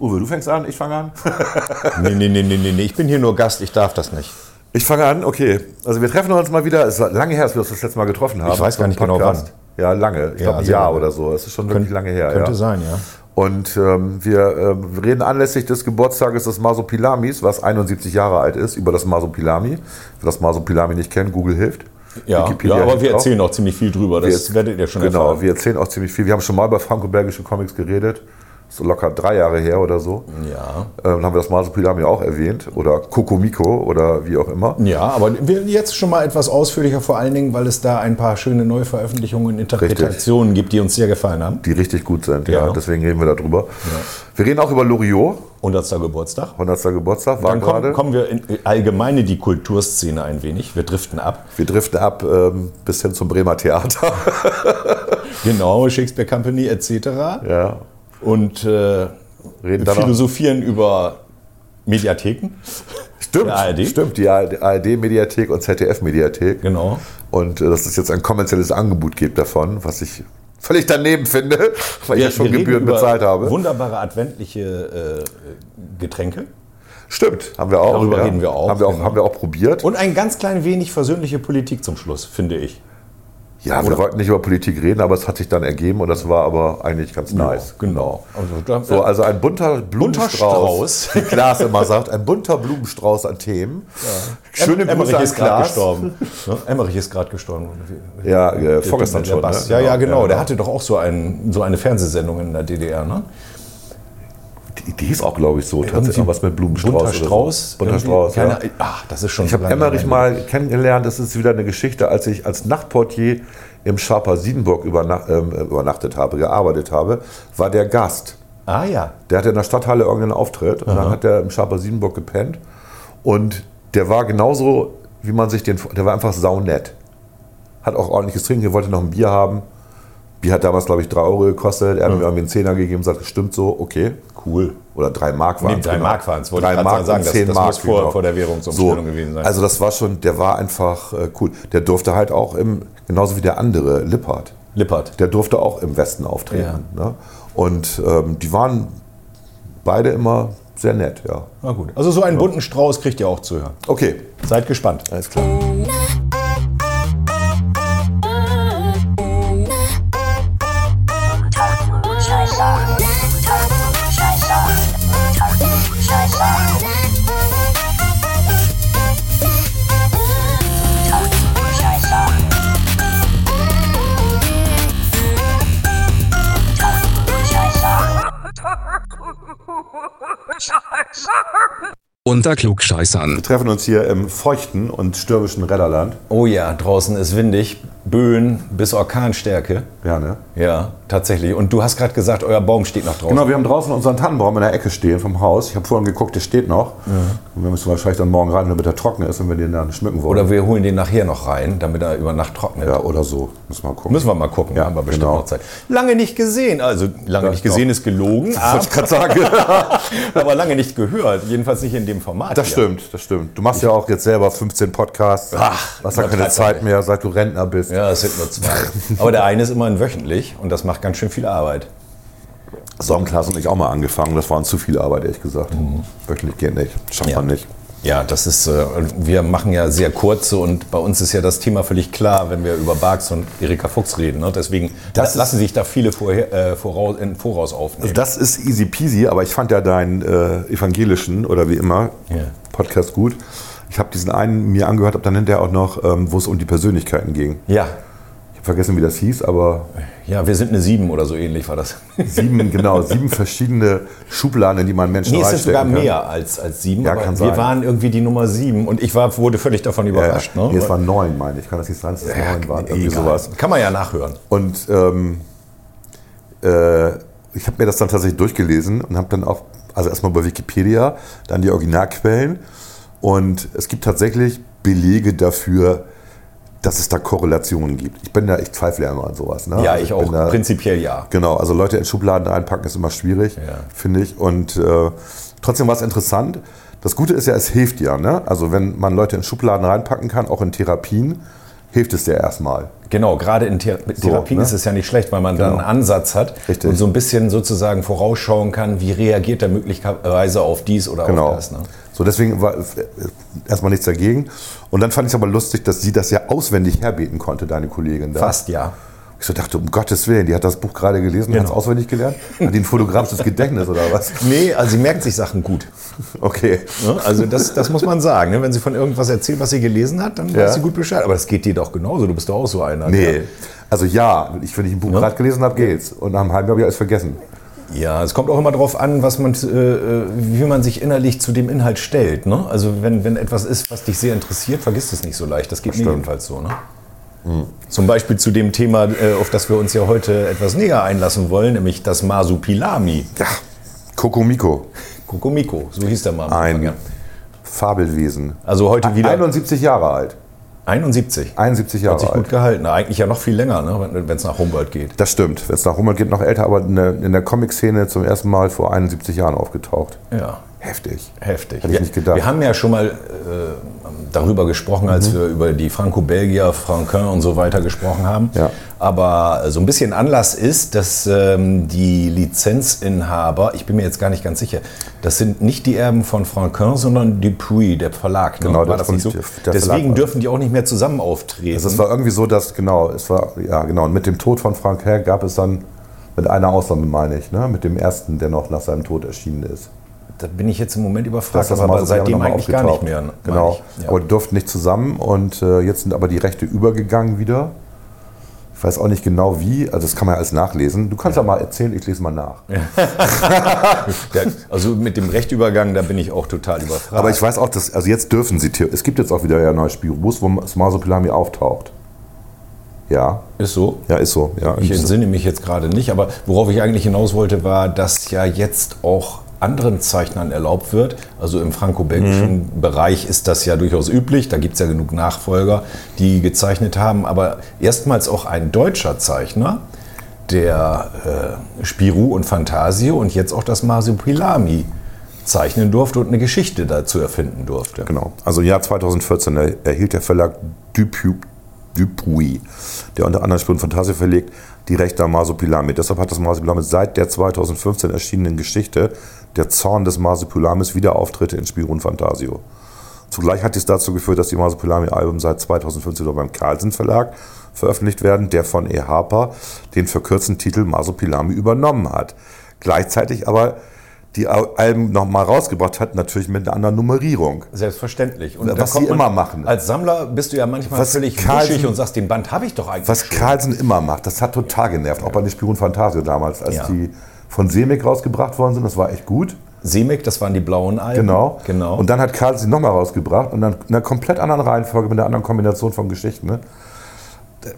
Uwe, du fängst an, ich fange an. Nee, nee, nee, nee, nee, nee, ich bin hier nur Gast, ich darf das nicht. Ich fange an, okay. Also wir treffen uns mal wieder. Es ist lange her, dass wir uns das letzte Mal getroffen haben. Ich weiß Zum gar nicht genau Podcast. Ja, lange. Ich Ja, glaube ein sehr Jahr lange. oder so. Es ist schon wirklich Könnt- lange her. Könnte ja. sein, ja. Und ähm, wir ähm, reden anlässlich des Geburtstages des Masopilamis, was 71 Jahre alt ist, über das Masopilami. Wer das Masopilami nicht kennt, Google hilft. Ja, ja Wikipedia aber wir hilft auch. erzählen auch ziemlich viel drüber, das Wir- werdet ihr schon Genau, erfahren. wir erzählen auch ziemlich viel. Wir haben schon mal über franco-belgische Comics geredet. So locker drei Jahre her oder so. Mhm. Ja. Ähm, haben wir das Masopilami auch erwähnt. Oder Kokomiko oder wie auch immer. Ja, aber wir jetzt schon mal etwas ausführlicher, vor allen Dingen, weil es da ein paar schöne Neuveröffentlichungen und Interpretationen gibt, die uns sehr gefallen haben. die richtig gut sind. Ja, Ja. deswegen reden wir darüber. Wir reden auch über Loriot, 100. Geburtstag. 100. Geburtstag, war Dann kommen, gerade. kommen wir in allgemeine die Kulturszene ein wenig. Wir driften ab. Wir driften ab ähm, bis hin zum Bremer Theater. Genau, Shakespeare Company etc. ja. Und äh, Reden dann noch- philosophieren über Mediatheken. Stimmt, Der ARD? stimmt, die ARD-Mediathek und ZDF-Mediathek. Genau. Und äh, dass es jetzt ein kommerzielles Angebot gibt davon, was ich völlig daneben finde, weil ich ja schon reden Gebühren über bezahlt habe. Wunderbare adventliche äh, Getränke. Stimmt, haben wir auch. Darüber reden wir auch, Haben wir auch, genau. haben wir auch probiert. Und ein ganz klein wenig versöhnliche Politik zum Schluss, finde ich. ja, wir Oder? wollten nicht über Politik reden, aber es hat sich dann ergeben und das war aber eigentlich ganz nice. Genau. Also, da, So, also ein bunter Blumenstrauß, Strauß. wie Klaas immer sagt, ein bunter Blumenstrauß an Themen. Schöne Em- Emmerich Grüße an ist gerade Klaas. gestorben. Ne? Emmerich ist gerade gestorben. Wie- Ja, der- äh, vorgestern der schon. Ne? Bass. Ja, ja, genau. Der hatte doch auch so, einen, so eine Fernsehsendung in der DDR. Ne? Die, die hieß auch, glaube ich, so tatsächlich Irgendwie was mit Blumenstrauß. genau. Bunter oder so. Strauß. Bunter irgendwie. Strauß, ja. Keine, Ach, das ist schon Ich habe Emmerich mal kennengelernt, das ist wieder eine Geschichte, als ich als Nachtportier im Scharper Siedenburg überna ähm, übernachtet habe, gearbeitet habe, war der Gast. Ah ja. Der hatte in der Stadthalle irgendeinen Auftritt und dann hat er im Schaper Siedenburg gepennt. Und der war genauso, wie man sich den. Der war einfach saunett. Hat auch ordentliches Trinken, der wollte noch ein Bier haben. Bier hat damals, glaube ich, 3 Euro gekostet. Er hat mir irgendwie einen Zehner gegeben und sagt, stimmt so, okay. Cool. Oder 3 Mark waren Nee, drei Mark waren's, wollte Drei ich grad Mark sagen, und das- 10 das Mark. genau. muss vor- vor der Währungsumstellung gewesen sein. Also, das war schon, der war einfach äh, cool. Der durfte halt auch im, genauso wie der andere, Lippert Lippert. der durfte auch im Westen auftreten. Ne? Und ähm, die waren beide immer sehr nett, ja. Na gut. Also so einen bunten Strauß kriegt ihr auch zu hören. Okay, Seid gespannt. alles klar. Unter Klugscheißern. Wir treffen uns hier im feuchten und stürmischen Redderland. Oh ja, draußen ist windig. Böen bis Orkanstärke. Ja, ne? Ja, tatsächlich. Und du hast gerade gesagt, euer Baum steht noch draußen. Genau, wir haben draußen unseren Tannenbaum in der Ecke stehen vom Haus. Ich habe vorhin geguckt, der steht noch. Und wir müssen wahrscheinlich dann morgen rein, damit er trocken ist und wir den dann schmücken wollen. Oder wir holen den nachher noch rein, damit er über Nacht trocknet. ja, oder so. Müssen wir mal gucken. Müssen wir mal gucken, Ja, haben wir bestimmt genau. noch Zeit. Lange nicht gesehen, also lange nicht genau. gesehen ist gelogen, aber, Wollte ich gerade sagen. aber lange nicht gehört, jedenfalls nicht in dem Format. Das hier. stimmt, das stimmt. Du machst ja auch jetzt selber 15 Podcasts. Ach, hast ja keine übertreib Zeit doch mehr, seit du Rentner bist. Ja, es sind nur zwei. Aber der eine ist immerhin wöchentlich und das macht ganz schön viel Arbeit. So haben Klaas und ich auch mal angefangen. Das war uns zu viel Arbeit, ehrlich gesagt. Wöchentlich geht nicht. Schafft Mhm. Ja. man nicht. Ja, das ist, äh, wir machen ja sehr kurze und bei uns ist ja das Thema völlig klar, wenn wir über Barks und Erika Fuchs reden. Ne? Deswegen Das das ist- lassen sich da viele vorher, äh, voraus, in, voraus aufnehmen. Das ist easy peasy, aber ich fand ja deinen äh, evangelischen oder wie immer Ja. Podcast gut. Ich habe diesen einen mir angehört, habe dann hinterher auch noch, ähm, wo es um die Persönlichkeiten ging. ja. Ich habe vergessen, wie das hieß, aber ja, wir sind eine Sieben oder so ähnlich war das. sieben, genau, sieben verschiedene Schubladen, in die man Menschen Nee, es sind reinstecken sogar kann. mehr als, als sieben. Ja, aber kann wir sein. waren irgendwie die Nummer sieben und ich war, wurde völlig davon Ja, überrascht. ja. Ne? Äh, Nee, es waren neun, meine ich. Kann das nicht sein, dass es neun waren? Irgendwie Egal. sowas. Kann man ja nachhören. Und ähm, äh, ich habe mir das dann tatsächlich durchgelesen und habe dann auch, also erstmal bei Wikipedia, dann die Originalquellen. Und es gibt tatsächlich Belege dafür, dass es da Korrelationen gibt. Ich bin da, ich zweifle ja immer an sowas. Ne? ja, Also ich auch. bin Da, Prinzipiell ja. genau, also Leute in Schubladen einpacken ist immer schwierig, Ja. finde ich. Und äh, trotzdem war es interessant. Das Gute ist ja, es hilft ja. Ne? Also wenn man Leute in Schubladen reinpacken kann, auch in Therapien, hilft es dir erstmal. Genau, gerade in Thera mit So, Therapien ne? ist es ja nicht schlecht, weil man dann Genau. einen Ansatz hat Richtig. und so ein bisschen sozusagen vorausschauen kann, wie reagiert er möglicherweise auf dies oder Genau. auf das. Ne? So, deswegen war äh, erstmal nichts dagegen. Und dann fand ich es aber lustig, dass sie das ja auswendig herbeten konnte, deine Kollegin da. Fast ja. Genau. Ich so dachte, um Gottes Willen, die hat das Buch gerade gelesen, hat es auswendig gelernt, hat die ein fotografisches Gedächtnis oder was? Nee, also sie merkt sich Sachen gut. Okay. Ne? Also das, das muss man sagen. Ne? Wenn sie von irgendwas erzählt, was sie gelesen hat, dann Ja. weiß sie gut Bescheid. Aber das geht dir doch genauso. Du bist doch auch so einer. Nee. Also ja, ich, wenn ich ein Buch gerade gelesen habe, geht's. Und nach einem halben Jahr habe ich alles vergessen. Ja, es kommt auch immer darauf an, was man, äh, äh, wie man sich innerlich zu dem Inhalt stellt. Ne? Also wenn, wenn etwas ist, was dich sehr interessiert, vergisst es nicht so leicht. Das geht mir stimmt. Hm. jedenfalls so. Ne? Zum Beispiel zu dem Thema, äh, auf das wir uns ja heute etwas näher einlassen wollen, nämlich das Masupilami. Ja. Kokomiko, Kokomiko, so hieß der mal. am Anfang, ja. ein Fabelwesen. Also heute wieder 71 Jahre alt. 71. 71 Hat sich Jahre gut alt. gehalten. Eigentlich ja noch viel länger, ne? wenn es nach Humboldt geht. Das stimmt. Wenn es nach Humboldt geht, noch älter, aber in der, in der Comic-Szene zum ersten Mal vor 71 Jahren aufgetaucht. Ja. Heftig. Heftig. Hätte ich Wir- nicht gedacht. Mhm. Wir haben ja schon mal äh, darüber gesprochen, als wir über die Franco-Belgier, Franquin und so weiter gesprochen haben. Ja. Aber äh, so ein bisschen Anlass ist, dass ähm, die Lizenzinhaber, ich bin mir jetzt gar nicht ganz sicher, das sind nicht die Erben von Franquin, sondern Dupuis, der Verlag. Ne? Genau, War der das von- nicht so? der Verlag Deswegen war- dürfen die auch nicht mehr zusammen auftreten. Also es war irgendwie so, dass, genau, es war, ja genau, und mit dem Tod von Frank Herr gab es dann, mit einer Ausnahme meine ich, ne, mit dem ersten, der noch nach seinem Tod erschienen ist. da bin ich jetzt im Moment Das überfragt, ist aber, mal so, die haben seitdem nochmal eigentlich gar nicht aufgetaucht. mehr. ne? Genau, meine ich. Ja. aber die durften nicht zusammen und äh, jetzt sind aber die Rechte übergegangen wieder. Ich weiß auch nicht genau wie, also das kann man ja alles nachlesen. Du kannst ja, mal erzählen, ich lese mal nach. Ja, also mit dem Rechtübergang, da bin ich auch total überfragt. Aber ich weiß auch, dass, also jetzt dürfen sie, theo- es gibt jetzt auch wieder ja ein neues Spielbus, wo das Masopilami auftaucht. Ja, ist so. ja, ist so. Ja, Ich entsinne mich jetzt gerade nicht, aber worauf ich eigentlich hinaus wollte, war, dass ja jetzt auch anderen Zeichnern erlaubt wird. Also im franco-belgischen Mhm. Bereich ist das ja durchaus üblich. Da gibt es ja genug Nachfolger, die gezeichnet haben. Aber erstmals auch ein deutscher Zeichner, der äh, Spirou und Fantasio und jetzt auch das Masupilami zeichnen durfte und eine Geschichte dazu erfinden durfte. Genau. Also im Jahr 2014 er- erhielt der Verlag Dupu- Dupuis, der unter anderem Spion Fantasie verlegt, die Rechte am Masopilami. Deshalb hat das Masopilami seit der 2015 erschienenen Geschichte Der Zorn des Masopilamis wieder Auftritte in Spirou und Fantasio. Zugleich hat dies dazu geführt, dass die Masopilami-Alben seit 2015 wieder beim Carlsen Verlag veröffentlicht werden, der von E. Harper den verkürzten Titel Masopilami übernommen hat. Gleichzeitig aber die Al- Alben nochmal rausgebracht hat, natürlich mit einer anderen Nummerierung. Selbstverständlich. Und Was da sie kommt man- immer machen. Als Sammler bist du ja manchmal Was völlig Carlsen- wuschig und sagst, den Band habe ich doch eigentlich Was Carlsen immer macht, das hat total genervt, auch bei den Spion Fantasio damals, als Ja. die von Semek rausgebracht worden sind, das war echt gut. Semek, das waren die blauen Alben. Genau. genau. Und dann hat Carlsen sie nochmal rausgebracht und dann in einer komplett anderen Reihenfolge mit einer anderen Kombination von Geschichten. Ne? Äh,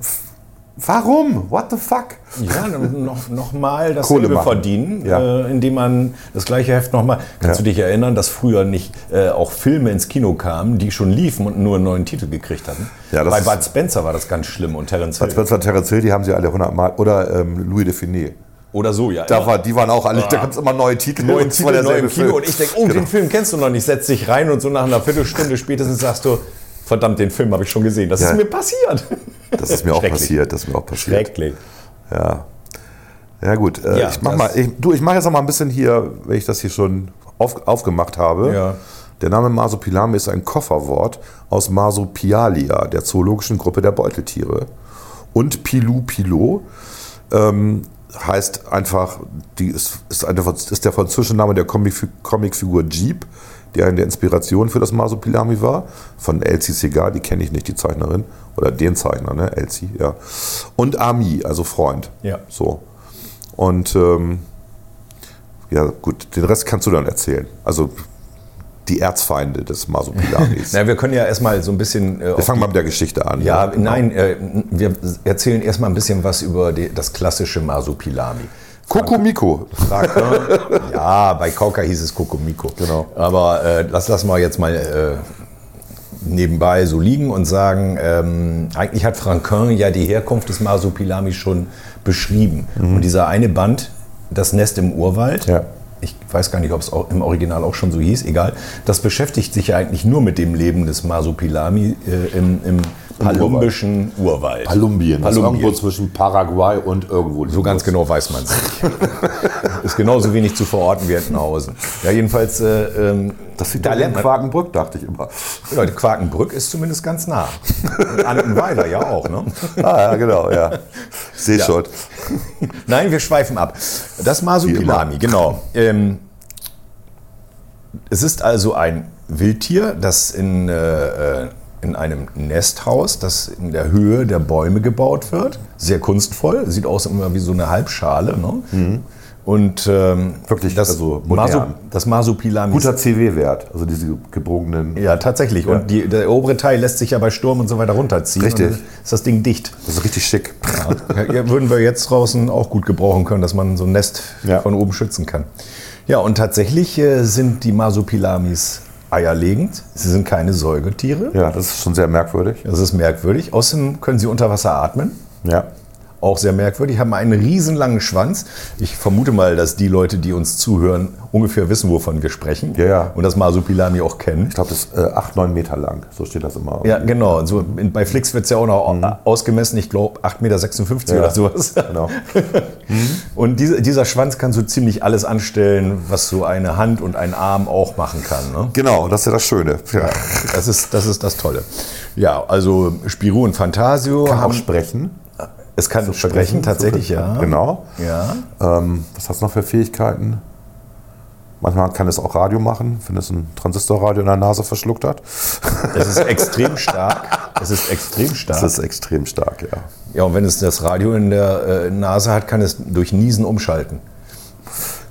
Warum? What the fuck? ja, noch, noch mal das Kohle machen. verdienen, Ja. äh, indem man das gleiche Heft nochmal. Kannst Ja. du dich erinnern, dass früher nicht äh, auch Filme ins Kino kamen, die schon liefen und nur einen neuen Titel gekriegt hatten? Ja, das Bei ist- Bud Spencer war das ganz schlimm und Terence Hill. Als Spencer Terence Hill, die haben sie alle 100 Mal. Oder ähm, Louis de Finet. Oder so, ja. Da immer. war, die waren auch alle, da gab es immer neue Titel. neuen und es war Titel, neu derselbe im Kino Film. Genau. und ich denke, oh, den Film kennst du noch nicht, setz dich rein und so nach einer Viertelstunde spätestens sagst du, verdammt, den Film habe ich schon gesehen. Das Ja. ist mir passiert. Das ist mir auch Schrecklich. passiert. Das ist mir auch passiert. Schrecklich. Ja. Ja, gut. Äh, Ja, ich mach das- mal, ich, du, ich mache jetzt noch mal ein bisschen hier, wenn ich das hier schon auf, aufgemacht habe. Ja. Der Name Masopilami ist ein Kofferwort aus Masopialia, der zoologischen Gruppe der Beuteltiere. Und Pilu Pilo ähm, heißt einfach, die ist, ist, eine, ist der französische Name der Comicfi- Comicfigur Jeep, der in der Inspiration für das Masopilami war, von Elsie Segar, die kenne ich nicht, die Zeichnerin, oder den Zeichner, ne, Elsie, ja. Und Ami, also Freund. Ja. So. Und ähm, ja, gut, den Rest kannst du dann erzählen. Also die Erzfeinde des Masopilamis. Na, wir können ja erstmal so ein bisschen äh, wir fangen mal mit der Geschichte an. Ja, genau. nein, äh, wir erzählen erstmal ein bisschen was über die, das klassische Masupilami. Kokomiko. Frank- ja, bei Kauka hieß es Kokomiko. ne? Genau. Aber äh, das lassen wir jetzt mal äh, nebenbei so liegen und sagen, ähm, eigentlich hat Franquin ja die Herkunft des Masupilami schon beschrieben. Und dieser eine Band, das Nest im Urwald, Mhm. Ja. ich weiß gar nicht, ob es auch im Original auch schon so hieß, egal, das beschäftigt sich ja eigentlich nur mit dem Leben des Masupilami äh, im, im palumbischen Urwald. Kolumbien. Das ist Palumbien. irgendwo zwischen Paraguay und irgendwo. So ganz genau weiß man es nicht. ist genauso wenig zu verorten wie Entenhausen. Ja, jedenfalls, äh, ähm, Das sieht da da lernt man, Quakenbrück, dachte ich immer. ja, Quakenbrück ist zumindest ganz nah. Und Antenweiler ja auch, ne? Ah, ja, genau, ja. Ich sehe schon. Nein, wir schweifen ab. Das Masupilami, genau. Ähm, es ist also ein Wildtier, das in, äh, äh, in einem Nesthaus, das in der Höhe der Bäume gebaut wird. Sehr kunstvoll, sieht aus immer wie so eine Halbschale. Ne? Und ähm, Mhm. Wirklich, das, also modern. Masu, das Masupilami Guter CW-Wert, also diese gebogenen. ja, tatsächlich. Und die, der obere Teil lässt sich ja bei Sturm und so weiter runterziehen. Richtig. Und dann ist das Ding dicht. Das ist richtig schick. Ja, würden wir jetzt draußen auch gut gebrauchen können, dass man so ein Nest Ja. von oben schützen kann. Ja, und tatsächlich äh, sind die Masupilamis eierlegend. Sie sind keine Säugetiere. Ja, das ist schon sehr merkwürdig. Das ist merkwürdig. Außerdem können sie unter Wasser atmen. Ja. Auch sehr merkwürdig. Haben einen riesenlangen Schwanz. Ich vermute mal, dass die Leute, die uns zuhören, ungefähr wissen, wovon wir sprechen. Ja, ja. Und das Masupilami auch kennen. Ich glaube, das ist äh, 8, 9 Meter lang. So steht das immer. Ja, genau. So in, bei Flix wird es ja auch noch au- ausgemessen, ich glaube 8,56 Meter Mhm. Ja, oder sowas. genau. Mhm. und diese, dieser Schwanz kann so ziemlich alles anstellen, was so eine Hand und ein Arm auch machen kann. Ne? Genau, das ist ja das Schöne. Ja. Das, ist, das ist das Tolle. Ja, also Spirou und Fantasio Kann auch haben. sprechen. es kann sprechen, tatsächlich, ja. Genau. Ja. Ähm, was hat es noch für Fähigkeiten? Manchmal kann es auch Radio machen, wenn es ein Transistorradio in der Nase verschluckt hat. Es ist extrem stark. Es ist extrem stark. Das ist extrem stark, ja. ja, und wenn es das Radio in der äh, Nase hat, kann es durch Niesen umschalten.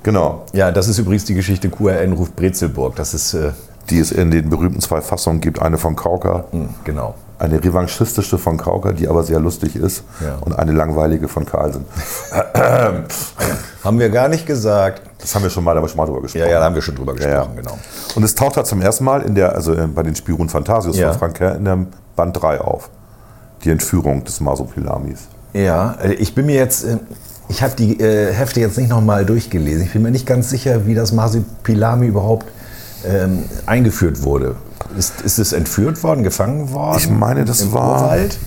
Genau. Ja, das ist übrigens die Geschichte QRN ruft Brezelburg. Das ist, äh, Die es in den berühmten zwei Fassungen gibt. Eine von Kauker, mh, genau. eine revanchistische von Kauker, die aber sehr lustig ist. Ja. Und eine langweilige von Carlsen. Haben wir gar nicht gesagt. Das haben wir schon mal, da haben wir schon mal drüber gesprochen. Ja, ja, da haben wir schon drüber gesprochen, ja. genau. Und es taucht halt zum ersten Mal in der, also äh, bei den Spirun Fantasius Ja. von Frank Kerr in dem Band 3 auf. Die Entführung des Masopilamis. Ja, äh, ich bin mir jetzt, äh, ich habe die äh, Hefte jetzt nicht nochmal durchgelesen. Ich bin mir nicht ganz sicher, wie das Masipilami überhaupt ähm, eingeführt wurde. Ist, ist es entführt worden, gefangen worden? Ich meine, das Im war- Urwald?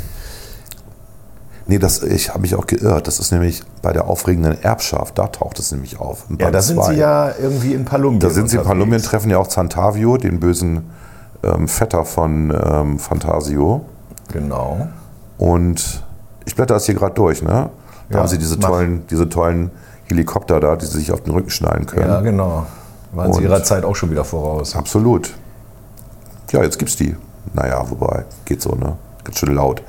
Nee, das, ich habe mich auch geirrt. Das ist nämlich bei der aufregenden Erbschaft, da taucht es nämlich auf. in Ja, Band da sind zwei. sie ja irgendwie in Palumbien. Da sind sie in unterwegs. Palumbien, treffen ja auch Zantavio, den bösen ähm, Vetter von ähm, Fantasio. Genau. Und ich blätter das hier gerade durch, ne? Da Ja, haben sie diese mach. tollen, diese tollen Helikopter da, die sie sich auf den Rücken schneiden können. Ja, genau. Waren sie Und- ihrer Zeit auch schon wieder voraus. Absolut. Ja, jetzt gibt's die. Naja, wobei, geht so, ne? Ganz schön laut.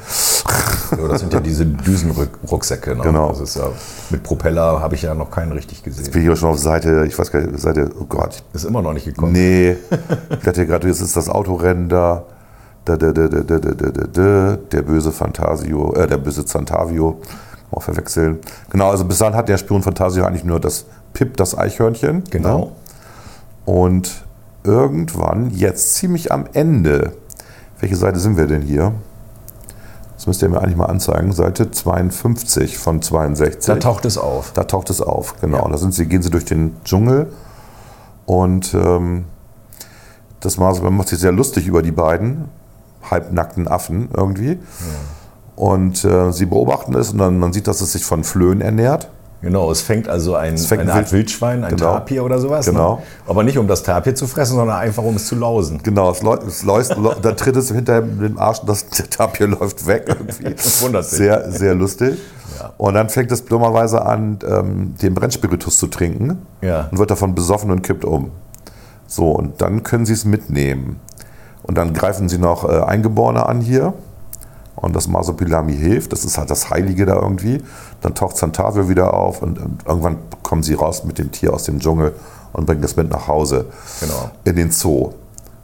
Ja, das sind ja diese Düsenrucksäcke. Ne? Genau. Das ist ja, mit Propeller habe ich ja noch keinen richtig gesehen. Bin hier schon auf Seite, ich weiß gar nicht, Seite, oh Gott. Ist immer noch nicht gekommen. Nee, ich blätter gerade, jetzt ist das Autorennen da. Da, da, da, da, da, da, da, da, da. Der böse Fantasio, äh, der böse Zantavio. Kann man auch verwechseln. Genau, also bis dahin hat der Spion Fantasio eigentlich nur das Pip, das Eichhörnchen. Ne? Genau. Und irgendwann, jetzt ziemlich am Ende, welche Seite sind wir denn hier? Das müsst ihr mir eigentlich mal anzeigen. Seite 52 von 62. Da taucht es auf. Da taucht es auf, genau. Da sind sie, gehen sie durch den Dschungel und ähm, das Mars macht sich sehr lustig über die beiden halbnackten Affen irgendwie. Und äh, sie beobachten es und dann man sieht, dass es sich von Flöhen ernährt. Genau, es fängt also ein, fängt eine ein Wild- Art Wildschwein, ein Genau. Tapir oder sowas. Genau. Ne? Aber nicht um das Tapir zu fressen, sondern einfach um es zu lausen. Genau, es läuft, es läuft da tritt es hinter dem Arsch und das der Tapir läuft weg irgendwie. Das wundert sich. Sehr, sehr lustig. Und dann fängt es dummerweise an, ähm, den Brennspiritus zu trinken Ja. und wird davon besoffen und kippt um. So, und dann können sie es mitnehmen. Und dann greifen sie noch äh, Eingeborene an hier. Und das Masopilami hilft, das ist halt das Heilige da irgendwie. Dann taucht Santavio wieder auf und, und irgendwann kommen sie raus mit dem Tier aus dem Dschungel und bringen das mit nach Hause Genau. in den Zoo.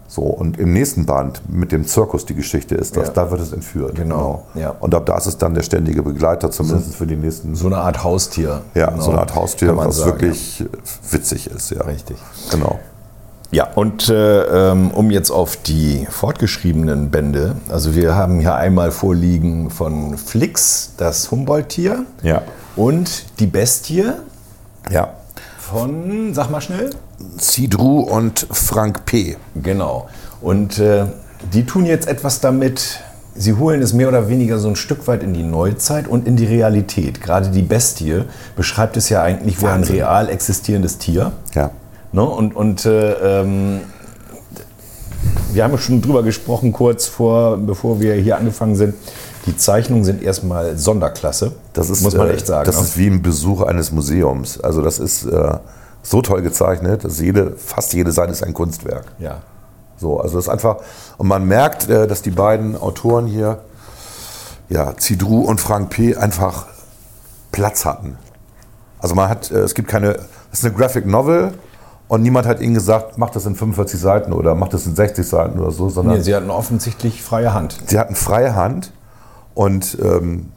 So, und im nächsten Band mit dem Zirkus die Geschichte ist das, Ja. da wird es entführt. Genau, ja. Und ab da ist es dann der ständige Begleiter, zumindest für die nächsten. So eine Art Haustier. ja, Genau. so eine Art Haustier, Kann man was sagen, wirklich witzig ist, ja. Ja. Richtig. Genau. Ja, und äh, ähm, um jetzt auf die fortgeschriebenen Bände, also wir haben hier einmal vorliegen von Flix, das Humboldt-Tier. Ja. Und die Bestie Ja. von, sag mal schnell. Sidru und Frank P. Genau. Und äh, die tun jetzt etwas damit, Sie holen es mehr oder weniger so ein Stück weit in die Neuzeit und in die Realität. Gerade die Bestie beschreibt es ja eigentlich wie ein Wahnsinn. real existierendes Tier. Ja. Ne? Und, und äh, ähm, wir haben ja schon drüber gesprochen, kurz vor, bevor wir hier angefangen sind. Die Zeichnungen sind erstmal Sonderklasse. Das ist, muss man äh, echt sagen. Das ne? ist wie ein Besuch eines Museums. Also das ist äh, so toll gezeichnet, dass jede, fast jede Seite ist ein Kunstwerk. ja. So, also das ist einfach, und man merkt, äh, dass die beiden Autoren hier, ja, Zidru und Frank P., einfach Platz hatten. Also man hat, äh, es gibt keine, es ist eine Graphic Novel und niemand hat ihnen gesagt, mach das in 45 Seiten oder mach das in 60 Seiten oder so, sondern Nee, sie hatten offensichtlich freie Hand. sie hatten freie Hand und ähm,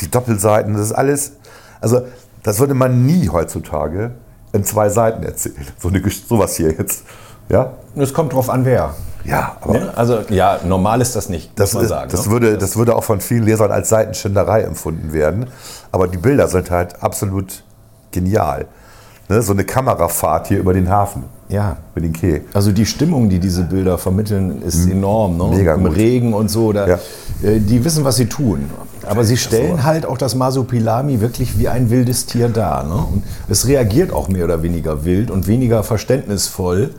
die Doppelseiten, das ist alles, also das würde man nie heutzutage in zwei Seiten erzählen. So eine, Gesch- sowas hier jetzt. Ja, Es kommt drauf an, wer. ja, aber Ne? Also, ja, normal ist das nicht, Das, muss man ist, sagen. das, ne? würde, das würde auch von vielen Lesern als Seitenschinderei empfunden werden. Aber die Bilder sind halt absolut genial. Ne, so eine Kamerafahrt hier über den Hafen, ja. über den Quai. Also die Stimmung, die diese Bilder vermitteln, ist enorm. Ne? Mega Im gut. Regen und so. Da, Ja. äh, die wissen, was sie tun. Aber sie stellen halt auch das Masopilami wirklich wie ein wildes Tier dar. Ne? Und es reagiert auch mehr oder weniger wild und weniger verständnisvoll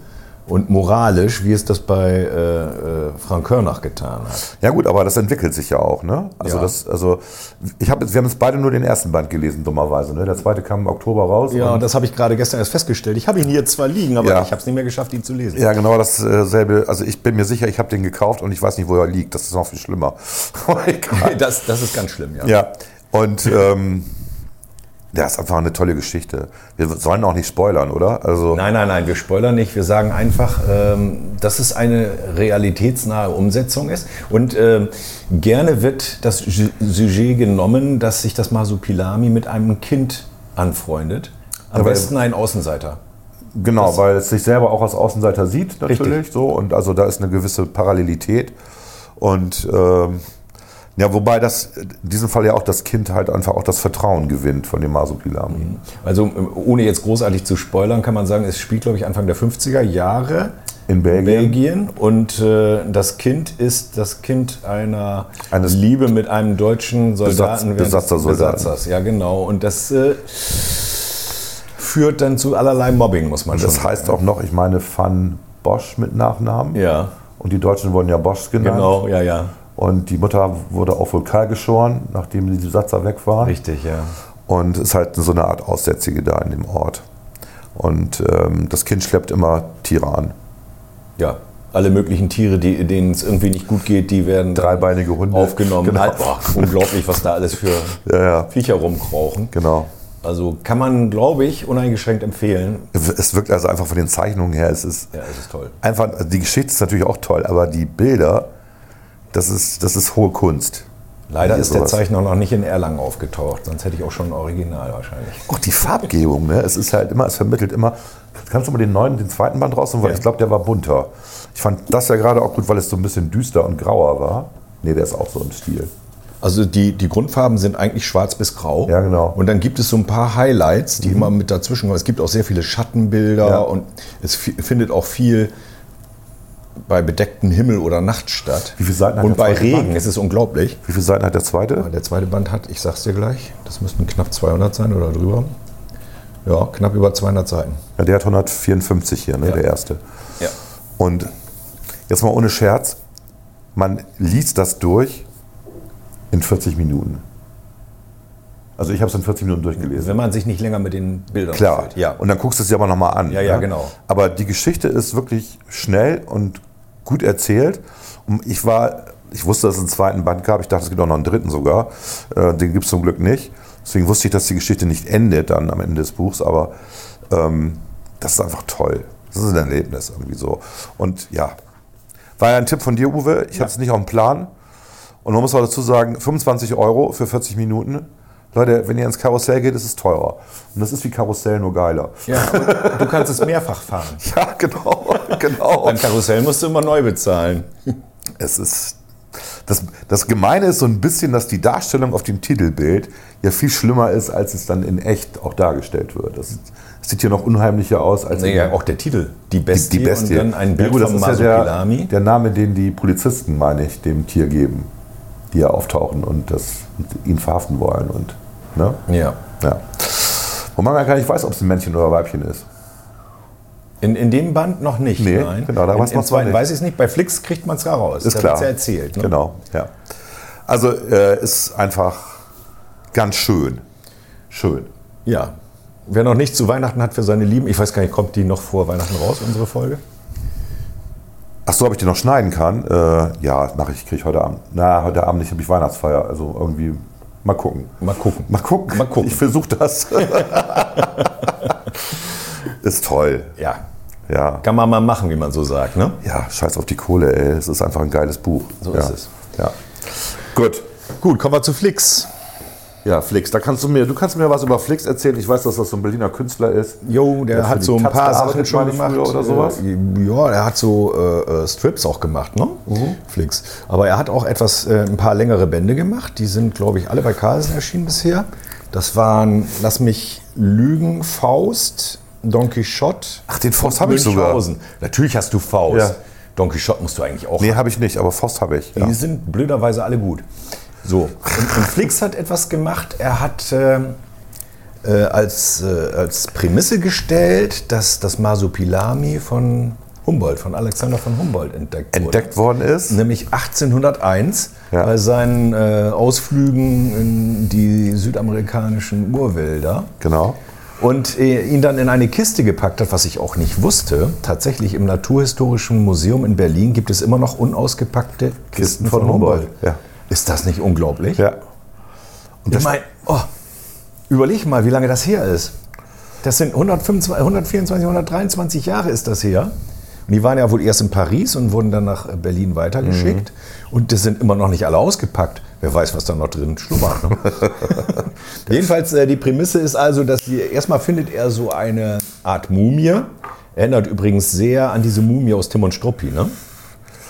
und moralisch, wie es das bei äh, äh, Frank Körnach getan hat. Ja gut, aber das entwickelt sich ja auch. Ne? Also, Ja. das, also ich hab, jetzt- wir haben jetzt beide nur den ersten Band gelesen, dummerweise. Ne? Der zweite kam im Oktober raus. Ja, und und, das habe ich gerade gestern erst festgestellt. Ich habe ihn hier zwar liegen, aber Ja. ich habe es nicht mehr geschafft, ihn zu lesen. ja genau dasselbe. Also ich bin mir sicher, ich habe den gekauft und ich weiß nicht, wo er liegt. Das ist noch viel schlimmer. Oh Egal. Das, das ist ganz schlimm, ja. Ja, und ähm, ja, ist einfach eine tolle Geschichte. Wir sollen auch nicht spoilern, oder? Also, Nein, nein, nein, wir spoilern nicht. Wir sagen einfach, ähm, dass es eine realitätsnahe Umsetzung ist. Und ähm, gerne wird das Ju- Sujet genommen, dass sich das Masupilami mit einem Kind anfreundet. Am Aber- besten ein Außenseiter. genau, weil es sich selber auch als Außenseiter sieht, natürlich. Richtig. So, und also da ist eine gewisse Parallelität. Und ähm, ja, wobei das in diesem Fall ja auch das Kind halt einfach auch das Vertrauen gewinnt von dem Masopilami. Also ähm, ohne jetzt großartig zu spoilern, kann man sagen, es spielt, glaube ich, Anfang der 50er Jahre In Belgien. Belgien. Und äh, das Kind ist das Kind einer Eines Liebe mit einem deutschen Soldaten. Besatz- Besatzersoldaten. Besatzers, ja genau. Und das äh, führt dann zu allerlei Mobbing, muss man Das schon heißt auch noch, ich meine, Van Bosch mit Nachnamen. Ja, Und die Deutschen wurden ja Bosch genannt. genau, ja, ja. Und die Mutter wurde auch wohl kahl geschoren, nachdem die Besatzer weg waren. Richtig, ja. Und ist halt so eine Art Aussätzige da in dem Ort. Und ähm, das Kind schleppt immer Tiere an. Ja. Alle möglichen Tiere, die, denen es irgendwie nicht gut geht, die werden dann Dreibeinige Hunde. aufgenommen. Genau. Halt, boah, unglaublich, was da alles für Ja, ja. Viecher rumkrauchen. Genau. Also kann man, glaube ich, uneingeschränkt empfehlen. Es wirkt also einfach von den Zeichnungen her, es ist Ja, es ist toll. einfach, also die Geschichte ist natürlich auch toll, aber die Bilder, das ist, das ist hohe Kunst. Leider Hier ist der sowas. Zeichner noch nicht in Erlangen aufgetaucht, sonst hätte ich auch schon ein Original wahrscheinlich. Auch die Farbgebung, ne? es ist halt immer, es vermittelt immer. Kannst du mal den neuen, den zweiten Band rausnehmen? Weil Ja. ich glaube, der war bunter. Ich fand das ja gerade auch gut, weil es so ein bisschen düster und grauer war. Nee, der ist auch so im Stil. Also die, die Grundfarben sind eigentlich schwarz bis grau. Ja, genau. Und dann gibt es so ein paar Highlights, die immer mit dazwischen kommen. Es gibt auch sehr viele Schattenbilder Ja. und es fi- findet auch viel bei bedecktem Himmel oder Nacht statt. Wie viele Seiten hat Und der bei zweite Regen, Band? es ist unglaublich. Wie viele Seiten hat der zweite? Der zweite Band hat, ich sag's dir gleich, das müssten knapp 200 sein oder drüber. Ja, knapp über 200 Seiten. Ja, der hat 154 hier, ne? Ja. der erste. Ja. Und jetzt mal ohne Scherz, man liest das durch in 40 Minuten. Also ich habe es in 40 Minuten durchgelesen. Wenn man sich nicht länger mit den Bildern Klar. ausfüllt. Ja. Und dann guckst du es dir aber nochmal an. Ja, ja, ne? genau. Aber die Geschichte ist wirklich schnell und gut erzählt. Und ich war, ich wusste, dass es einen zweiten Band gab. Ich dachte, es gibt auch noch einen dritten sogar. Äh, den gibt es zum Glück nicht. Deswegen wusste ich, dass die Geschichte nicht endet dann am Ende des Buchs. Aber ähm, das ist einfach toll. Das ist ein Erlebnis irgendwie so. Und ja, war ja ein Tipp von dir, Uwe. Ich hatte es nicht auf dem Plan. Und man muss auch dazu sagen, 25 Euro für 40 Minuten. Leute, wenn ihr ins Karussell geht, ist es teurer. Und das ist wie Karussell, nur geiler. Ja, und du kannst es mehrfach fahren. Ja, genau, genau. Beim Karussell musst du immer neu bezahlen. Es ist. Das, das Gemeine ist so ein bisschen, dass die Darstellung auf dem Titelbild ja viel schlimmer ist, als es dann in echt auch dargestellt wird. Das, das sieht hier noch unheimlicher aus als in- Naja, auch der Titel. Die Bestie, die Bestie. und dann ein Ja, Bild gut, das vom ist ja der, Masopilami. der Name, den die Polizisten, meine ich, dem Tier geben. die ja auftauchen und das, und ihn verhaften wollen. Und, ne? Ja. ja. Wobei man gar nicht weiß, ob es ein Männchen oder ein Weibchen ist. In, in dem Band noch nicht. Nee, genau, da weiß in, Im man's noch zweiten nicht. weiß ich es nicht. Bei Flix kriegt man es raus. Ist da klar. wird's ja erzählt. Ne? Genau, ja. Also äh, ist einfach ganz schön. Schön. Ja. Wer noch nicht zu Weihnachten hat für seine Lieben, ich weiß gar nicht, kommt die noch vor Weihnachten raus, unsere Folge? Ach so, ob ich die noch schneiden kann? Äh, ja, mache ich, kriege ich heute Abend. Na, heute Abend nicht, habe ich Weihnachtsfeier. Also irgendwie mal gucken. Mal gucken. Mal gucken. Mal gucken. Ich versuche das. ist toll. Ja. Ja. Kann man mal machen, wie man so sagt, ne? Ja, scheiß auf die Kohle, ey. Es ist einfach ein geiles Buch. So ja. ist es. Ja. Gut. Gut, kommen wir zu Flix. Ja, Flix, da kannst du mir, du kannst mir was über Flix erzählen. Ich weiß, dass das so ein Berliner Künstler ist. Jo, der, Der für hat die so ein Taz paar gearbeitet, Sachen schon meine ich, gemacht. früher oder sowas? Äh, ja, er hat so äh, äh, Strips auch gemacht, ne? Mhm. Flix. Aber er hat auch etwas, äh, ein paar längere Bände gemacht. Die sind, glaube ich, alle bei Carlsen erschienen bisher. Das waren, lass mich lügen, Faust, Don Quixote. Ach, den Faust und hab ich sogar. Münchhausen. Natürlich hast du Faust. Ja. Don Quixote musst du eigentlich auch Nee, habe ich nicht, aber Faust habe ich. die Ja. sind blöderweise alle gut. So, und, und Flix hat etwas gemacht. Er hat ähm, äh, als, äh, als Prämisse gestellt, dass das Masopilami von Humboldt, von Alexander von Humboldt entdeckt wurde. Entdeckt worden ist. Nämlich 1801 Ja. bei seinen äh, Ausflügen in die südamerikanischen Urwälder Genau. und äh, ihn dann in eine Kiste gepackt hat, was ich auch nicht wusste. Tatsächlich im Naturhistorischen Museum in Berlin gibt es immer noch unausgepackte Kisten, von, von Humboldt. Humboldt, ja. Ist das nicht unglaublich? Ja. Und Ich das, meine, oh, überleg mal, wie lange das her ist. Das sind 125, 124, 123 Jahre ist das her. Und die waren ja wohl erst in Paris und wurden dann nach äh, Berlin weitergeschickt. Mhm. Und das sind immer noch nicht alle ausgepackt. Wer weiß, was da noch drin schlummert. Ne? Jedenfalls, äh, die Prämisse ist also, dass sie, erstmal findet er so eine Art Mumie. Erinnert übrigens sehr an diese Mumie aus Tim und Struppi, ne?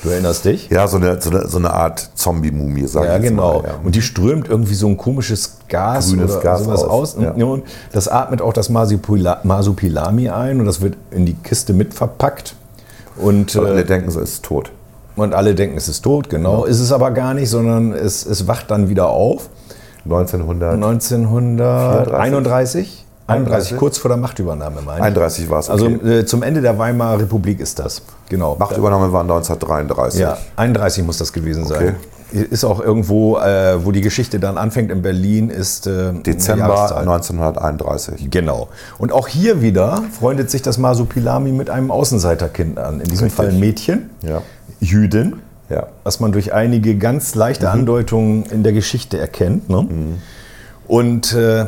Du erinnerst dich? ja, so eine, so eine, so eine Art Zombie-Mumie, sag ich Ja, jetzt genau. Mal, ja. Und die strömt irgendwie so ein komisches Gas Grünes oder Gas sowas aus. aus, Und ja. und das atmet auch das Masupila- Masupilami ein und das wird in die Kiste mit verpackt. Und, Und alle äh, denken, so ist es tot. und alle denken, es ist tot, genau. Ist es aber gar nicht, sondern es, es wacht dann wieder auf. 1931 1931? 31, 31, kurz vor der Machtübernahme, meine ich. war es. Also okay. äh, zum Ende der Weimarer Republik ist das. Genau. Machtübernahme war 1933. Ja, 31 muss das gewesen sein. Okay. Ist auch irgendwo, äh, wo die Geschichte dann anfängt in Berlin, ist äh, eine Dezember Jahreszahl. 1931. Genau. Und auch hier wieder freundet sich das Masupilami mit einem Außenseiterkind an. In diesem Richtig. Fall ein Mädchen, Ja. Jüdin, Ja. Mhm. was man durch einige ganz leichte Andeutungen in der Geschichte erkennt. Ne? Und äh,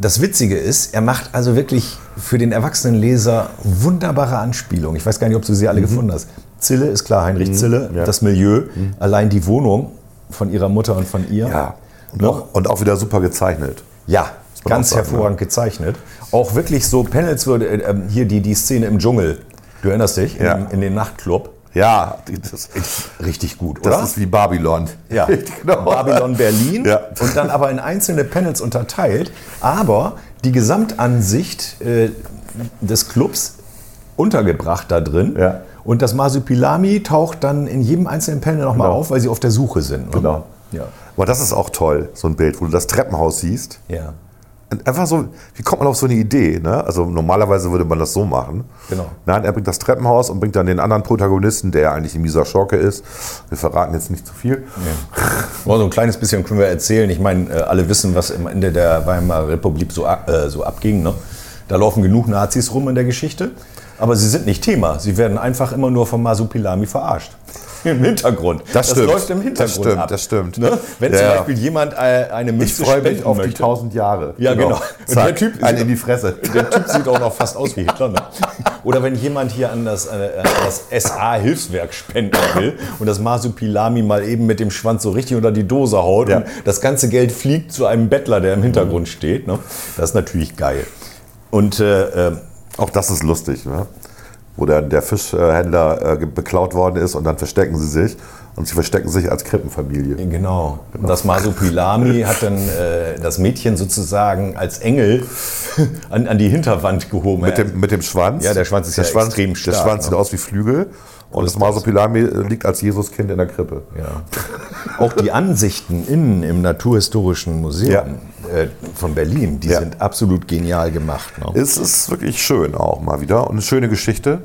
das Witzige ist, er macht also wirklich für den erwachsenen Leser wunderbare Anspielungen. Ich weiß gar nicht, ob du sie alle gefunden hast. Zille ist klar, Heinrich Zille, Mhm. ja. Mhm. das Milieu, allein die Wohnung von ihrer Mutter und von ihr. Ja. Und, Ne? auch, und auch wieder super gezeichnet. Ja, man ganz auch sagen, hervorragend gezeichnet. Auch wirklich so Panels würde äh, ähm, hier die, die Szene im Dschungel. Du erinnerst dich, in, Ja. dem, in dem Nachtclub. Ja, die- das, Richtig gut, das oder? ist wie Babylon. ja, genau. Babylon Berlin Ja. und dann aber in einzelne Panels unterteilt. Aber die Gesamtansicht äh, des Clubs untergebracht da drin. Ja. Und das Masupilami taucht dann in jedem einzelnen Panel nochmal Genau. auf, weil sie auf der Suche sind. ne? Genau. Ja. Aber das ist auch toll, so ein Bild, wo du das Treppenhaus siehst. ja. Und Einfach so, wie kommt man auf so eine Idee? Ne? Also normalerweise würde man das so machen. Genau. Nein, er bringt das Treppenhaus und bringt dann den anderen Protagonisten, der ja eigentlich ein mieser Schurke ist. Wir verraten jetzt nicht zu viel. Boah, so ein kleines bisschen können wir erzählen. Ich meine, äh, alle wissen, was am Ende der Weimarer Republik so, ab- äh, so abging. Ne? Da laufen genug Nazis rum in der Geschichte. Aber sie sind nicht Thema. Sie werden einfach immer nur vom Masupilami verarscht. Im Hintergrund. Das stimmt. läuft im Hintergrund Das stimmt, ab. das stimmt. Ne? Wenn Ja, zum ja. Beispiel jemand äh, eine Ich Mütze freue mich spenden auf die möchte. 1000 Jahre. Ja, genau. Und Zack, der Typ- einen in die Fresse. Der Typ sieht auch noch fast aus wie Hitler. Ne? Oder wenn jemand hier an das, äh, an das SA-Hilfswerk spenden will und das Masupilami mal eben mit dem Schwanz so richtig unter die Dose haut Ja. und das ganze Geld fliegt zu einem Bettler, der im Hintergrund steht. Ne? Das ist natürlich geil. Und äh, äh, Auch das ist lustig. Ne? wo dann der Fischhändler äh, ge- beklaut worden ist und dann verstecken sie sich. Und sie verstecken sich als Krippenfamilie. Genau. Das Masupilami hat dann äh, das Mädchen sozusagen als Engel an, an die Hinterwand gehoben. Mit dem, mit dem Schwanz. Ja, der Schwanz ist ja extrem stark, Der Schwanz ne? sieht aus wie Flügel. Und das Masopilami liegt als Jesuskind in der Krippe. ja. Auch die Ansichten innen im Naturhistorischen Museum äh, von Berlin, die Ja. sind absolut genial gemacht. Ne? Es ist wirklich schön auch mal wieder. Und eine schöne Geschichte.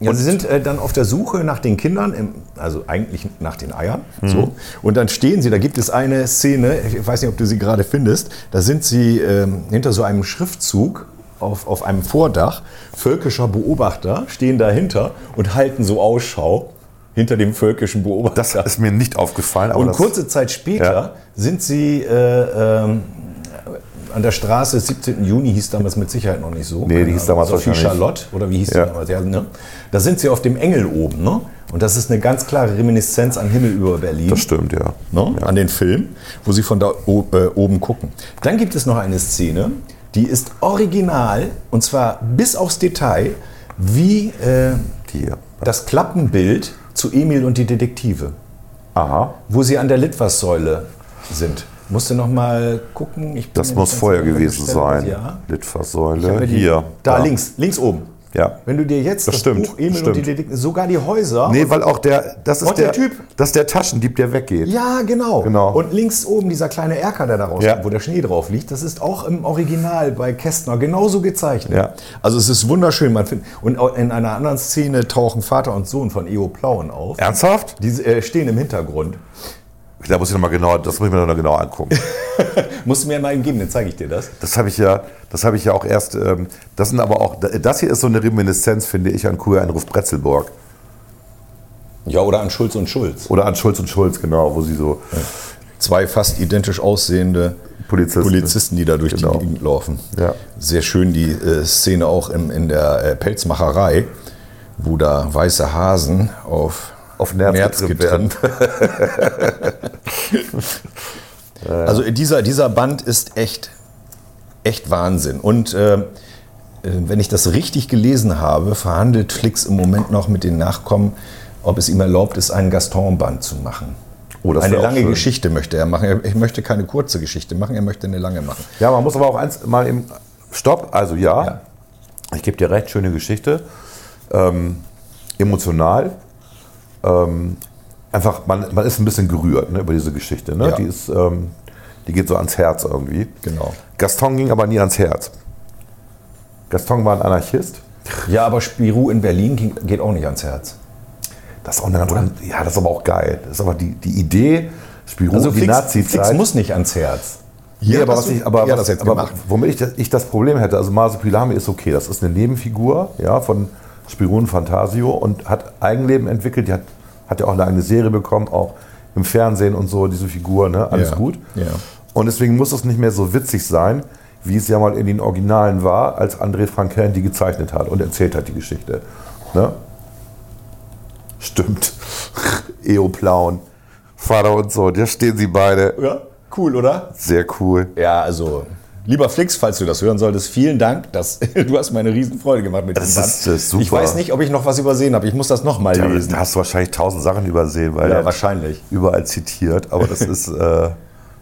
Ja, sie sind äh, dann auf der Suche nach den Kindern, im, also eigentlich nach den Eiern. So. Und dann stehen sie, da gibt es eine Szene, ich weiß nicht, ob du sie gerade findest, da sind sie ähm, hinter so einem Schriftzug auf, auf einem Vordach, völkischer Beobachter stehen dahinter und halten so Ausschau hinter dem völkischen Beobachter. Das ist mir nicht aufgefallen. Aber Und das, kurze Zeit später Ja. sind sie äh, ähm, an der Straße, 17. Juni hieß damals mit Sicherheit noch nicht so. Nee, die hieß damals Sophie wahrscheinlich- Charlotte oder wie hieß Ja. die damals? Ja, ne? Da sind sie auf dem Engel oben. Ne? Und das ist eine ganz klare Reminiszenz an Himmel über Berlin. das stimmt, ja. Ne? An den Film, wo sie von da o- äh, oben gucken. Dann gibt es noch eine Szene, die ist original und zwar bis aufs Detail, wie äh, Hier. das Klappenbild zu Emil und die Detektive Aha. wo sie an der Litfaßsäule sind. Musst du noch mal gucken? Ich bin Das mir muss nicht ganz vorher sicher, gewesen welche Stelle das sein. Ja. Ich hab mir Litfaßsäule. die- Hier. Da links, links oben. Ja. Wenn du dir jetzt Das stimmt, Buch Emil und stimmt. die Detektive, sogar die Häuser. Nee, weil auch der. Das ist Und der der, Typ. Das ist der Taschendieb, der weggeht. ja, genau. Genau. Und links oben dieser kleine Erker, der da rauskommt, Ja. wo der Schnee drauf liegt, das ist auch im Original bei Kästner genauso gezeichnet. Ja. Also es ist wunderschön. Man find, und auch in einer anderen Szene tauchen Vater und Sohn von Eo Plauen auf. Ernsthaft? Die äh, stehen im Hintergrund. Da muss ich nochmal genau, das muss ich mir noch genau angucken. Musst du mir mal einen geben, dann zeige ich dir das. Das habe ich ja, das habe ich ja auch erst. Ähm, das sind aber auch, das hier ist so eine Reminiszenz, finde ich, an Kurier-Einruf Bretzelburg Ja, oder an Schulz und Schulz. oder an Schulz und Schulz genau, wo sie so zwei fast identisch aussehende Polizisten. Polizisten, die da durch Genau. die Gegend laufen. Ja. Sehr schön die äh, Szene auch in, in der äh, Pelzmacherei, wo da weiße Hasen auf, auf Nerz, getrimmt werden. also dieser, dieser Band ist echt, echt Wahnsinn. Und äh, äh, wenn ich das richtig gelesen habe, verhandelt Flix im Moment noch mit den Nachkommen, ob es ihm erlaubt ist, einen Gaston-Band zu machen. Oh, das eine wär auch lange schön. Geschichte möchte er machen. Er- Ich möchte keine kurze Geschichte machen, er möchte eine lange machen. Ja, man muss aber auch eins mal im Stopp, also ja, Ja. ich gebe dir recht, schöne Geschichte. Ähm, emotional. Ähm, einfach, man, man ist ein bisschen gerührt ne, über diese Geschichte. Ne? Ja. Die, ist, ähm, die geht so ans Herz irgendwie. Genau. Gaston ging aber nie ans Herz. Gaston war ein Anarchist. Ja, aber Spirou in Berlin ging, geht auch nicht ans Herz. Das ist auch eine ganz andere- Ja, das ist aber auch geil. Das ist aber die, die Idee, Spirou, Also die Flix, Flix Nazi-Zeit. muss nicht ans Herz. Nee, Hier aber hast was du- ich, aber, hier hat was, das jetzt aber gemacht. womit ich das, ich das Problem hätte, also Masopilami ist okay, das ist eine Nebenfigur ja, von Spirou und Fantasio und hat Eigenleben entwickelt, die hat, hat ja auch eine eigene Serie bekommen, auch im Fernsehen und so, diese Figur, ne? alles Ja, gut. ja. Und deswegen muss es nicht mehr so witzig sein, wie es ja mal in den Originalen war, als André Franquin die gezeichnet hat und erzählt hat, die Geschichte. Ne? Stimmt. Eoplaun, Vater und Sohn, da stehen sie beide. Ja, cool, oder? Sehr cool. Ja, also. Lieber Flix, falls du das hören solltest, vielen Dank. Das, du hast mir eine Riesenfreude gemacht mit Das diesem ist, Band. äh, super. Ich weiß nicht, ob ich noch was übersehen habe. Ich muss das nochmal Ja, lesen. da hast du wahrscheinlich tausend Sachen übersehen, weil Ja, er wahrscheinlich. überall zitiert. Aber das ist, äh,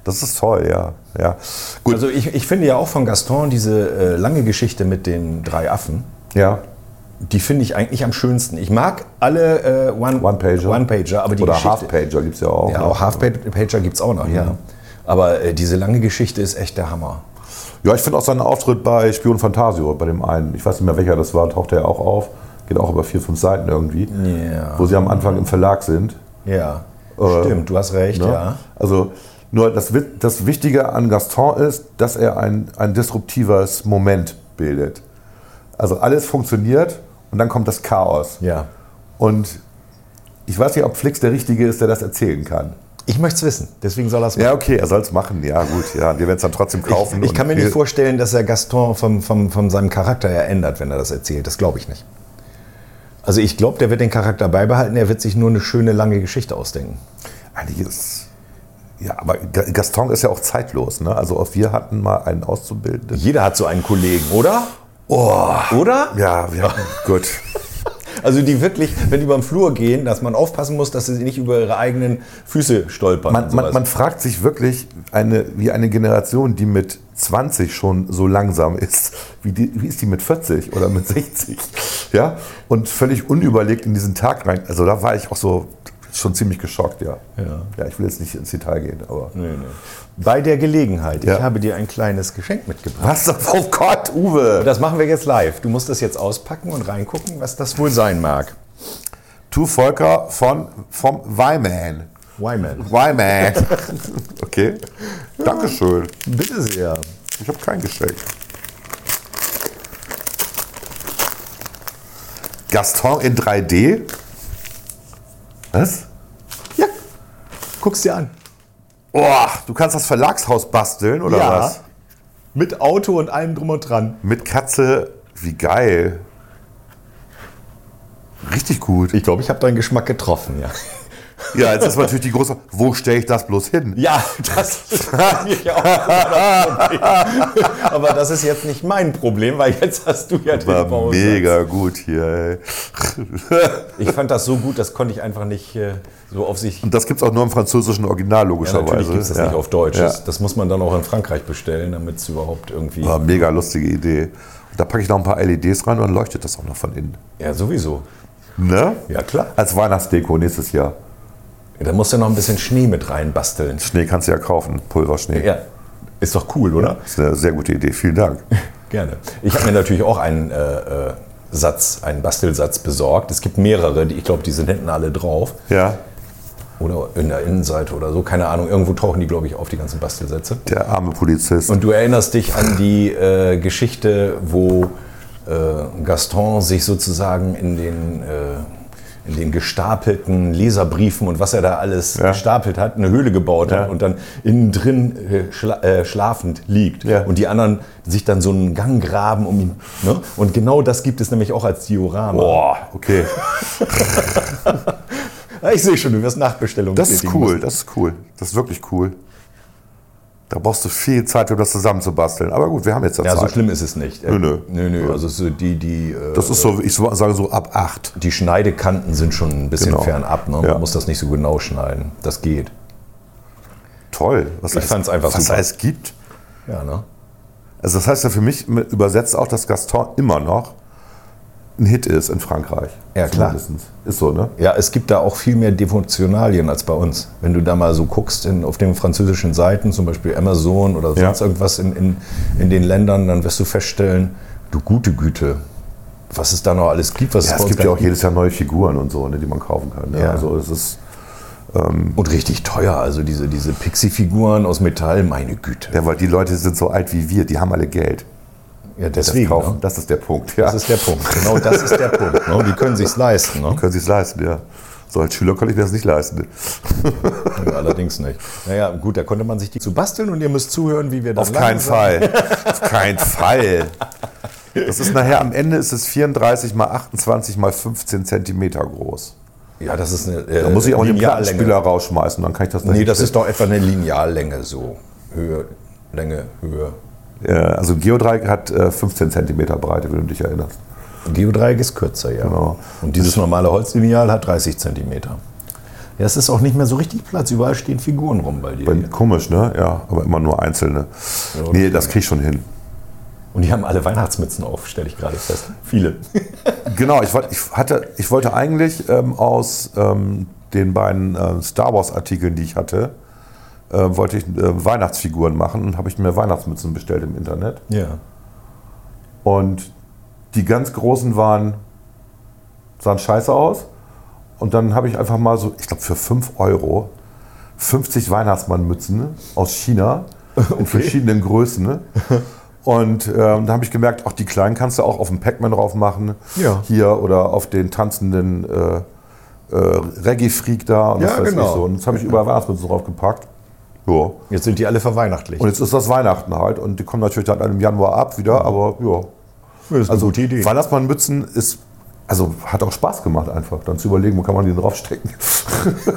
das ist toll, ja. ja. Gut, Also ich, ich finde ja auch von Gaston diese äh, lange Geschichte mit den drei Affen, ja. die finde ich eigentlich am schönsten. Ich mag alle äh, One- One-Pager. One-Pager, aber die Oder Geschichte... Half-Pager gibt es ja auch. Ja, ne? auch Half-Pager gibt es auch noch, ja. Ne? Aber äh, diese lange Geschichte ist echt der Hammer. ja ich finde auch seinen Auftritt bei Spion Fantasio, bei dem einen, ich weiß nicht mehr welcher das war, taucht er auch auf. Geht auch über vier, fünf Seiten irgendwie. Ja. Wo sie am Anfang im Verlag sind. Ja, Äh, stimmt, du hast recht, Ne? ja. Also nur das, Wi- das Wichtige an Gaston ist, dass er ein, ein disruptives Moment bildet. Also alles funktioniert und dann kommt das Chaos. Ja. Und ich weiß nicht, ob Flix der Richtige ist, der das erzählen kann. Ich möchte es wissen, deswegen soll er es Ja, okay, er soll es machen. Ja, gut. Ja, wir werden es dann trotzdem kaufen. Ich und kann mir wir- nicht vorstellen, dass er Gaston vom, vom, von seinem Charakter her ändert, wenn er das erzählt. Das glaube ich nicht. Also ich glaube, der wird den Charakter beibehalten, er wird sich nur eine schöne lange Geschichte ausdenken. Eigentlich Ah, ist. Ja, aber Ga- Gaston ist ja auch zeitlos. Ne? Also auch wir hatten mal einen Auszubildenden. Jeder hat so einen Kollegen, oder? Oh, Oder? ja, wir hatten, gut. Also die wirklich, wenn die über den Flur gehen, dass man aufpassen muss, dass sie nicht über ihre eigenen Füße stolpern. Man, und man, sowas. man fragt sich wirklich, eine, wie eine Generation, die mit 20 schon so langsam ist, wie, die, wie ist die mit 40 oder mit 60? Ja, und völlig unüberlegt in diesen Tag rein. Also da war ich auch so schon ziemlich geschockt, ja. Ja. ich will jetzt nicht ins Detail gehen, aber. nee, nee. Bei der Gelegenheit, Ja. ich habe dir ein kleines Geschenk mitgebracht. Was? Oh Gott, Uwe! Das machen wir jetzt live. Du musst das jetzt auspacken und reingucken, was das wohl sein mag. Tu Volker von, vom Weiman. Wyman. Weiman. Okay. Dankeschön. Bitte sehr. Ich habe kein Geschenk. Gaston in 3D? Was? Ja. Guck's dir an. Boah, du kannst das Verlagshaus basteln oder Ja. was? Mit Auto und allem drum und dran. Mit Katze, wie geil. Richtig gut. Ich glaube, ich habe deinen Geschmack getroffen, ja. Ja, jetzt ist natürlich die große, wo stelle ich das bloß hin? Ja, das ist natürlich auch ein Problem. Aber das ist jetzt nicht mein Problem, weil jetzt hast du ja den War Bausatz. mega gut hier, ey. Ich fand das so gut, das konnte ich einfach nicht äh, so auf sich. Und das gibt es auch nur im französischen Original, Ja, logischerweise. natürlich gibt es das Ja. nicht auf Deutsch. Ja. Das, das muss man dann auch in Frankreich bestellen, damit es überhaupt irgendwie. War mega lustige Idee. Und da packe ich noch ein paar LEDs rein und dann leuchtet das auch noch von innen. Ja, sowieso. Ne? Ja, klar. Als Weihnachtsdeko nächstes Jahr. Da musst du noch ein bisschen Schnee mit reinbasteln. Schnee kannst du ja kaufen, Pulverschnee. Ja, ist doch cool, oder? Das ist eine sehr gute Idee, vielen Dank. Gerne. Ich habe mir natürlich auch einen äh, äh, Satz, einen Bastelsatz besorgt. Es gibt mehrere, die, ich glaube, die sind hinten alle drauf. Ja, Oder in der Innenseite oder so, keine Ahnung. Irgendwo tauchen die, glaube ich, auf, die ganzen Bastelsätze. der arme Polizist. Und du erinnerst dich an die äh, Geschichte, wo äh, Gaston sich sozusagen in den, äh, in den gestapelten Leserbriefen und was er da alles gestapelt hat, eine Höhle gebaut hat und dann innen drin äh, schla äh, schlafend liegt. Ja. Und die anderen sich dann so einen Gang graben um ihn. Ne? Und genau das gibt es nämlich auch als Diorama. Boah, okay. Ah, Ich sehe schon, du wirst Nachbestellungen Das ist tätigen cool, müssen. das ist cool. Das ist wirklich cool. Da brauchst du viel Zeit, um das zusammenzubasteln. Aber gut, wir haben jetzt ja Ja, so Zeit. schlimm ist es nicht. Äh, Nö, nö. nö, nö. Also so die, die äh, das ist so, ich so- sage so ab 8. die Schneidekanten sind schon ein bisschen Genau. fernab. Ne? Man Ja. muss das nicht so genau schneiden. Das geht. Toll. Was Ich fand's einfach was super. es gibt. Ja, ne? Also das heißt ja für mich mit- übersetzt auch, dass Gaston immer noch ein Hit ist in Frankreich. Ja, klar. Zumindest. Ist so, ne? Ja, es gibt da auch viel mehr Devotionalien als bei uns. Wenn du da mal so guckst in, auf den französischen Seiten, zum Beispiel Amazon oder sonst Ja. irgendwas in, in, in den Ländern, dann wirst du feststellen, du gute Güte, was es da noch alles gibt, was Ja, bei es uns gibt gar ja auch nicht jedes Jahr neue Figuren und so, ne, die man kaufen kann. Ne? Ja. Also es ist, gibt. Und richtig teuer, also diese, diese Pixie-Figuren aus Metall, meine Güte. ja, weil die Leute sind so alt wie wir, die haben alle Geld. Ja, Das, deswegen. kaufen, ne? das ist der Punkt. Ja. Das ist der Punkt. Genau das ist der Punkt. Ne? Die können sich's leisten. Ne? können sie es leisten, ja. So als Schüler konnte ich mir das nicht leisten. Ja, Allerdings nicht. Naja, gut, da konnte man sich die zu basteln und ihr müsst zuhören, wie wir das Auf keinen Fall. Auf keinen Fall. Das ist nachher, am Ende ist es 34 mal 28 mal 15 Zentimeter groß. Ja, das ist eine äh, Da muss ich auch den Lineallänge. Plattenspieler rausschmeißen, dann kann ich das Nee, das ist doch etwa eine Lineallänge so. Höhe, Länge, Höhe. Äh, Also ein Geodreieck hat äh, 15 cm Breite, wenn du dich erinnerst. Ein Geodreieck ist kürzer, ja. Genau. Und dieses normale Holzlineal hat 30 Zentimeter. Ja, es ist auch nicht mehr so richtig Platz. Überall stehen Figuren rum bei dir. Komisch, ne? Ja, aber immer nur einzelne. Ja, Nee, das krieg ich schon hin. und die haben alle Weihnachtsmützen auf, stelle ich gerade fest. Viele. Genau, ich, wollt- ich, hatte, ich wollte eigentlich ähm, aus ähm, den beiden ähm, Star Wars Artikeln, die ich hatte, äh, wollte ich äh, Weihnachtsfiguren machen und habe ich mir Weihnachtsmützen bestellt im Internet. ja. Und die ganz großen waren, sahen scheiße aus. Und dann habe ich einfach mal so, ich glaube für 5 Euro, 50 Weihnachtsmannmützen aus China in verschiedenen Größen. ne? Und ähm, da habe ich gemerkt, auch die kleinen kannst du auch auf den Pac-Man drauf machen. Ja. Hier oder auf den tanzenden äh, äh, Reggae-Freak da. Und Ja, was weiß ich genau. so. Und jetzt habe ich überall Weihnachtsmützen draufgepackt. Ja. Jetzt sind die alle verweihnachtlich. Und jetzt ist das Weihnachten halt. Und die kommen natürlich dann im Januar ab Mhm. wieder, aber ja. das ist eine Also Weihnachtsmannmützen ist, also hat auch Spaß gemacht einfach, dann zu überlegen, wo kann man die denn draufstecken. ich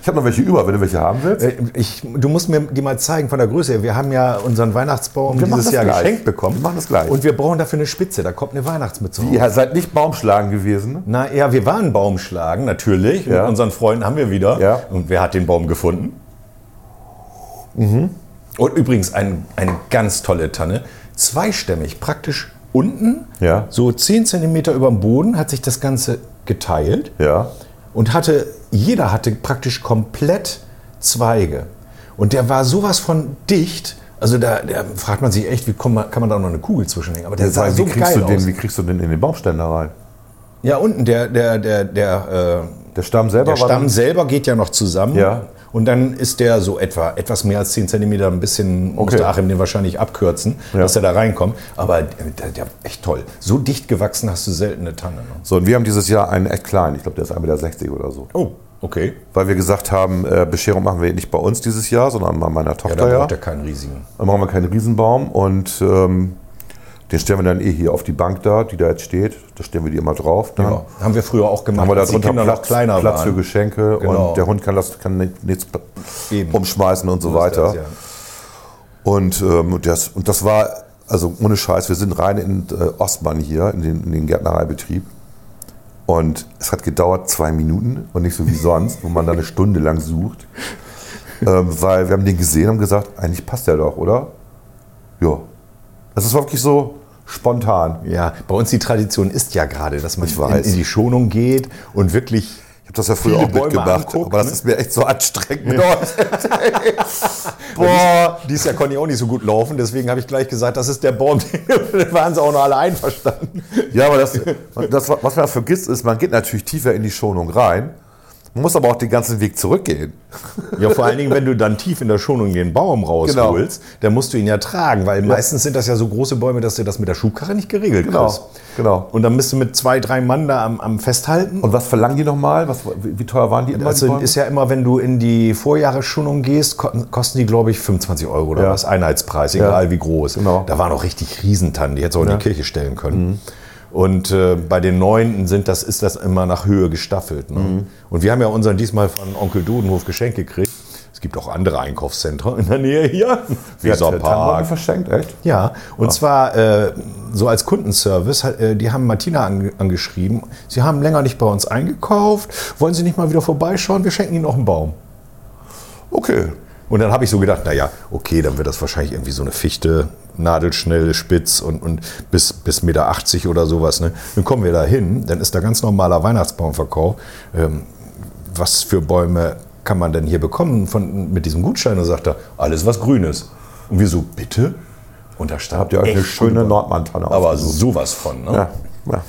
Ich habe noch welche über, wenn du welche haben willst. Äh, Ich, du musst mir die mal zeigen von der Größe her. Wir haben ja unseren Weihnachtsbaum Wir machen dieses das Jahr gleich. geschenkt bekommen. Wir machen das gleich. Und wir brauchen dafür eine Spitze. Da kommt eine Weihnachtsmütze raus. Ihr seid nicht Baumschlagen gewesen. Na ja, wir waren Baumschlagen, natürlich. Ja. Mit unseren Freunden haben wir wieder. Ja. Und wer hat den Baum gefunden? Mhm. Und übrigens ein, eine ganz tolle Tanne. Zweistämmig, praktisch unten, Ja. so 10 cm über dem Boden, hat sich das Ganze geteilt Ja. und hatte, jeder hatte praktisch komplett Zweige. Und der war sowas von dicht. Also da, da fragt man sich echt, wie kann man, kann man da noch eine Kugel zwischenlegen? Aber der sah so wie, kriegst geil du den, aus. wie kriegst du den in den Baumständer rein? Ja, unten der, der, der, der äh, Der Stamm selber Der war Stamm selber geht ja noch zusammen. Ja. Und dann ist der so etwa etwas mehr als 10 Zentimeter, ein bisschen okay. Okay. musste Achim den wahrscheinlich abkürzen, Ja. dass er da reinkommt. Aber der, der echt toll. So dicht gewachsen hast du selten eine Tanne. Ne? So, und wir haben dieses Jahr einen echt kleinen. Ich glaube, der ist 1,60 Meter oder so. Oh, okay. Weil wir gesagt haben, äh, Bescherung machen wir nicht bei uns dieses Jahr, sondern bei meiner Ja, da Tochter. Ja, braucht er keinen riesigen. Dann machen wir keinen Riesenbaum und ähm, den stellen wir dann eh hier auf die Bank da, die da jetzt steht. Da stellen wir die immer drauf. Dann Ja. Haben wir früher auch gemacht, haben wir da als Genau. die drunter Kinder Platz, noch kleiner Platz für waren. Geschenke Genau. und der Hund kann, das, kann nicht- nichts Eben. umschmeißen und so weiter. Das, ja. Und, ähm, das, und das war, also ohne Scheiß, wir sind rein in äh, Ostmann hier, in den, in den Gärtnereibetrieb. Und es hat gedauert zwei Minuten und nicht so wie sonst, wo man da eine Stunde lang sucht. Ähm, weil wir haben den gesehen und gesagt, eigentlich passt der doch, oder? Ja. Das ist wirklich so spontan. ja, bei uns die Tradition ist ja gerade, dass man Ich weiß. In, in die Schonung geht und wirklich Ich habe das ja früher Viele auch Bäume mitgemacht, angucken, aber das ne? ist mir echt so anstrengend. Boah, dies Jahr konnte ich auch nicht so gut laufen, deswegen habe ich gleich gesagt, das ist der Baum. da waren sie auch noch alle einverstanden. Ja, aber das, das, was man vergisst, ist, man geht natürlich tiefer in die Schonung rein, man muss aber auch den ganzen Weg zurückgehen. Ja, vor allen Dingen, wenn du dann tief in der Schonung den Baum rausholst, dann musst du ihn Genau. ja tragen, weil meistens sind das ja so große Bäume, dass du das mit der Schubkarre nicht geregelt Genau, kriegst. genau. Und dann bist du mit zwei, drei Mann da am, am Festhalten. Und was verlangen die nochmal? Was, wie wie teuer waren die immer? die also Bäume? ist ja immer, wenn du in die Vorjahresschonung gehst, ko- kosten die, glaube ich, 25 Euro oder Ja. was, Einheitspreis, egal Ja. wie groß. Genau. Mhm. Da waren auch richtig Riesentannen, die hättest du auch in die Kirche stellen können. Und äh, bei den Neunten sind das, ist das immer nach Höhe gestaffelt. Ne? Mhm. Und wir haben ja unseren diesmal von Onkel Dudenhof Geschenk gekriegt. Es gibt auch andere Einkaufszentren in der Nähe hier. Tannenbäume Weserpark, verschenkt, echt? ja, und zwar äh, so als Kundenservice, hat, äh, die haben Martina ange angeschrieben, sie haben länger nicht bei uns eingekauft, wollen sie nicht mal wieder vorbeischauen, wir schenken ihnen noch einen Baum. Okay. Und dann habe ich so gedacht, naja, okay, dann wird das wahrscheinlich irgendwie so eine Fichte, nadelschnell, spitz und, und bis, bis 1,80 Meter oder sowas. Ne? Dann kommen wir da hin, dann ist da ganz normaler Weihnachtsbaumverkauf. Ähm, was für Bäume kann man denn hier bekommen von, mit diesem Gutschein? Und sagt er, alles was Grünes. Und wir so, bitte? Und da stand Habt ihr euch eine echt schöne gute- Nordmantanne aber ausgesucht? sowas von. Ne? Ja. ja.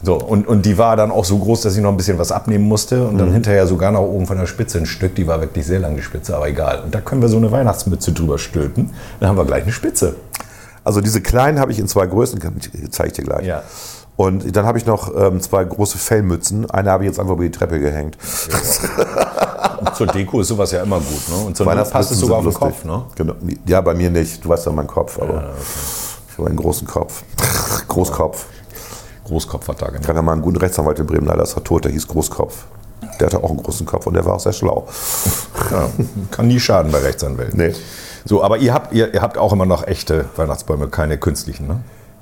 So, und, und die war dann auch so groß, dass ich noch ein bisschen was abnehmen musste und dann hinterher sogar noch oben von der Spitze ein Stück. Die war wirklich sehr lang, die Spitze, aber egal. Und da können wir so eine Weihnachtsmütze drüber stülpen. Dann haben wir gleich eine Spitze. Also diese kleinen habe ich in zwei Größen, kann- zeige ich dir gleich. Ja. Und dann habe ich noch ähm, zwei große Fellmützen. Eine habe ich jetzt einfach über die Treppe gehängt. Und zur Deko ist sowas ja immer gut, ne? Und zur Not passt Weihnachtsmützen es sogar auf sind den lustig. Kopf, ne? Genau. Ja, bei mir nicht. Du weißt ja meinen Kopf, aber ich habe einen großen Kopf. Großkopf. Großkopf hat da gemacht. Ich hatte mal einen guten Rechtsanwalt in Bremen, leider ist er tot, der hieß Großkopf. Der hatte auch einen großen Kopf und der war auch sehr schlau. Ja, kann nie schaden bei Rechtsanwälten. Nee. So, aber ihr habt, ihr, ihr habt auch immer noch echte Weihnachtsbäume, keine künstlichen, ne?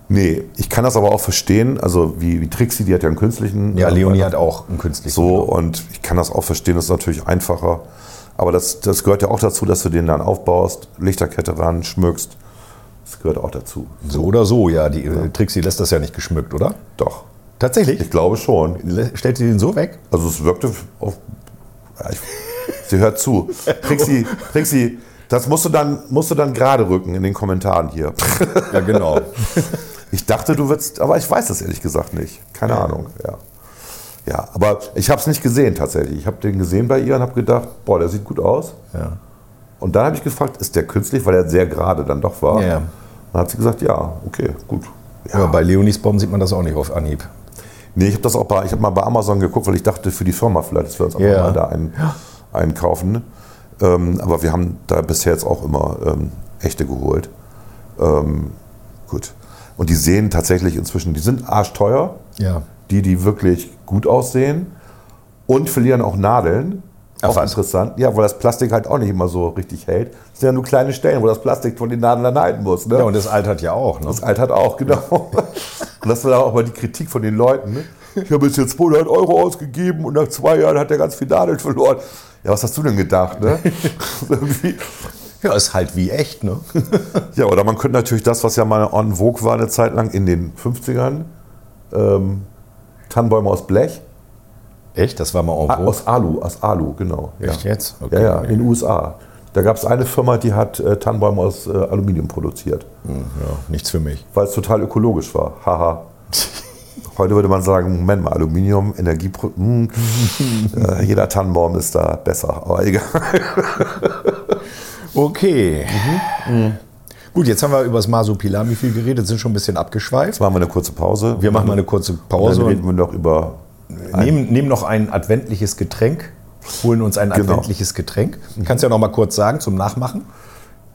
Nee, ich kann das aber auch verstehen. Also wie, wie Trixie, die hat ja einen künstlichen. ne, Ja, Leonie hat auch einen künstlichen. So, und ich kann das auch verstehen, das ist natürlich einfacher. Aber das, das gehört ja auch dazu, dass du den dann aufbaust, Lichterkette ran, schmückst. Das gehört auch dazu. So oder so, ja. Die äh, Trixie lässt das ja nicht geschmückt, oder? Doch. Tatsächlich. Ich glaube schon. Le- Stellt sie den so weg? Also es wirkte auf. Ja, ich, sie hört zu. Trixie, Trixie, das musst du dann, musst du dann gerade rücken in den Kommentaren hier. Ja, genau. Ich dachte, du würdest, aber ich weiß das ehrlich gesagt nicht. Keine Ahnung, ja. Ja, aber ich habe es nicht gesehen tatsächlich. Ich habe den gesehen bei ihr und habe gedacht, boah, der sieht gut aus. ja. Und dann habe ich gefragt, ist der künstlich, weil er sehr gerade dann doch war. Ja. Dann hat sie gesagt, ja, okay, gut. Ja. Aber bei Leonis Baum sieht man das auch nicht auf Anhieb. Nee, ich habe das auch bei, ich habe mal bei Amazon geguckt, weil ich dachte, für die Firma vielleicht, dass wir uns einfach Ja. mal da einen, einen kaufen. Ähm, aber wir haben da bisher jetzt auch immer ähm, echte geholt. Ähm, gut. Und die sehen tatsächlich inzwischen, die sind arschteuer. Ja. die, die wirklich gut aussehen und verlieren auch Nadeln. Auch interessant. Ja, weil das Plastik halt auch nicht immer so richtig hält. Das sind ja nur kleine Stellen, wo das Plastik von den Nadeln dann halten muss. Ne? Ja, und das altert ja auch. Ne? Das altert auch, genau. Und das war dann auch mal die Kritik von den Leuten. Ne? Ich habe jetzt hier 200 Euro ausgegeben und nach zwei Jahren hat er ganz viel Nadeln verloren. Ja, was hast du denn gedacht? Ne? Irgendwie- Ja, ist halt wie echt, ne? ja, oder man könnte natürlich das, was ja mal on vogue war eine Zeit lang in den 50ern, ähm, Tannenbäume aus Blech, Echt? Das war mal en Ah, vogue. aus Alu, aus Alu, genau. Ja. Echt jetzt? Ja, ja, in den USA. Da gab es eine Firma, die hat äh, Tannenbäume aus äh, Aluminium produziert, Ja, nichts für mich. weil es total ökologisch war. Haha. Heute würde man sagen, Moment mal, Aluminium, Energie, hm, äh, jeder Tannenbaum ist da besser, aber egal. Okay. Mhm. Gut, jetzt haben wir über das Masopilami viel geredet, sind schon ein bisschen abgeschweift. Jetzt machen wir eine kurze Pause. Wir machen mal eine kurze Dann Pause reden und wir noch über nehmen, nehmen noch ein adventliches Getränk, holen uns ein Genau. adventliches Getränk. Kannst ja noch mal kurz sagen zum Nachmachen.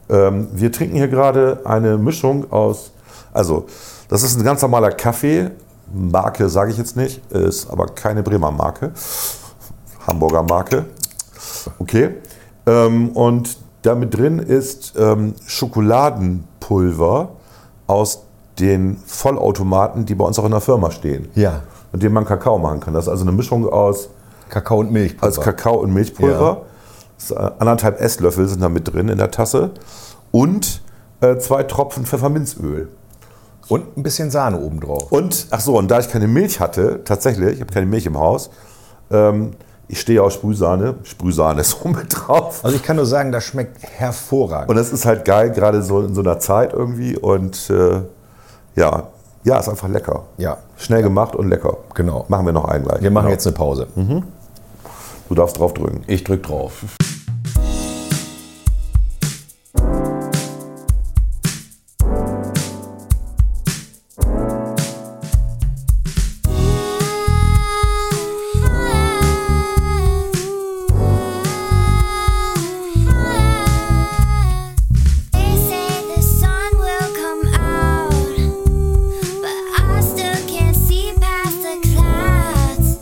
Ähm, wir trinken hier gerade eine Mischung aus, also das ist ein ganz normaler Kaffee, Marke sage ich jetzt nicht, ist aber keine Bremer Marke, Hamburger Marke, okay. Ähm, und damit drin ist ähm, Schokoladenpulver aus den Vollautomaten, die bei uns auch in der Firma stehen, Ja. mit denen man Kakao machen kann. Das ist also eine Mischung aus Kakao und Milch. als Kakao und Milchpulver. Das ist, äh, Anderthalb Esslöffel sind da mit drin in der Tasse. Und äh, zwei Tropfen Pfefferminzöl. Und ein bisschen Sahne obendrauf. Und, ach so, und da ich keine Milch hatte, tatsächlich, ich habe keine Milch im Haus, ähm, ich stehe auf Sprühsahne. Sprühsahne ist so mit drauf. Also ich kann nur sagen, das schmeckt hervorragend. Und das ist halt geil, gerade so in so einer Zeit irgendwie. Und äh, ja, ja, ist einfach lecker. Ja. Schnell gemacht und lecker. Genau. Machen wir noch einen gleich. Wir machen genau. jetzt eine Pause. Du darfst drauf drücken. Ich drück drauf. They say the sun will come out, but I still can't see past the clouds.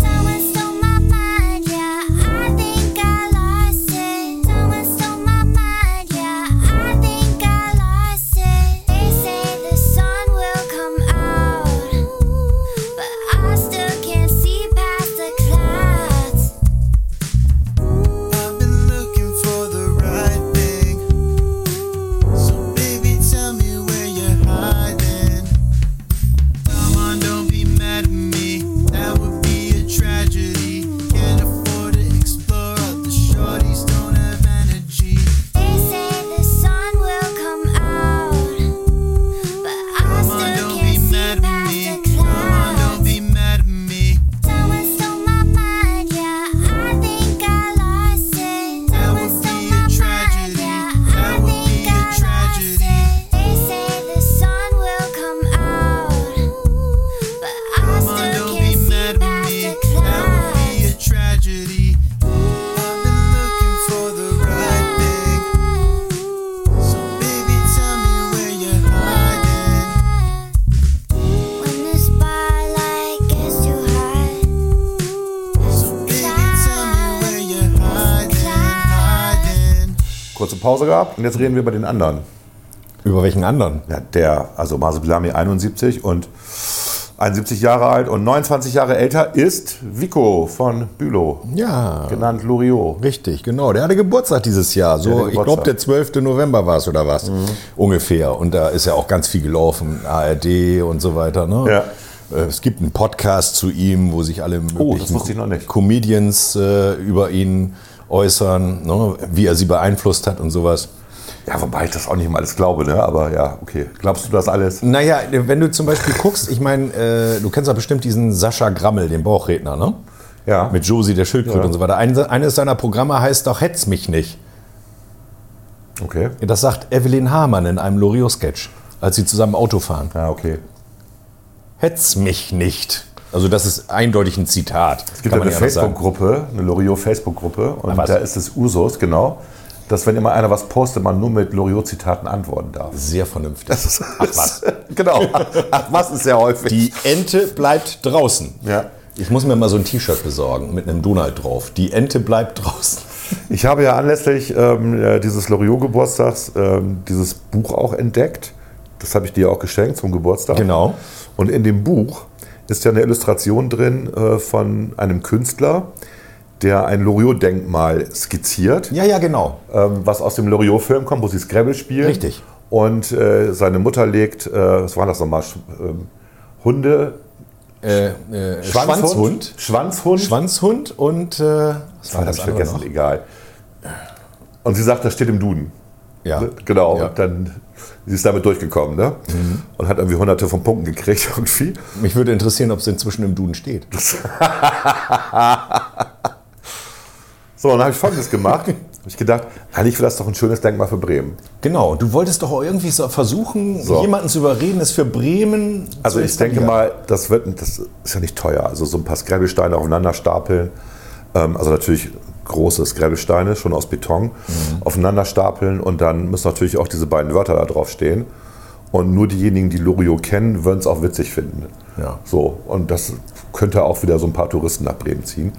Someone stole my mind, yeah. I think I lost it. Someone stole my mind, yeah. I think I lost it. They say the sun will come out, but I still can't see past the clouds. I've been looking for the right thing. So baby, tell me where you're hiding. Come on, don't be mad at me. That would be a tragedy. Can't afford to explore. The shorties don't have energy. They say the sun will come out, but I Come on, still don't be can't see mad at past me. the Come on, don't clouds. be mad at me. Someone stole my mind, yeah. I think I lost it. That Someone would stole be my a mind, tragedy. yeah. That I would think be I a lost tragedy. it. They say the sun will come out, but I Come on, still don't be can't see mad at past me. the That would be clouds. a tragedy. I've been looking for the right thing. So baby, tell me where you're hiding. When the spotlight gets too high. So baby, tell me where you're hiding, hiding. Kurze Pause gehabt und jetzt reden wir über den anderen. Über welchen anderen? Ja, der, also Masopilami 71 und 71 Jahre alt und 29 Jahre älter ist Vico von Bülow, Ja. genannt Loriot. Richtig, genau. Der hatte Geburtstag dieses Jahr. Der So, hatte ich glaube, Geburtstag. der 12. November war es oder was. Ungefähr. Und da ist ja auch ganz viel gelaufen. ARD und so weiter. Ne? Ja. Äh, Es gibt einen Podcast zu ihm, wo sich alle möglichen wusste ich noch nicht. Comedians äh, über ihn äußern, ne? wie er sie beeinflusst hat und sowas. Ja, wobei ich das auch nicht immer alles glaube, ne? aber ja, okay. Glaubst du das alles? Naja, wenn du zum Beispiel guckst, ich meine, äh, du kennst ja bestimmt diesen Sascha Grammel, den Bauchredner, ne? Ja. Mit Josie der Schildkröte Ja. und so weiter. Ein, eines seiner Programme heißt doch Hetz mich nicht. Okay. Das sagt Evelyn Hamann in einem Loriot-Sketch, als sie zusammen Auto fahren. Ja, okay. Hetz mich nicht. Also das ist eindeutig ein Zitat. Es gibt ja eine Facebook-Gruppe, eine Loriot-Facebook-Gruppe und was? da ist es Usus, genau, dass wenn immer einer was postet, man nur mit Loriot-Zitaten antworten darf. Sehr vernünftig. Ach was. genau. Ach, was ist sehr häufig. Die Ente bleibt draußen. Ja. Ich muss mir mal so ein T-Shirt besorgen mit einem Donald drauf. Die Ente bleibt draußen. Ich habe ja anlässlich ähm, äh, dieses Loriot-Geburtstags ähm, dieses Buch auch entdeckt. Das habe ich dir auch geschenkt zum Geburtstag. Genau. Und in dem Buch ist ja eine Illustration drin äh, von einem Künstler, der ein Loriot-Denkmal skizziert, Ja, ja, genau. ähm, was aus dem Loriot-Film kommt, wo sie Scrabble spielen. Richtig. Und äh, seine Mutter legt, äh, was waren das nochmal? Sch ähm, Hunde, Äh, äh, Schwanzhund. Schwanzhund. Ah, Schwanzhund und äh, was war Hab das ich andere vergessen, noch? egal. Und sie sagt, das steht im Duden. Ja. Ne? Genau, Ja. Mhm. und dann sie ist damit durchgekommen, ne? Und hat irgendwie hunderte von Punkten gekriegt irgendwie. Mich würde interessieren, ob es inzwischen im Duden steht. So, dann habe ich folgendes gemacht. habe ich gedacht, eigentlich wäre das doch ein schönes Denkmal für Bremen. Genau, du wolltest doch irgendwie so versuchen, So. jemanden zu überreden, es für Bremen Also zu ich denke installieren. mal, das wird das ist ja nicht teuer. Also so ein paar Scrabbelsteine aufeinander stapeln. Ähm, also natürlich große Scrabbelsteine, schon aus Beton, Mhm. aufeinander stapeln und dann müssen natürlich auch diese beiden Wörter da drauf stehen. Und nur diejenigen, die Loriot kennen, würden es auch witzig finden. Ja. So, und das könnte auch wieder so ein paar Touristen nach Bremen ziehen.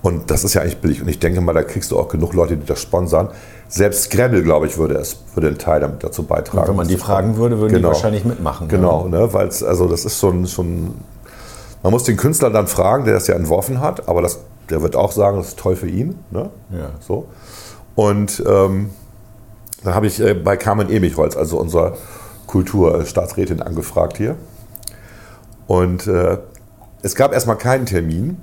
Und das ist ja eigentlich billig. Und ich denke mal, da kriegst du auch genug Leute, die das sponsern. Selbst Scrabble, glaube ich, würde es würde einen Teil damit dazu beitragen. Und wenn man die dass das fragen kommt. würde, würden die wahrscheinlich mitmachen, Also, Genau, ne? weil es, also das ist schon, schon. Man muss den Künstler dann fragen, der das ja entworfen hat, aber das, der wird auch sagen, das ist toll für ihn. Ne? Ja. So. Und ähm, dann habe ich äh, bei Carmen Emichholz, also unserer Kulturstaatsrätin, angefragt hier. Und äh, es gab erstmal keinen Termin,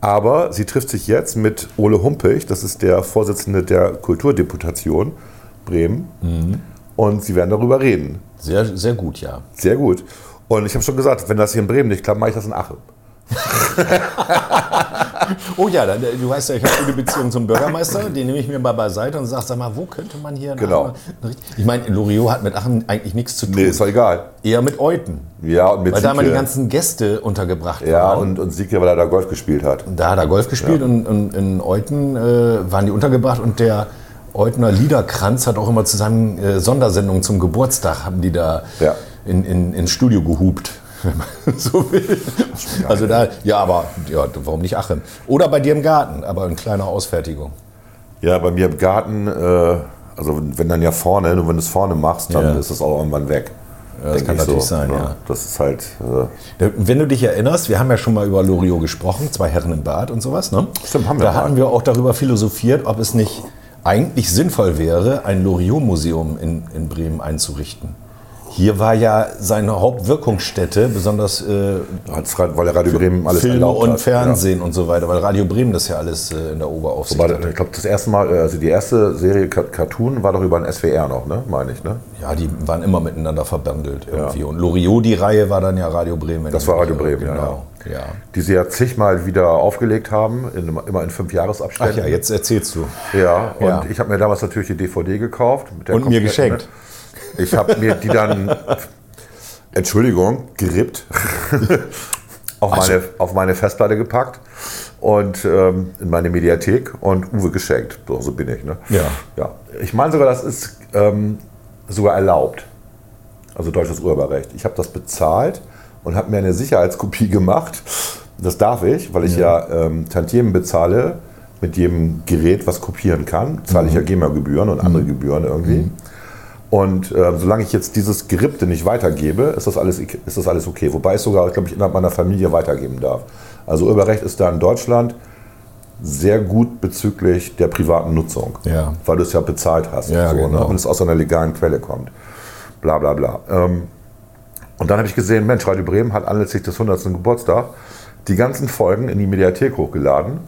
aber sie trifft sich jetzt mit Ole Humpich, das ist der Vorsitzende der Kulturdeputation Bremen. Mhm. Und sie werden darüber reden. Sehr, sehr gut, ja. Sehr gut. Und ich habe schon gesagt, wenn das hier in Bremen nicht klappt, mache ich das in Aachen. Oh ja, dann, äh, du weißt ja, ich habe eine Beziehung zum Bürgermeister, den nehme ich mir mal beiseite und sage, sag mal, wo könnte man hier... in Genau. Aachen- Ich meine, Loriot hat mit Aachen eigentlich nichts zu tun. Nee, ist doch egal. Eher mit Euten, Ja, und mit weil da mal die Sieke. ganzen Gäste untergebracht Ja, waren. und, und Sieke, weil er da Golf gespielt hat. Da hat er Golf gespielt und, und in Euten äh, waren die untergebracht und der Eutener Liederkranz hat auch immer zusammen äh, Sondersendungen zum Geburtstag, haben die da Ja. in, in, ins Studio gehupt. Wenn man so will. Also da, ja, aber ja, warum nicht Aachen? Oder bei dir im Garten, aber in kleiner Ausfertigung. Ja, bei mir im Garten, äh, also wenn wenn dann ja vorne, nur wenn du es vorne machst, dann Ja. ist das auch irgendwann weg. das Denk kann ich natürlich sein, ja. Das ist halt, äh, Wenn du dich erinnerst, wir haben ja schon mal über Loriot gesprochen, zwei Herren im Bad und sowas, ne? Stimmt, haben wir Da mal. hatten wir auch darüber philosophiert, ob es nicht eigentlich sinnvoll wäre, ein Loriot-Museum in, in Bremen einzurichten. Hier war ja seine Hauptwirkungsstätte, besonders äh, hat's grad- weil der Radio Bremen alles Film erlaubt und hat. Fernsehen und so weiter, weil Radio Bremen das ja alles äh, in der Oberaufsicht Ja. hat. Wobei, ich glaube, das erste Mal, äh, also die erste Serie Ka- Cartoon war doch über ein SWR noch, ne? Meine ich, ne? Ja, die waren immer miteinander verbandelt irgendwie. Und Loriot, die Reihe, war dann ja Radio Bremen. wenn Das ich war mich Radio irre. Bremen, ja, genau. Ja. Die sie ja zigmal wieder aufgelegt haben, in, einem- immer in fünf Jahresabständen. Ach ja, jetzt erzählst du. Ja, und Ja. ich habe mir damals natürlich die DVD gekauft. mit der Und mir kompletten- geschenkt. Ich habe mir die dann, Entschuldigung, gerippt, auf, meine, auf meine Festplatte gepackt und ähm, in meine Mediathek und Uwe geschenkt. So, so bin ich. Ne? Ja. ja. Ich meine sogar, das ist ähm, sogar erlaubt. Also deutsches Urheberrecht. Ich habe das bezahlt und habe mir eine Sicherheitskopie gemacht. Das darf ich, weil ich ja, ähm, Tantiemen bezahle mit jedem Gerät, was kopieren kann. Zahle ich ja GEMA-Gebühren und andere Gebühren irgendwie. Und äh, solange ich jetzt dieses Gerippte nicht weitergebe, ist das alles, ist das alles okay. Wobei ich sogar, glaube ich, innerhalb meiner Familie weitergeben darf. Also Urheberrecht ist da in Deutschland sehr gut bezüglich der privaten Nutzung. Ja. Weil du es ja bezahlt hast. Ja, so, ne? genau. Und es aus einer legalen Quelle kommt. Bla bla bla. Ähm, und dann habe ich gesehen, Mensch, Radio Bremen hat anlässlich des 100. Geburtstag die ganzen Folgen in die Mediathek hochgeladen.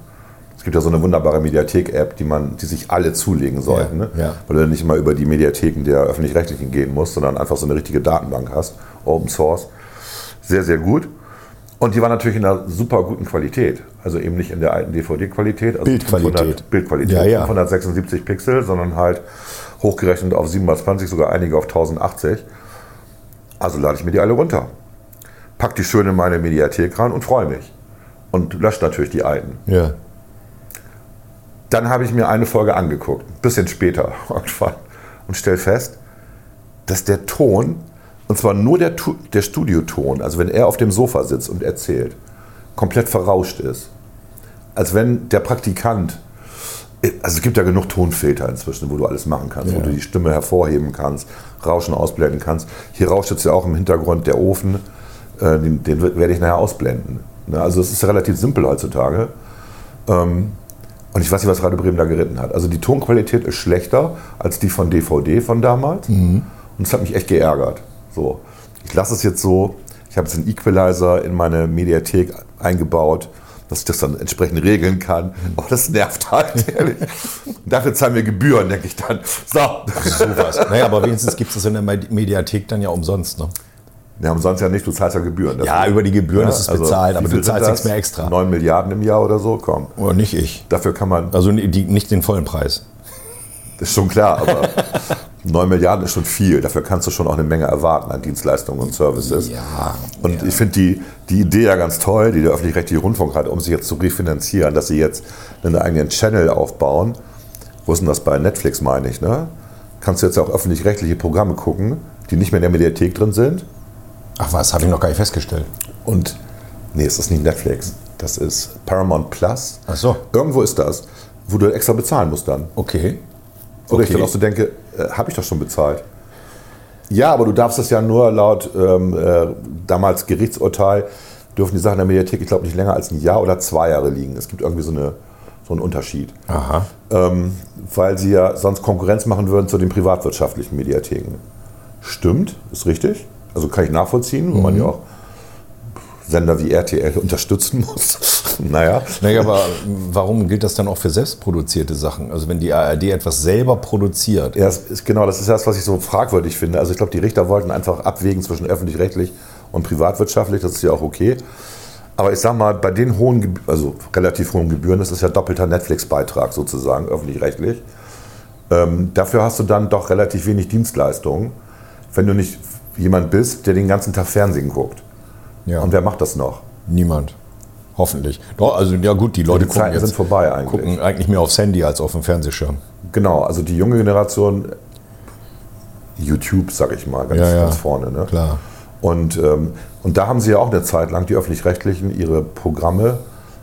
Es gibt ja so eine wunderbare Mediathek-App, die man, die sich alle zulegen sollten, Ja, ne? ja. weil du nicht immer über die Mediatheken der öffentlich-rechtlichen gehen musst, sondern einfach so eine richtige Datenbank hast, Open Source. Sehr, sehr gut. Und die war natürlich in einer super guten Qualität. Also eben nicht in der alten DVD-Qualität. Also Bildqualität. 500 Bildqualität. Ja, ja. 576 Pixel, sondern halt hochgerechnet auf 720, sogar einige auf 1080. Also lade ich mir die alle runter. Pack die schön in meine Mediathek rein und freue mich. Und lösche natürlich die alten. Ja. Dann habe ich mir eine Folge angeguckt, ein bisschen später irgendwann, und stell fest, dass der Ton, und zwar nur der, Tu- der Studioton, also wenn er auf dem Sofa sitzt und erzählt, komplett verrauscht ist. Als wenn der Praktikant, also es gibt ja genug Tonfilter inzwischen, wo du alles machen kannst, wo Ja. du die Stimme hervorheben kannst, Rauschen ausblenden kannst. Hier rauscht jetzt ja auch im Hintergrund der Ofen, äh, den, den wird- werde ich nachher ausblenden. Ne, Also es ist relativ simpel heutzutage. Ähm, und ich weiß nicht, was Radio Bremen da geritten hat. Also die Tonqualität ist schlechter als die von DVD von damals. Mhm. Und es hat mich echt geärgert. So, ich lasse es jetzt so. Ich habe jetzt einen Equalizer in meine Mediathek eingebaut, dass ich das dann entsprechend regeln kann. Mhm. Aber das nervt halt, ehrlich. Dafür zahlen wir Gebühren, denke ich dann. So. Sowas. Naja, aber wenigstens gibt es das in der Medi- Mediathek dann ja umsonst. Ne? Ja, umsonst ja nicht, du zahlst ja Gebühren. Das- also Ja, über die Gebühren ist es bezahlt, wie aber du viel sind zahlst das? nichts mehr extra. 9 Milliarden im Jahr oder so, komm. Oder nicht ich. Dafür kann man, Also nee, die, nicht den vollen Preis. ist schon klar, aber 9 Milliarden ist schon viel. Dafür kannst du schon auch eine Menge erwarten an Dienstleistungen und Services. Ja, Und ich finde die, die Idee ja ganz toll, die der öffentlich-rechtliche Rundfunk hat, um sich jetzt zu refinanzieren, dass sie jetzt einen eigenen Channel aufbauen. Wo ist denn das bei Netflix, meine ich, ne? Kannst du jetzt auch öffentlich-rechtliche Programme gucken, die nicht mehr in der Mediathek drin sind? Ach was, habe ich noch gar nicht festgestellt. Und nee, es ist nicht Netflix. Das ist Paramount Plus. Ach so. Irgendwo ist das, wo du extra bezahlen musst dann. Okay. Oder ich Okay. dann auch so denke, äh, habe ich doch schon bezahlt. Ja, aber du darfst das ja nur laut ähm, äh, damals Gerichtsurteil, dürfen die Sachen der Mediathek, ich glaube, nicht länger als ein Jahr oder zwei Jahre liegen. Es gibt irgendwie so, eine, so einen Unterschied. Aha. Ähm, weil sie ja sonst Konkurrenz machen würden zu den privatwirtschaftlichen Mediatheken. Stimmt, ist richtig. Also kann ich nachvollziehen, wo man ja auch Sender wie RTL unterstützen muss. naja. Naja, aber äh, warum gilt das dann auch für selbstproduzierte Sachen? Also wenn die ARD etwas selber produziert. Ja, das ist, genau, das ist das, was ich so fragwürdig finde. Also ich glaube, die Richter wollten einfach abwägen zwischen öffentlich-rechtlich und privatwirtschaftlich, das ist ja auch okay. Aber ich sag mal, bei den hohen, Gebü- also relativ hohen Gebühren, das ist ja doppelter Netflix-Beitrag sozusagen, öffentlich-rechtlich. Ähm, dafür hast du dann doch relativ wenig Dienstleistungen, wenn du nicht jemand bist, der den ganzen Tag Fernsehen guckt. Ja. Und wer macht das noch? Niemand. Hoffentlich. Doch, also ja gut, die Leute Die Zeiten sind vorbei eigentlich. gucken eigentlich mehr aufs Handy als auf den Fernsehschirm. Genau, also die junge Generation, YouTube, sag ich mal, ganz, Ja, ja. ganz vorne. Ne? Klar. Und, ähm, und da haben sie ja auch eine Zeit lang die Öffentlich-Rechtlichen ihre Programme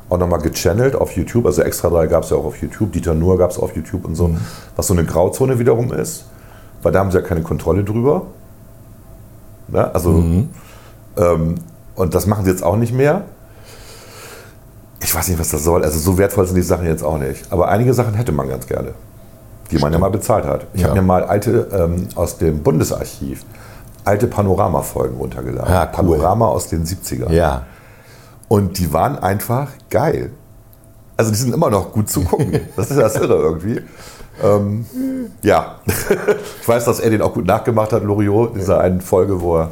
auch nochmal gechannelt auf YouTube. Also Extra 3 gab es ja auch auf YouTube, Dieter Nuhr gab es auf YouTube und so. Was so eine Grauzone wiederum ist, weil da haben sie ja keine Kontrolle drüber. Ne? Also, Mhm. ähm, und das machen sie jetzt auch nicht mehr. Ich weiß nicht, was das soll. Also so wertvoll sind die Sachen jetzt auch nicht. Aber einige Sachen hätte man ganz gerne, die man ja mal bezahlt hat. Ich Ja. habe mir mal alte ähm, aus dem Bundesarchiv alte Panorama-Folgen runtergeladen. Ah, cool. Panorama aus den 70ern. Ja. Und die waren einfach geil. Also die sind immer noch gut zu gucken. Das ist das Irre irgendwie. Ähm, ja. ich weiß, dass er den auch gut nachgemacht hat, Loriot, in dieser einen Folge, wo er,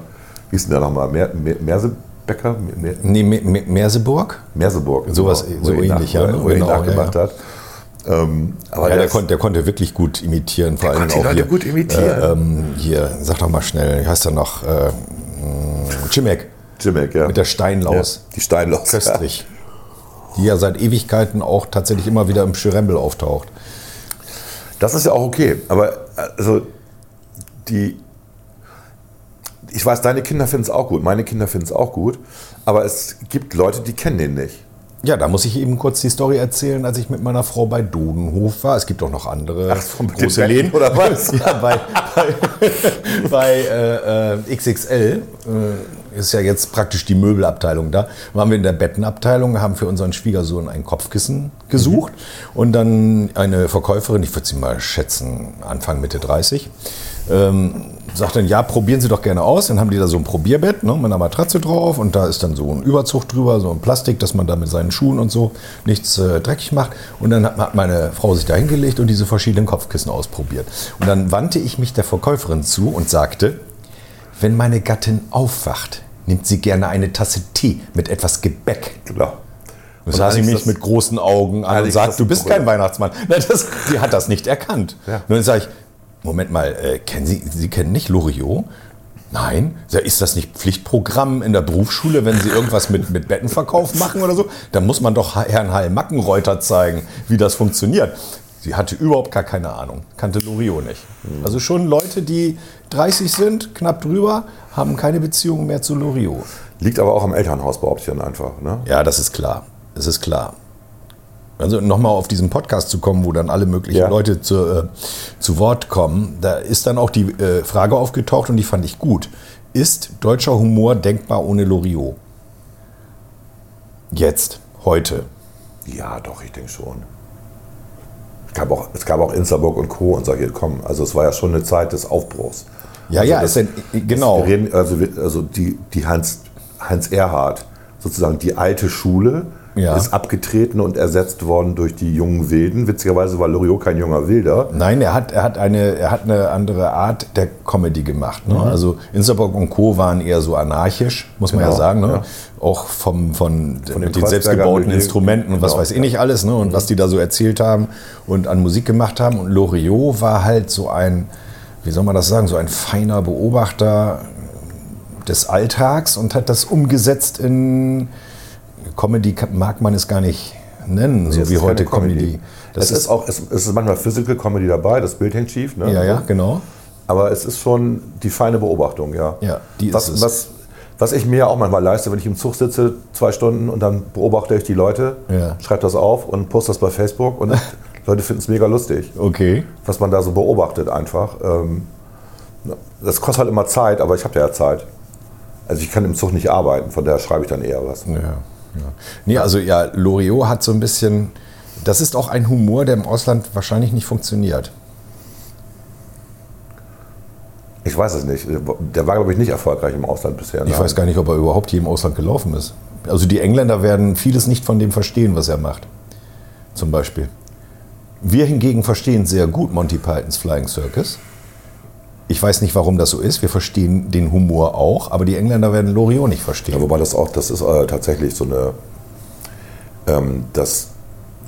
wie ist denn der nochmal? Mer, Mer, Mersebecker? Mer, Mer- Nee, Me Me Merseburg? Merseburg. genau. Sowas- wo so er ihn ähnlich, nach, ja, Wo er ihn genau, ja, nachgemacht ja. hat. Ähm, aber Ja, der, das- konnte, der konnte wirklich gut imitieren. Vor allem konnte die auch Leute hier, gut imitieren. Äh, ähm, hier, sag doch mal schnell, wie heißt er noch? Äh, mh, Chimek Jimmick, ja. mit der Steinlaus. Ja, die Steinlaus. Köstlich. Die ja seit Ewigkeiten auch tatsächlich immer wieder im Schirembel auftaucht. Das ist ja auch okay, aber also die. Ich weiß, deine Kinder finden es auch gut, meine Kinder finden es auch gut, aber es gibt Leute, die kennen den nicht. Ja, da muss ich eben kurz die Story erzählen, als ich mit meiner Frau bei Dodenhof war. Es gibt auch noch andere Ach so, mit den Betten oder was? ja, bei bei, bei äh, äh, XXL äh, ist ja jetzt praktisch die Möbelabteilung da. Waren wir in der Bettenabteilung, haben für unseren Schwiegersohn ein Kopfkissen gesucht Mhm. und dann eine Verkäuferin, ich würde sie mal schätzen, Anfang Mitte 30, ähm, sagt dann, ja, probieren Sie doch gerne aus. Dann haben die da so ein Probierbett ne, mit einer Matratze drauf und da ist dann so ein Überzug drüber, so ein Plastik, dass man da mit seinen Schuhen und so nichts äh, dreckig macht. Und dann hat, hat meine Frau sich da hingelegt und diese verschiedenen Kopfkissen ausprobiert. Und dann wandte ich mich der Verkäuferin zu und sagte, wenn meine Gattin aufwacht, nimmt sie gerne eine Tasse Tee mit etwas Gebäck. Klar. Und sah sie Alex, mich das- mit großen Augen an Alex, und sagt, das- du bist kein Weihnachtsmann. Na, das, die hat das nicht erkannt. Ja. Und dann sage ich, Moment mal, äh, kennen sie, sie kennen nicht Loriot? Nein. Sag, Ist das nicht Pflichtprogramm in der Berufsschule, wenn sie irgendwas mit, mit Bettenverkauf machen oder so? Dann muss man doch Herrn Heil Mackenreuter zeigen, wie das funktioniert. Sie hatte überhaupt gar keine Ahnung, kannte Loriot nicht. Hm. Also schon Leute, die 30 sind, knapp drüber, haben keine Beziehung mehr zu Loriot. Liegt aber auch am Elternhaus, behaupte ich dann einfach. Ne? Ja, das ist klar. Das ist klar. Also nochmal auf diesen Podcast zu kommen, wo dann alle möglichen Ja. Leute zu, äh, zu Wort kommen, da ist dann auch die äh, Frage aufgetaucht und die fand ich gut. Ist deutscher Humor denkbar ohne Loriot? Jetzt, heute. Ja, doch, ich denke schon. Es gab, auch, es gab auch Instaburg und Co. und solche kommen. Also es war ja schon eine Zeit des Aufbruchs. Ja, also ja, das- ist denn, genau. Wir reden, also, wir- also die, die Heinz, Heinz Erhardt, sozusagen die alte Schule, Ja. ist abgetreten und ersetzt worden durch die jungen Wilden. Witzigerweise war Loriot kein junger Wilder. Nein, er hat, er, hat eine, er hat eine andere Art der Comedy gemacht. Mhm. Ne? Also Instaburg und Co. waren eher so anarchisch, muss man Genau, ja sagen. Ne? ja. Auch vom, von, dem mit den Kreuzberger selbstgebauten Milieu. Instrumenten und was Genau, weiß ich nicht alles. Ne? Und was die da so erzählt haben und an Musik gemacht haben. Und Loriot war halt so ein, wie soll man das sagen, so ein feiner Beobachter des Alltags und hat das umgesetzt in Comedy, ka- mag man es gar nicht nennen, so Das wie ist heute keine Comedy. Das es ist auch, es, es ist manchmal Physical Comedy dabei, das Bild hängt schief. Ne? ja, ja, genau. Aber es ist schon die feine Beobachtung, ja. Ja, die was, ist es. Was, was ich mir ja auch manchmal leiste, wenn ich im Zug sitze, zwei Stunden und dann beobachte ich die Leute, Ja. schreibe das auf und poste das bei Facebook und Leute finden es mega lustig, Okay. was man da so beobachtet einfach. Ähm, Das kostet halt immer Zeit, aber ich habe ja Zeit. Also ich kann im Zug nicht arbeiten, von daher schreibe ich dann eher was. Ja, ja. Nee, also ja, Loriot hat so ein bisschen. Das ist auch ein Humor, der im Ausland wahrscheinlich nicht funktioniert. Ich weiß es nicht. Der war, glaube ich, nicht erfolgreich im Ausland bisher. Ich weiß gar nicht, ob er überhaupt hier im Ausland gelaufen ist. Also die Engländer werden vieles nicht von dem verstehen, was er macht. Zum Beispiel. Wir hingegen verstehen sehr gut Monty Pythons Flying Circus. Ich weiß nicht, warum das so ist. Wir verstehen den Humor auch, aber die Engländer werden Loriot nicht Ja, verstehen. wobei das auch, das ist äh, tatsächlich so eine, ähm, dass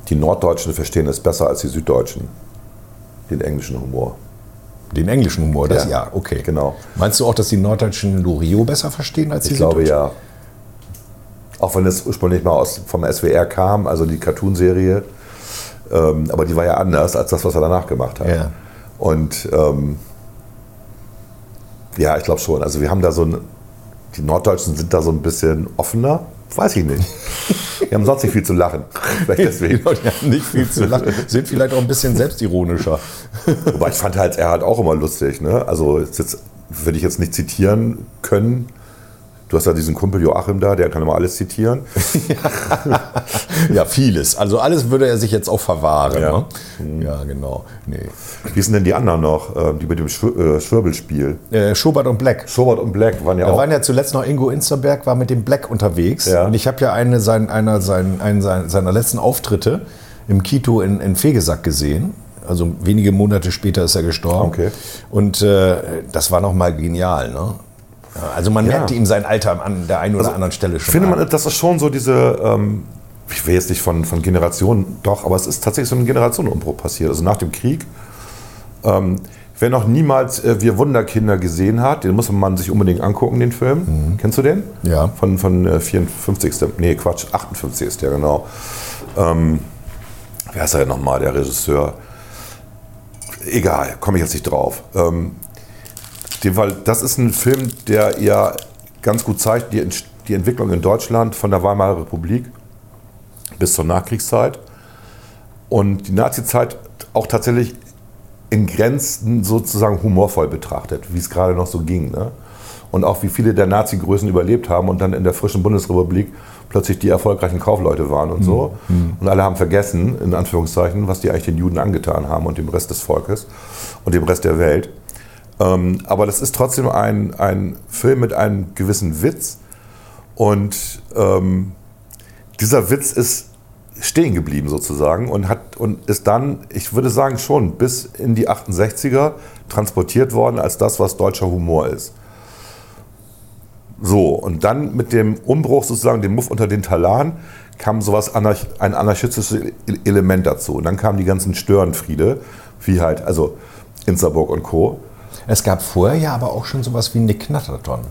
die Norddeutschen verstehen es besser als die Süddeutschen, den englischen Humor. Den englischen Humor, das Ja, ja, okay. genau. Meinst du auch, dass die Norddeutschen Loriot besser verstehen als die Ich glaube Süddeutschen? ja. Auch wenn es ursprünglich mal aus, vom SWR kam, also die Cartoon-Serie, ähm, aber die war ja anders als das, was er danach gemacht hat. Ja. Und ähm, ja, ich glaube schon. Also wir haben da so ein, die Norddeutschen sind da so ein bisschen offener. Weiß ich nicht. Wir haben sonst nicht viel zu lachen. Vielleicht Die deswegen. Leute haben nicht viel zu lachen, sind vielleicht auch ein bisschen selbstironischer. Wobei ich fand halt, er hat auch immer lustig, ne? Also jetzt, jetzt würde ich jetzt nicht zitieren können. Du hast ja diesen Kumpel Joachim da, der kann immer alles zitieren. Ja, vieles. Also alles würde er sich jetzt auch verwahren. Ja. Mhm. Ja, ne? ja genau. Nee. Wie sind denn die anderen noch, äh, die mit dem Schw äh, Schwirbelspiel? Äh, Schobert und Black. Schobert und Black waren ja Da auch. waren ja zuletzt noch Ingo Insterberg, war mit dem Black unterwegs. Ja. Und ich habe ja eine, sein, einer, sein, einen sein, seiner letzten Auftritte im Kito in, in Fegesack gesehen. Also wenige Monate später ist er gestorben. Okay. Und äh, das war nochmal genial. Ne? Ja, Also man merkte ihm sein Alter an der einen oder anderen Stelle Also ich schon. finde an. man, das ist schon so diese, ähm, ich will jetzt nicht von, von Generationen, doch, aber es ist tatsächlich so ein Generationenumbruch passiert. Also nach dem Krieg, ähm, wer noch niemals äh, Wir Wunderkinder gesehen hat, den muss man sich unbedingt angucken, den Film. Kennst du den? Ja. Von, von äh, 54. Nee, Quatsch, 58 ist der, genau. Ähm, wer ist er denn nochmal, der Regisseur? Egal, komme ich jetzt nicht drauf. Ähm, dem Fall, das ist ein Film, der ja ganz gut zeigt, die, Ent- die Entwicklung in Deutschland von der Weimarer Republik bis zur Nachkriegszeit. Und die Nazizeit auch tatsächlich in Grenzen sozusagen humorvoll betrachtet, wie es gerade noch so ging. Ne? Und auch wie viele der Nazi-Größen überlebt haben und dann in der frischen Bundesrepublik plötzlich die erfolgreichen Kaufleute waren und so. Und alle haben vergessen, in Anführungszeichen, was die eigentlich den Juden angetan haben und dem Rest des Volkes und dem Rest der Welt. Ähm, aber das ist trotzdem ein, ein Film mit einem gewissen Witz. Und ähm, dieser Witz ist stehen geblieben sozusagen und hat und ist dann, ich würde sagen schon, bis in die 68er transportiert worden als das, was deutscher Humor ist. So, und dann mit dem Umbruch sozusagen, dem Muff unter den Talan, kam sowas, anarch ein anarchistisches E- Element dazu. Und dann kamen die ganzen Störenfriede, wie halt, also Insterburg und Co. Es gab vorher ja aber auch schon sowas wie Nick Knatterton.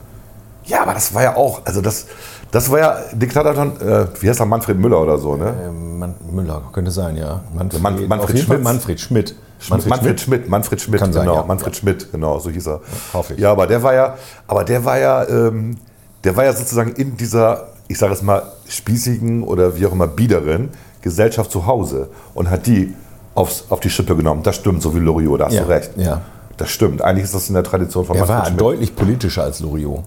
Ja, aber das war ja auch, also das, Das war ja Diktator, von, äh, wie heißt er, Manfred Müller oder so, ne? Man Ähm, Müller, könnte sein, ja. Manfred, Man- Manfred auf jeden Fall Schmitz. Manfred Schmidt. Manfred, Schmidt. Manfred Schmidt, Kann sein, genau, ja. Manfred Schmidt, genau, so hieß er. hoffe ich. Ja, aber der war ja, aber der war ja, ähm, der war ja sozusagen in dieser, ich sage es mal, spießigen oder wie auch immer biederen Gesellschaft zu Hause und hat die aufs, auf die Schippe genommen. Das stimmt, so wie Loriot, da hast Ja, du recht. ja. Das stimmt. Eigentlich ist das in der Tradition von Er war deutlich politischer als Loriot.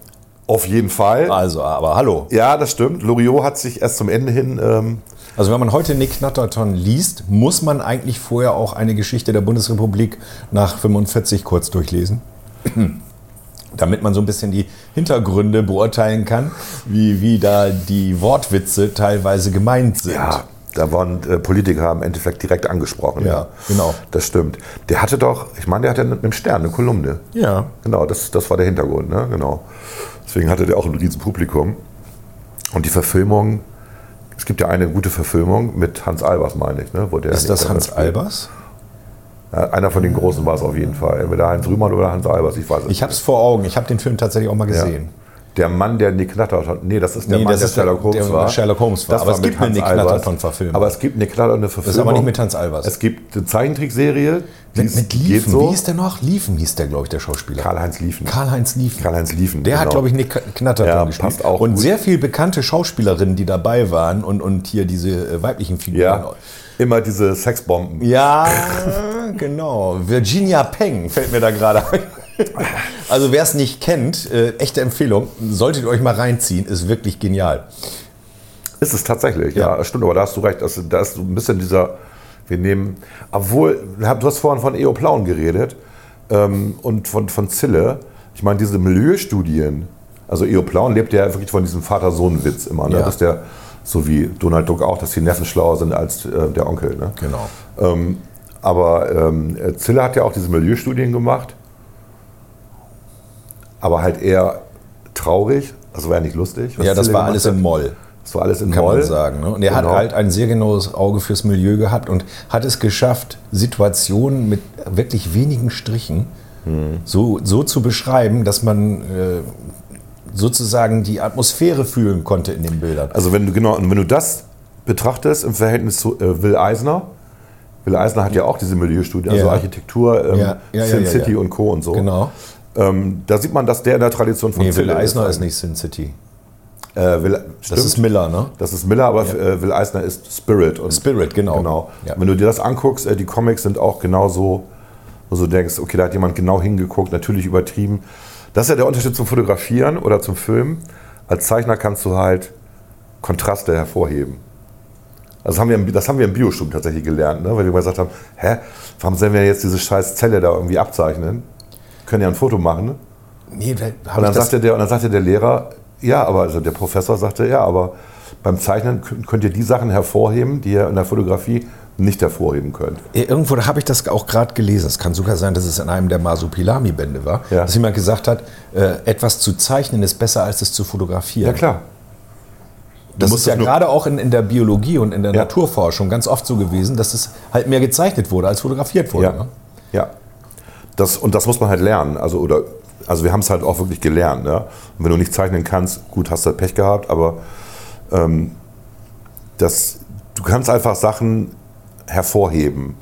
Auf jeden Fall. Also, aber hallo. Ja, das stimmt. Loriot hat sich erst zum Ende hin. Ähm, Also wenn man heute Nick Knatterton liest, muss man eigentlich vorher auch eine Geschichte der Bundesrepublik nach 45 kurz durchlesen. Damit man so ein bisschen die Hintergründe beurteilen kann, wie, wie da die Wortwitze teilweise gemeint sind. ja, da waren äh, Politiker im Endeffekt direkt angesprochen. Ja, genau. Das stimmt. Der hatte doch, ich meine, der hatte mit dem Stern eine Kolumne. ja. Genau, das, das war der Hintergrund, ne? Genau. Deswegen hatte der auch ein riesen Publikum. Und die Verfilmung, es gibt ja eine gute Verfilmung mit Hans Albers, meine ich, ne? Wo der Ist das Hans Albers? Ja, einer von den Großen war es auf jeden Fall. Entweder Heinz Rühmann oder Hans Albers, ich weiß es Ich habe es vor Augen. Ich habe den Film tatsächlich auch mal Ja. gesehen. Der Mann, der Nick Knatterton. Nee, das ist der Nee, Mann, das der ist der- Sherlock Holmes der war. Sherlock Holmes war. Das Aber es mit gibt eine Hans Nick Albers. Knatterton-Verfilmung. Aber es gibt eine Nick Knatterton-Verfilmung. Das ist aber nicht mit Hans Albers. Es gibt eine Zeichentrickserie. die Mit, ist- mit geht Liefen. so. Wie hieß der noch? Liefen hieß der, glaube ich, der Schauspieler. Karl-Heinz Liefen. Karl-Heinz Liefen. Karl-Heinz Liefen, Der hat, genau. glaube ich, Nick Knatterton Ja, gespielt. passt auch und gut. sehr viel bekannte Schauspielerinnen, die dabei waren und, und hier diese äh, weiblichen Figuren. ja, immer diese Sexbomben. Ja, genau. Virginia Peng fällt mir da gerade ein. Also wer es nicht kennt, äh, echte Empfehlung, solltet ihr euch mal reinziehen, ist wirklich genial. Ist es tatsächlich, ja. Ja. das stimmt, aber da hast du recht. Das, da ist so ein bisschen dieser, wir nehmen, obwohl, hab- du hast vorhin von Eo Plauen geredet ähm, und von, von Zille. Ich meine, diese Milieustudien, also Eo Plauen lebt ja wirklich von diesem Vater-Sohn-Witz immer, ne? Ja. dass der, so wie Donald Duck auch, dass die Neffen schlauer sind als äh, der Onkel. Ne? Genau. Ähm, aber ähm, Zille hat ja auch diese Milieustudien gemacht, aber halt eher traurig, also war ja nicht lustig. was Ja, das Zille war gemacht alles hat. im Moll. Das war alles in kann Moll. man sagen. Ne? Und er Genau. hat halt ein sehr genaues Auge fürs Milieu gehabt und hat es geschafft, Situationen mit wirklich wenigen Strichen Hm. so, so zu beschreiben, dass man äh, sozusagen die Atmosphäre fühlen konnte in den Bildern. Also wenn du genau, und wenn du das betrachtest im Verhältnis zu äh, Will Eisner, Will Eisner hat ja auch diese Milieustudie, also Ja. Architektur, ähm, Ja, ja, ja, Sin ja, City ja. und Co. und so. genau. Ähm, da sieht man, dass der in der Tradition von Nee, Will Zille Eisner ist nicht Sin City. Äh, Will, Das ist Miller. Miller, ne? Das ist Miller, aber äh, Will Eisner ist Spirit. Und Spirit, genau. Genau. Ja. Wenn du dir das anguckst, äh, die Comics sind auch genauso, wo du denkst, okay, da hat jemand genau hingeguckt, natürlich übertrieben. Das ist ja der Unterschied zum Fotografieren oder zum Filmen. Als Zeichner kannst du halt Kontraste hervorheben. Also das haben wir im, das haben wir im Biostudium tatsächlich gelernt, ne? weil wir mal gesagt haben, hä, warum sollen wir jetzt diese scheiß Zelle da irgendwie abzeichnen? Können ja ein Foto machen. Ne? Nee, weil- hab Und dann, ich das- sagte der, und dann sagte der Lehrer, ja, aber also der Professor sagte, ja, aber beim Zeichnen könnt, könnt ihr die Sachen hervorheben, die ihr in der Fotografie nicht hervorheben könnt. Irgendwo habe ich das auch gerade gelesen. Es kann sogar sein, dass es in einem der Masupilami-Bände war, Ja. dass jemand gesagt hat, äh, etwas zu zeichnen ist besser als es zu fotografieren. Ja, klar. Das musst ist ja es nur- gerade auch in, in der Biologie und in der Ja. Naturforschung ganz oft so gewesen, dass es halt mehr gezeichnet wurde, als fotografiert wurde. Ja. Ne? ja. Das, und das muss man halt lernen. Also, oder, also wir haben es halt auch wirklich gelernt. Ne? Und wenn du nicht zeichnen kannst, gut, hast du Pech gehabt, aber ähm, das, du kannst einfach Sachen hervorheben,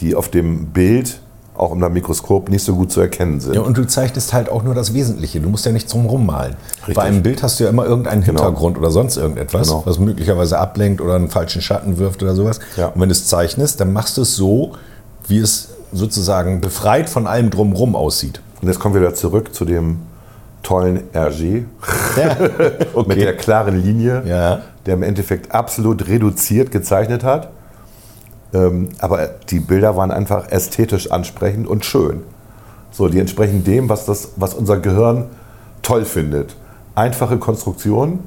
die auf dem Bild, auch unter dem Mikroskop, nicht so gut zu erkennen sind. Ja, und du zeichnest halt auch nur das Wesentliche. Du musst ja nicht drum rummalen. Bei einem Bild hast du ja immer irgendeinen Hintergrund oder sonst irgendetwas, Genau. was möglicherweise ablenkt oder einen falschen Schatten wirft oder sowas. Ja. Und wenn du es zeichnest, dann machst du es so, wie es sozusagen befreit von allem drumrum aussieht. Und jetzt kommen wir wieder zurück zu dem tollen RG mit der klaren Linie, Ja. der im Endeffekt absolut reduziert gezeichnet hat. Ähm, aber die Bilder waren einfach ästhetisch ansprechend und schön. So, die entsprechen dem, was, das, was unser Gehirn toll findet. Einfache Konstruktion,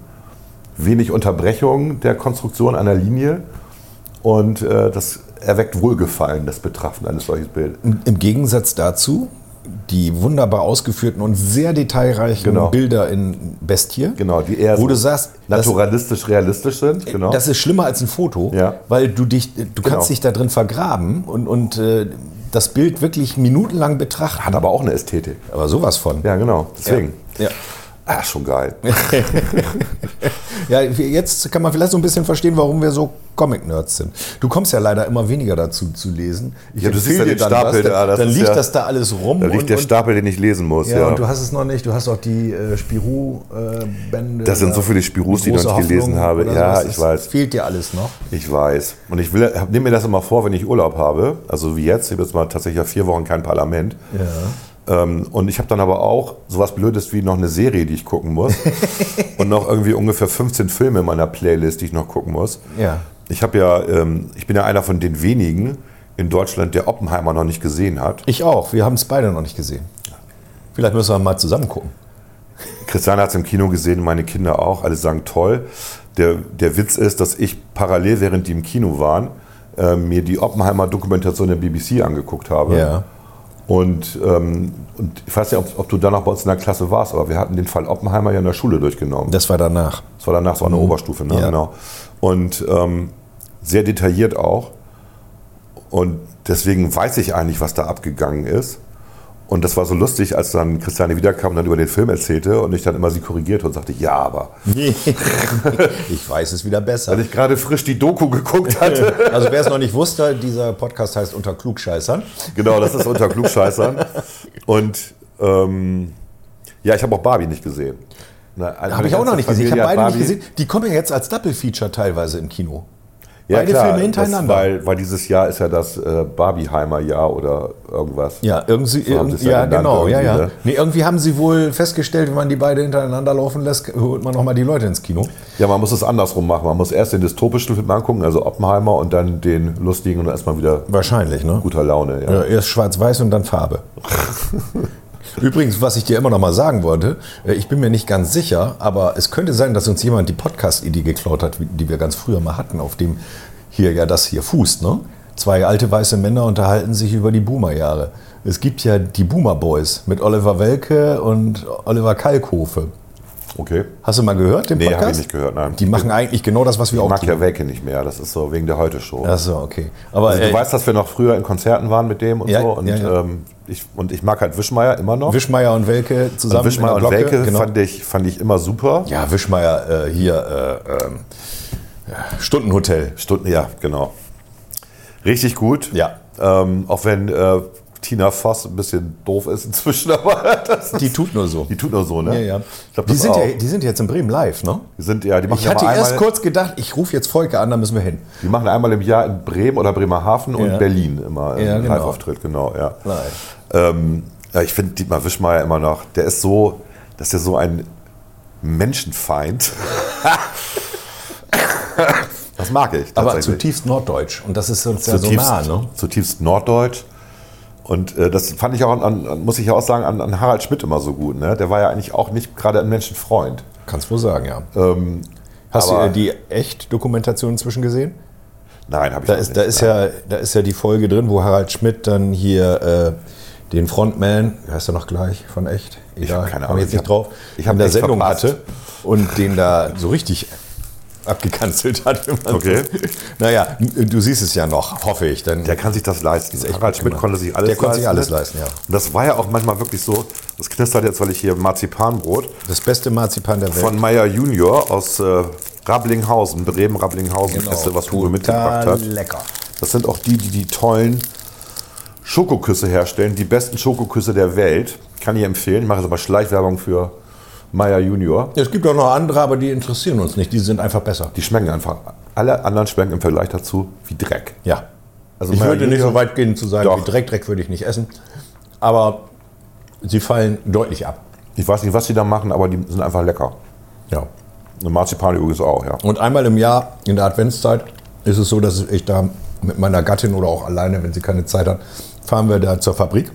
wenig Unterbrechung der Konstruktion einer Linie und äh, das erweckt Wohlgefallen, das Betrachten eines solchen Bildes. Im Gegensatz dazu die wunderbar ausgeführten und sehr detailreichen Genau. Bilder in Bestie. Genau, die eher Wo so du sagst, das- Äh, naturalistisch realistisch sind. Genau. Das ist schlimmer als ein Foto, Ja. Genau. weil du dich, du kannst dich da drin vergraben und, und äh, das Bild wirklich minutenlang betrachten. hat aber auch eine Ästhetik. aber sowas von. Ja, genau. Deswegen. Ja. ah, schon geil. Ja, jetzt kann man vielleicht so ein bisschen verstehen, warum wir so Comic-Nerds sind. Du kommst ja leider immer weniger dazu zu lesen. Ich Ja, du siehst ja empfehle den Stapel dann, da, das dann ist liegt ja- das da alles rum. Da liegt der und, Stapel, den ich lesen muss. ja, Ja, und du hast es noch nicht. Du hast auch die äh, Spirou-Bände. Das sind so viele Spirous, die ich noch nicht gelesen habe. Ja, ich weiß. Fehlt dir alles noch. Ich weiß. Und ich will, hab- nehme mir das immer vor, wenn ich Urlaub habe. Also wie jetzt. Ich habe jetzt mal tatsächlich ja vier Wochen kein Parlament. Ähm, und ich habe dann aber auch sowas Blödes wie noch eine Serie, die ich gucken muss. und noch irgendwie ungefähr 15 Filme in meiner Playlist, die ich noch gucken muss. Ja. Ich habe ja, ähm, ich bin ja einer von den wenigen in Deutschland, der Oppenheimer noch nicht gesehen hat. Ich auch. Wir haben es beide noch nicht gesehen. Vielleicht müssen wir mal zusammen gucken. Christiane hat es im Kino gesehen, meine Kinder auch. Alle sagen toll. Der, der Witz ist, dass ich parallel, während die im Kino waren, äh, mir die Oppenheimer-Dokumentation der BBC angeguckt habe. Und, ähm, und ich weiß nicht, ob, ob du da noch bei uns in der Klasse warst, aber wir hatten den Fall Oppenheimer ja in der Schule durchgenommen. Das war danach. Das war danach so eine Oberstufe, ne? Mhm. Ja. Genau. Und ähm, sehr detailliert auch. Und deswegen weiß ich eigentlich, was da abgegangen ist. Und das war so lustig, als dann Christiane wiederkam und dann über den Film erzählte und ich dann immer sie korrigierte und sagte, ja, aber. ich weiß es wieder besser. Weil ich gerade frisch die Doku geguckt hatte. Also wer es noch nicht wusste, dieser Podcast heißt Unter Klugscheißern. genau, das ist unter Klugscheißern. Und ähm, ja, ich habe auch Barbie nicht gesehen. also Habe Habe ich auch noch nicht gesehen. Ich habe beide nicht gesehen. Die kommen ja jetzt als Double-Feature teilweise im Kino. Ja, Beide klar, Filme hintereinander. Das, weil, weil dieses Jahr ist ja das äh, Barbieheimer-Jahr oder irgendwas. Ja, irgendwie, So haben sie es ja, ja genannt, genau, ja, ja. irgendwie, ne? Nee, irgendwie haben sie wohl festgestellt, wenn man die beide hintereinander laufen lässt, holt man nochmal die Leute ins Kino. Ja, man muss es andersrum machen. Man muss erst den dystopischen Film angucken, also Oppenheimer, und dann den lustigen und dann erstmal wieder Wahrscheinlich, ne? guter Laune. Ja. Ja, erst schwarz-weiß und dann Farbe. Übrigens, was ich dir immer noch mal sagen wollte, äh, ich bin mir nicht ganz sicher, aber es könnte sein, dass uns jemand die Podcast-Idee geklaut hat, wie- die wir ganz früher mal hatten, auf dem hier ja das hier fußt. Ne? Zwei alte weiße Männer unterhalten sich über die Boomer-Jahre. Es gibt ja die Boomer Boys mit Oliver Welke und Oliver Kalkofe. Okay. Hast du mal gehört, den Nee, Podcast? habe ich nicht gehört, nein. Die machen eigentlich genau das, was wir ich auch mag tun. ja Welke nicht mehr. Das ist so wegen der Heute-Show. Achso, okay. Aber Also, du äh, weißt, dass wir noch früher in Konzerten waren mit dem und Ja, so. Und, ja, ja. Ähm, ich, und ich mag halt Wischmeier immer noch. Wischmeier und Welke zusammen. und Also Wischmeier in der und Glocke, Welke genau. fand, ich, fand ich immer super. Ja, Wischmeier äh, hier, äh, ähm, ja, Stundenhotel. Stunden, ja, genau. Richtig gut. Ja. Ähm, auch wenn äh, Tina Voss ein bisschen doof ist inzwischen, aber das, Die tut nur so. die tut nur so, ne? ja, ja. Ich glaub, die, das sind auch. ja, die sind jetzt in Bremen live, ne? Die sind ja, die machen Ich ja hatte mal erst einmal- kurz gedacht, ich rufe jetzt Volker an, da müssen wir hin. Die machen einmal im Jahr in Bremen oder Bremerhaven Ja. und Berlin immer einen Ja, genau. Live-Auftritt, genau. Ja. Live. Ähm, ja, ich finde Dietmar Wischmeier immer noch, der ist so, dass der so ein Menschenfeind. das mag ich. Aber tatsächlich. zutiefst norddeutsch. Und das ist uns ja so zutiefst, nah, ne? zutiefst norddeutsch. Und äh, das fand ich auch, an, an, muss ich ja auch sagen, an, an Harald Schmidt immer so gut. Ne? Der war ja eigentlich auch nicht gerade ein Menschenfreund. Ähm, Kannst wohl sagen, ja. Hast du Äh, aber- äh, die Echt-Dokumentation inzwischen gesehen? Nein, habe ich Da noch ist, nicht. da, ist ja, da ist ja die Folge drin, wo Harald Schmidt dann hier äh, den Frontman, wie heißt er noch gleich, von echt? Egal, hab keine komm Ahnung, jetzt ich nicht hab- drauf. ich hab in der echt Sendung verpasst. hatte und den da so richtig abgekanzelt hat. wenn man Okay. So. Naja, du siehst es ja noch, hoffe ich. Denn Der kann sich das leisten. echt Harald gut Schmidt gemacht. konnte sich alles Der konnte sich leisten. alles leisten, ja. Und das war ja auch manchmal wirklich so, das knistert jetzt, weil ich hier Marzipanbrot das beste Marzipan der Welt. von Meyer Junior aus äh, Rablinghausen, Bremen-Rablinghausen, Genau, esse, was Uwe mitgebracht hat. lecker. Das sind auch die, die die tollen Schokoküsse herstellen, die besten Schokoküsse der Welt. Kann ich empfehlen. Ich mache jetzt aber Schleichwerbung für Meyer Junior. Es gibt auch noch andere, aber die interessieren uns nicht. Die sind einfach besser. Die schmecken einfach, alle anderen schmecken im Vergleich dazu wie Dreck. Ja. Also ich Meyer würde nicht Junior- so weit gehen zu sagen, Doch. wie Dreck, Dreck würde ich nicht essen. Aber sie fallen deutlich ab. Ich weiß nicht, was die da machen, aber die sind einfach lecker. Ja. Und Marzipan übrigens auch, ja. Und einmal im Jahr in der Adventszeit ist es so, dass ich da mit meiner Gattin oder auch alleine, wenn sie keine Zeit hat, fahren wir da zur Fabrik.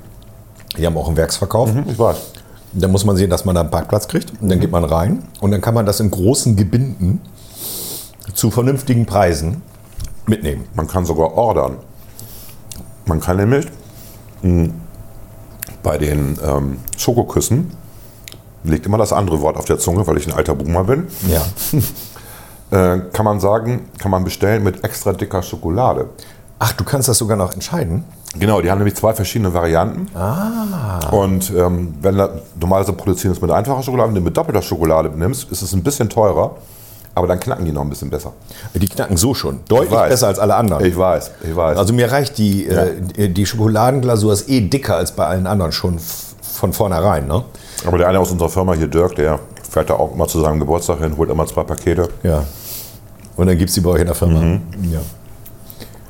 Die haben auch einen Werksverkauf. Ich weiß. Da muss man sehen, dass man da einen Parkplatz kriegt. Und dann Mhm. geht man rein und dann kann man das in großen Gebinden zu vernünftigen Preisen mitnehmen. Man kann sogar ordern. Man kann nämlich mh, bei den ähm, Schokoküssen, legt immer das andere Wort auf der Zunge, weil ich ein alter Boomer bin, Ja. äh, kann man sagen, kann man bestellen mit extra dicker Schokolade. Ach, du kannst das sogar noch entscheiden. Genau, die haben nämlich zwei verschiedene Varianten. Und ähm, wenn da, normalerweise produzieren wir es mit einfacher Schokolade, wenn du mit doppelter Schokolade nimmst, ist es ein bisschen teurer, aber dann knacken die noch ein bisschen besser. Die knacken so schon. Deutlich weiß. besser als alle anderen. Ich weiß, ich weiß. Also mir reicht die, äh, die Schokoladenglasur ist eh dicker als bei allen anderen schon f- von vornherein, ne? aber der eine aus unserer Firma hier, Dirk, der fährt da auch immer zu seinem Geburtstag hin, holt immer zwei Pakete. Ja. Und dann gibt's die bei euch in der Firma. Mhm. Ja.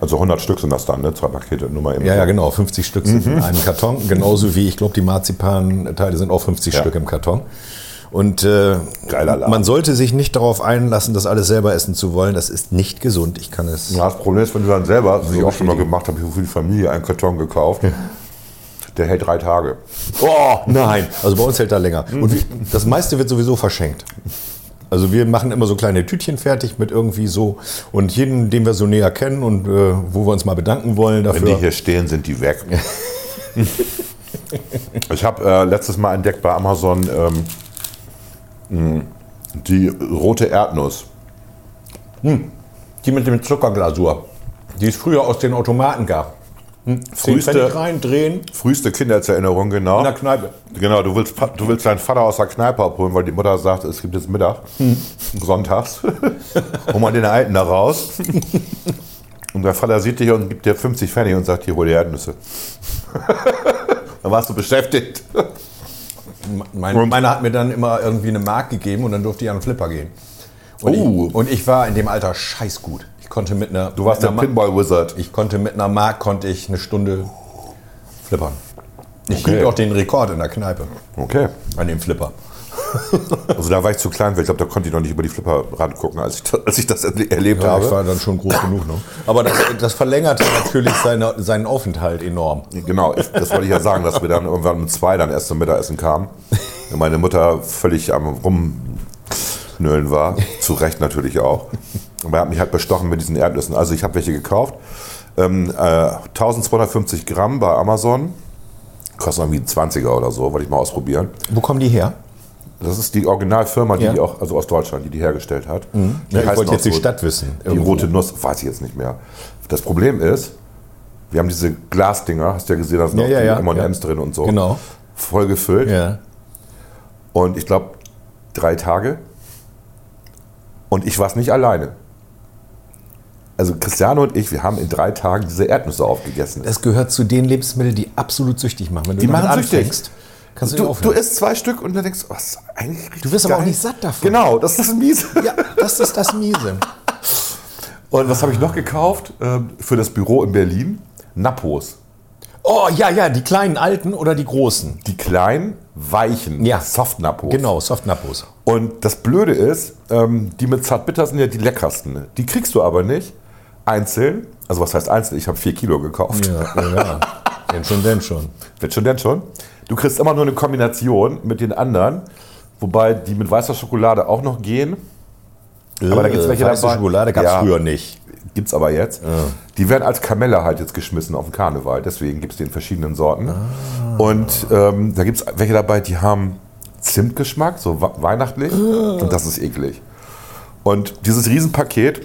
Also 100 Stück sind das dann, ne? zwei Pakete, nur mal eben. ja, so. ja, genau. 50 Stück sind Mhm. in einem Karton. Genauso wie, ich glaube, die Marzipanteile sind auch 50 Ja. Stück im Karton. Und äh, Geiler Laden. man sollte sich nicht darauf einlassen, das alles selber essen zu wollen. Das ist nicht gesund. Ich kann es. Ja, das Problem ist, wenn du dann selber, das habe ich auch schon mal gemacht, habe ich für die Familie einen Karton gekauft, der hält drei Tage. Oh, nein. Also bei uns hält er länger. Und wir, das meiste wird sowieso verschenkt. Also wir machen immer so kleine Tütchen fertig mit irgendwie so. Und jeden, den wir so näher kennen und äh, wo wir uns mal bedanken wollen Wenn die dafür. hier stehen, sind die weg. ich habe äh, letztes Mal entdeckt bei Amazon ähm, mh, die rote Erdnuss. Die mit dem Zuckerglasur, die es früher aus den Automaten gab. Frühste- Frühstück reindrehen Früheste Kindheitserinnerung, genau. in der Kneipe. Genau, du willst, du willst deinen Vater aus der Kneipe abholen, weil die Mutter sagt, es gibt jetzt Mittag, Hm. sonntags. Hol mal den Alten da raus. Und der Vater sieht dich und gibt dir 50 Pfennig und sagt, hier hol die Erdnüsse. Dann warst du beschäftigt. Mein, meiner hat mir dann immer irgendwie eine Mark gegeben und dann durfte ich an den Flipper gehen. Und, Oh. ich, und ich war in dem Alter scheiß gut. Ich konnte mit einer Du warst der mit einer Ma- Pinball-Wizard. Ich konnte mit einer Mark konnte ich eine Stunde flippern. Ich Okay. hielt auch den Rekord in der Kneipe Okay. an dem Flipper. Also da war ich zu klein, weil ich glaube, da konnte ich noch nicht über die Flipper rangucken, als ich, das- als ich das erle- erlebt Ja, ich habe. war dann schon groß genug. Ne? Aber das, das verlängerte natürlich seine, seinen Aufenthalt enorm. Genau, ich, das wollte ich ja sagen, dass wir dann irgendwann um zwei dann erst zum Mittagessen kamen. Und meine Mutter völlig am Rumnöllen war. Zu Recht natürlich auch. Aber er hat mich halt bestochen mit diesen Erdnüssen. Also ich habe welche gekauft. Ähm, äh, 1250 Gramm bei Amazon. Kostet irgendwie 20er oder so, wollte ich mal ausprobieren. Wo kommen die her? Das ist die Originalfirma, die, Ja. Mhm. die auch, also aus Deutschland, die die hergestellt hat. Die Ja, ich heißen wollte auch jetzt die Stadt wissen. die rote Nuss, weiß ich jetzt nicht mehr. Das Problem ist, wir haben diese Glasdinger, hast du ja gesehen, da sind Ja, auch ja, die ja, M&M's ja. drin und so. Genau. Voll gefüllt. Ja. Und ich glaube, drei Tage. Und ich war es nicht alleine. Also Christiane und ich, wir haben in drei Tagen diese Erdnüsse aufgegessen. Das gehört zu den Lebensmitteln, die absolut süchtig machen. Wenn du Die damit machen süchtig. anfängst, Kannst du, Du, nicht du aufhören. isst zwei Stück und dann denkst du, oh, ist eigentlich richtig Du wirst aber auch geil. nicht satt davon. Genau, das ist mies. Ja, das ist das Miese. Und was habe ich noch gekauft ähm, für das Büro in Berlin? Nappos. Oh, ja, ja, die kleinen alten oder die großen. Die kleinen, weichen, Ja. Soft-Nappos. Genau, Softnappos. Und das Blöde ist, ähm, die mit Zartbitter sind ja die leckersten. Die kriegst du aber nicht einzeln. Also was heißt einzeln? Ich habe vier Kilo gekauft. Ja, ja. Denn schon, denn schon. Wird schon, denn schon. Du kriegst immer nur eine Kombination mit den anderen. Wobei die mit weißer Schokolade auch noch gehen. Aber da gibt es welche Weiße dabei. Schokolade gab's früher nicht. Gibt's aber jetzt. Die werden als Kamelle halt jetzt geschmissen auf den Karneval. Deswegen gibt's die in verschiedenen Sorten. Und ähm, da gibt's welche dabei, die haben Zimtgeschmack, so wa- weihnachtlich. Und das ist eklig. Und dieses Riesenpaket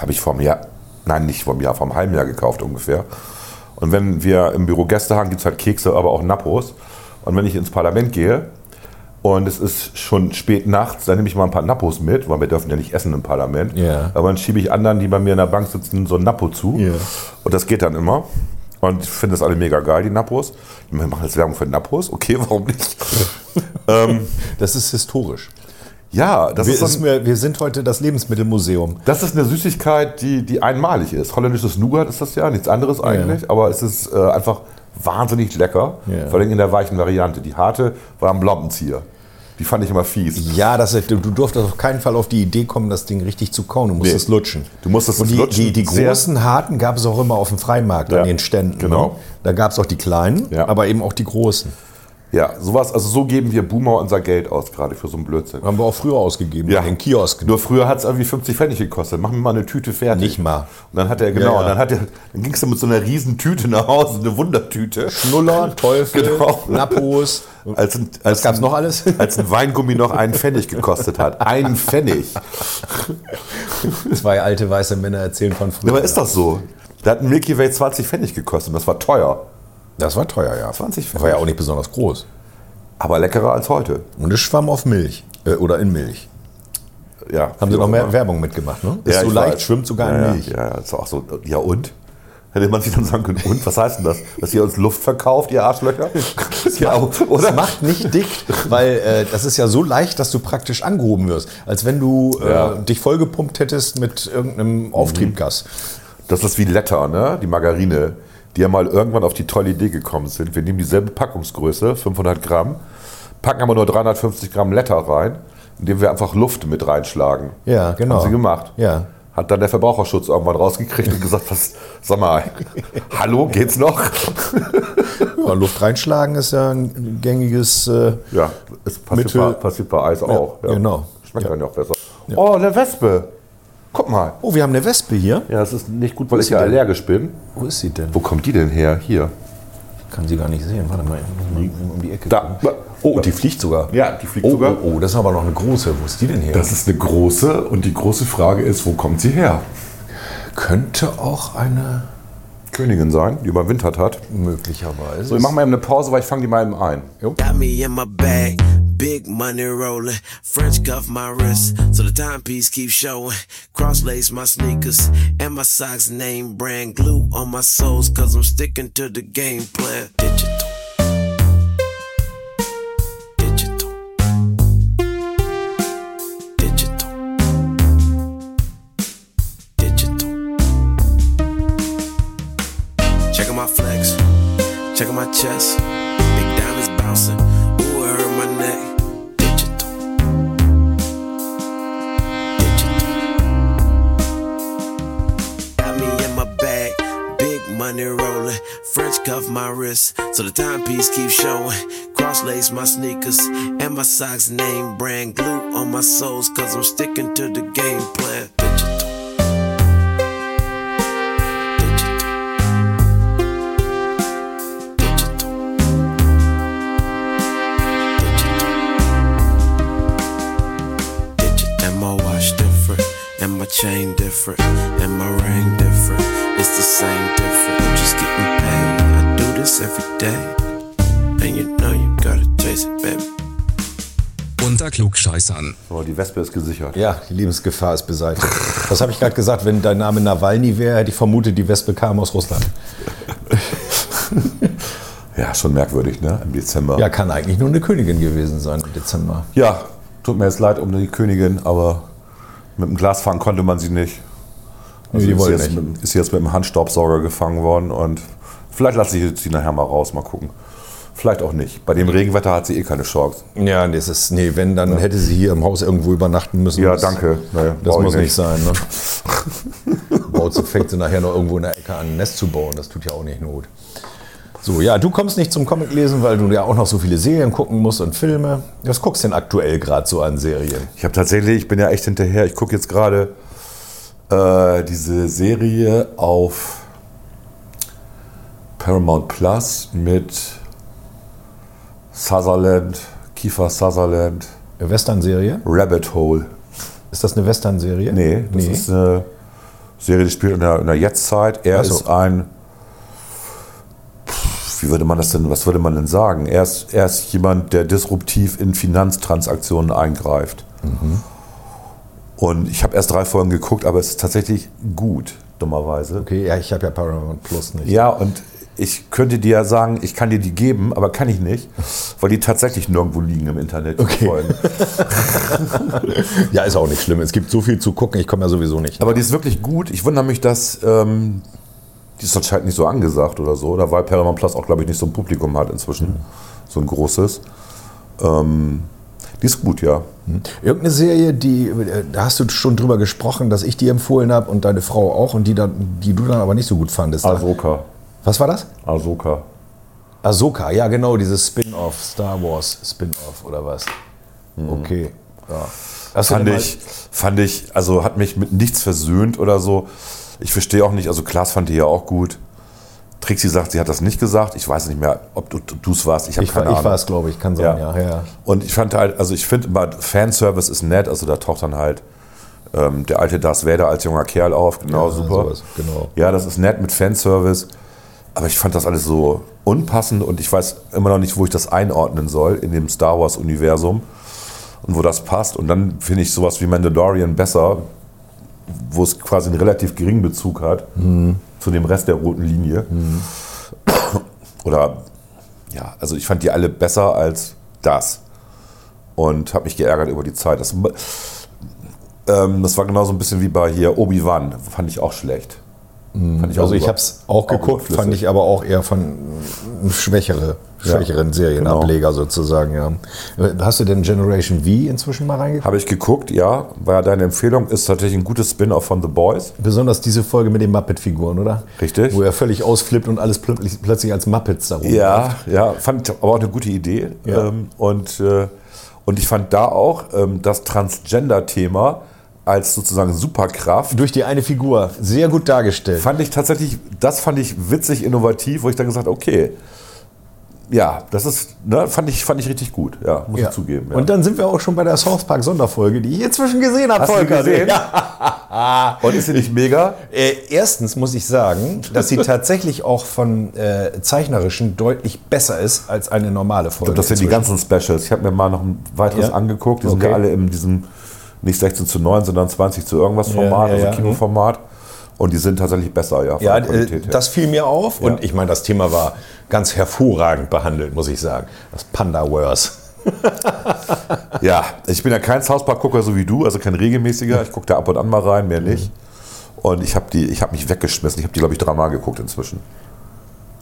habe ich vor einem Jahr, nein, nicht vor einem Jahr, vor einem halben Jahr gekauft ungefähr. Und wenn wir im Büro Gäste haben, gibt's halt Kekse, aber auch Nappos. Und wenn ich ins Parlament gehe und es ist schon spät nachts, dann nehme ich mal ein paar Nappos mit, weil wir dürfen ja nicht essen im Parlament. Ja. Aber dann schiebe ich anderen, die bei mir in der Bank sitzen, so ein Nappo zu. Ja. Und das geht dann immer. Und ich finde das alle mega geil, die Nappos. Wir machen jetzt Werbung für Nappos. Okay, warum nicht? ähm, Das ist historisch. ja, das Wir, ist, so ein, ist mir, wir sind heute das Lebensmittelmuseum. das ist eine Süßigkeit, die, die einmalig ist. Holländisches Nougat ist das ja, nichts anderes eigentlich, aber es ist äh, einfach wahnsinnig lecker. Ja. Vor allem in der weichen Variante. Die harte war am Blombenzieher. Die fand ich immer fies. Ja, das, du, du durftest auf keinen Fall auf die Idee kommen, das Ding richtig zu kauen. Du musst Nee. es lutschen. Du musstest Und es die, lutschen. Die, die Sehr- großen, harten gab es auch immer auf dem Freimarkt Ja, an den Ständen. genau. Ne? Da gab es auch die kleinen, Ja. aber eben auch die großen. Ja, sowas, also so geben wir Boomer unser Geld aus, gerade für so einen Blödsinn. Haben wir auch früher ausgegeben, Ja. in den Kiosken. Nur früher hat es irgendwie 50 Pfennig gekostet. Mach mir mal eine Tüte fertig. Nicht mal. Und dann hat er, genau, Ja, ja. Und dann hat er, dann gingst du mit so einer riesen Tüte nach Hause, eine Wundertüte. Schnuller, Teufel, Genau. Nappos. Als ein, als gab's noch alles? Als ein Weingummi noch einen Pfennig gekostet hat. Einen Pfennig. Zwei alte weiße Männer erzählen von früher. Aber ist das so? Da hat ein Milky Way 20 Pfennig gekostet und das war teuer. Das war teuer, ja. 20 War ja auch nicht besonders groß. Aber leckerer als heute. Und es schwamm auf Milch. Äh, oder in Milch. Ja, Haben sie noch mehr Werbung mitgemacht, ne? Ja, Ist so ich leicht, weiß. schwimmt sogar ja, in ja, Milch. Ja, ja, ist auch so. Ja, und? Hätte man sich dann sagen können, und? Was heißt denn das? Dass ihr uns Luft verkauft, ihr Arschlöcher? ja, Oder das macht nicht dick, weil äh, das ist ja so leicht, dass du praktisch angehoben wirst, als wenn du äh, Ja. Mhm. dich vollgepumpt hättest mit irgendeinem Auftriebgas. Das ist wie Letter, ne? Die Margarine, die ja mal irgendwann auf die tolle Idee gekommen sind. Wir nehmen dieselbe Packungsgröße, 500 Gramm, packen aber nur 350 Gramm Letter rein, indem wir einfach Luft mit reinschlagen. Ja, genau. Haben sie gemacht. Ja. Hat dann der Verbraucherschutz irgendwann rausgekriegt und gesagt, was, sag mal, hallo, geht's noch? Ja, Luft reinschlagen ist ja ein gängiges. Äh, Ja, es passiert, Mittel- bei, passiert bei Eis auch. genau. Schmeckt dann ja auch besser. Oh, eine Wespe. Guck mal. Oh, wir haben eine Wespe hier. Ja, das ist nicht gut, weil ist ich ja sie denn? allergisch bin. Wo ist sie denn? Wo kommt die denn her? Hier. Kann sie gar nicht sehen. Warte mal, ich muss mal um die Ecke. Da. gucken. Oh, die fliegt sogar. Ja, die fliegt oh, sogar. Oh, oh, das ist aber noch eine große. Wo ist die denn her? Das ist eine große und die große Frage ist, wo kommt sie her? könnte auch eine Königin sein, die überwintert hat. möglicherweise. So, wir machen mal eben eine Pause, weil ich fange die mal eben ein. Got me in my bag, big money rolling. French cuff my wrist, so the timepiece keeps showing. Cross lace my sneakers and my socks name brand glue on my soles, cause I'm sticking to the game plan. Digital. Digital. Digital. Digital. Checking my flex checking my chest. Big diamonds bouncing. Ooh, it hurt my neck. Digital. Digital. Got me in my bag. Big money rolling. French cuff my wrist. So the timepiece keeps showing. Cross lace my sneakers. And my socks name brand glue on my soles. Cause I'm sticking to the game plan. Digital. Digital. Digital. Digital. Digital. And my watch different, and my chain different, and my ring different. It's the same different. I'm just getting paid. I do this every day, and you know you gotta chase it, baby. Unter Klugscheißern. So, die Wespe ist gesichert. Ja, die Lebensgefahr ist beseitigt. Das habe ich gerade gesagt. Wenn dein Name Nawalny wäre, hätte ich vermutet, die Wespe kam aus Russland. Ja, schon merkwürdig, ne? Im Dezember. Ja, kann eigentlich nur eine Königin gewesen sein im Dezember. Ja, tut mir jetzt leid um die Königin, aber mit dem Glas fangen konnte man sie nicht. Also Nee, die ist, wollen jetzt nicht. Mit, ist jetzt mit dem Handstaubsauger gefangen worden und vielleicht lasse ich sie nachher mal raus, mal gucken. Vielleicht auch nicht. Bei dem Regenwetter hat sie eh keine Chance. Ja, das ist, nee, wenn, dann hätte sie hier im Haus irgendwo übernachten müssen. Ja, Das- danke. Nee, das brauch ich muss nicht nicht. sein. Ne? Baut sie, fängt sie nachher noch irgendwo in der Ecke an, ein Nest zu bauen. Das tut ja auch nicht Not. So, ja, du kommst nicht zum Comic lesen, weil du ja auch noch so viele Serien gucken musst und Filme. Was guckst du denn aktuell gerade so an Serien? Ich habe tatsächlich, ich bin ja echt hinterher, ich gucke jetzt gerade äh, diese Serie auf Paramount Plus mit Sutherland, Kiefer Sutherland, Eine Western-Serie? Rabbit Hole. Ist das eine Western-Serie? Nee, das ist eine Serie, die spielt in der, in der Jetztzeit. Er Ach so. ist ein. Pff, Wie würde man das denn, was würde man denn sagen? Er ist, er ist jemand, der disruptiv in Finanztransaktionen eingreift. Mhm. Und ich habe erst drei Folgen geguckt, aber es ist tatsächlich gut, dummerweise. Okay, ja, ich habe ja Paramount Plus nicht. Ja, und ich könnte dir ja sagen, ich kann dir die geben, aber kann ich nicht, weil die tatsächlich nirgendwo liegen im Internet. die Okay. Folgen. Ja, ist auch nicht schlimm. Es gibt so viel zu gucken, ich komme ja sowieso nicht. Aber die ist wirklich gut. Ich wundere mich, dass ähm, die ist anscheinend nicht so angesagt oder so. Da weil Paramount Plus auch, glaube ich, nicht so ein Publikum hat inzwischen. So ein großes. Ähm, die ist gut, ja. Irgendeine Serie, die, äh, da hast du schon drüber gesprochen, dass ich die empfohlen habe und deine Frau auch und die, dann, die du dann aber nicht so gut fandest. Ahsoka. Was war das? Ahsoka. Ahsoka, ja genau, dieses Spin-off, Star Wars Spin-off oder was. Okay. Ja. Hast du Mhm. Fand denn mal- ich, fand ich, also hat mich mit nichts versöhnt oder so. Ich verstehe auch nicht, also Klaas fand die ja auch gut. Trixie sagt, sie hat das nicht gesagt. Ich weiß nicht mehr, ob du du- du's warst. Ich habe Ich, keine war- ich Ahnung. war es, glaube ich, kann sein, ja. ja, ja. Und ich fand halt, also ich finde immer, Fanservice ist nett, also da taucht dann halt Ähm, der alte Darth Vader als junger Kerl auf, genau, Ja, super. sowas, genau. Ja, das ist nett mit Fanservice. Aber ich fand das alles so unpassend und ich weiß immer noch nicht, wo ich das einordnen soll in dem Star Wars-Universum und wo das passt. Und dann finde ich sowas wie Mandalorian besser, wo es quasi einen relativ geringen Bezug hat Mhm. zu dem Rest der roten Linie. Oder ja, also ich fand die alle besser als das und habe mich geärgert über die Zeit. Das, ähm, das war genauso ein bisschen wie bei hier Obi-Wan, fand ich auch schlecht. Fand Also ich über- habe es auch geguckt, überflüssig. fand ich aber auch eher von mm, schwächere, schwächeren Serienableger Genau. sozusagen. Ja. Äh, Hast du denn Generation V inzwischen mal reingeguckt? Habe ich geguckt, ja. War ja deine Empfehlung. Ist tatsächlich ein gutes Spin-off von The Boys. Besonders diese Folge mit den Muppet-Figuren, oder? Richtig. Wo er völlig ausflippt und alles plötzlich, plötzlich als Muppets darum. Ja, ja. Fand aber auch eine gute Idee. Ja. Ähm, und, äh, und ich fand da auch ähm, das Transgender-Thema als sozusagen Superkraft. Durch die eine Figur. Sehr gut dargestellt. Fand ich tatsächlich, das fand ich witzig, innovativ, wo ich dann gesagt okay, ja, das ist, ne, fand ich, fand ich richtig gut, ja, muss Ja. ich zugeben. Ja. Und dann sind wir auch schon bei der South Park Sonderfolge, die ich inzwischen gesehen habe, Hast du die Volker. gesehen? Ja. Und ist sie nicht mega? Äh, erstens muss ich sagen, dass sie tatsächlich auch von äh, zeichnerischen deutlich besser ist als eine normale Folge. Das sind die inzwischen. ganzen Specials. Ich habe mir mal noch ein weiteres Ja. angeguckt. Die sind Okay. ja alle in diesem nicht 16 zu 9, sondern 20 zu irgendwas Ja, Format, ja, ja. also Kinoformat. Und die sind tatsächlich besser, ja, von Ja, der Qualität äh, das fiel mir auf. Und ich meine, das Thema war ganz hervorragend behandelt, muss ich sagen. Das Panda Wars. Ja, ich bin ja kein South Park-Gucker so wie du, also kein regelmäßiger. Ich gucke da ab und an mal rein, mehr nicht. Und ich habe hab mich weggeschmissen. Ich habe die, glaube ich, dreimal geguckt inzwischen.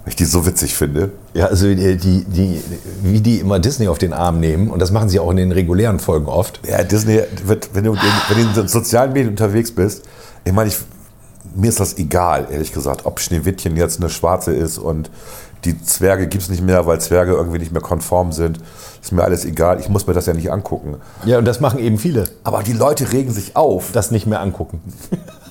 Weil ich die so witzig finde. Ja, also die, die, die, wie die immer Disney auf den Arm nehmen. Und das machen sie auch in den regulären Folgen oft. Ja, Disney, wird, wenn, du, in- wenn du in den sozialen Medien unterwegs bist, ich meine, ich, mir ist das egal, ehrlich gesagt, ob Schneewittchen jetzt eine schwarze ist und die Zwerge gibt es nicht mehr, weil Zwerge irgendwie nicht mehr konform sind. Ist mir alles egal, ich muss mir das ja nicht angucken. Ja, und das machen eben viele, Aber die Leute regen sich auf. das nicht mehr angucken.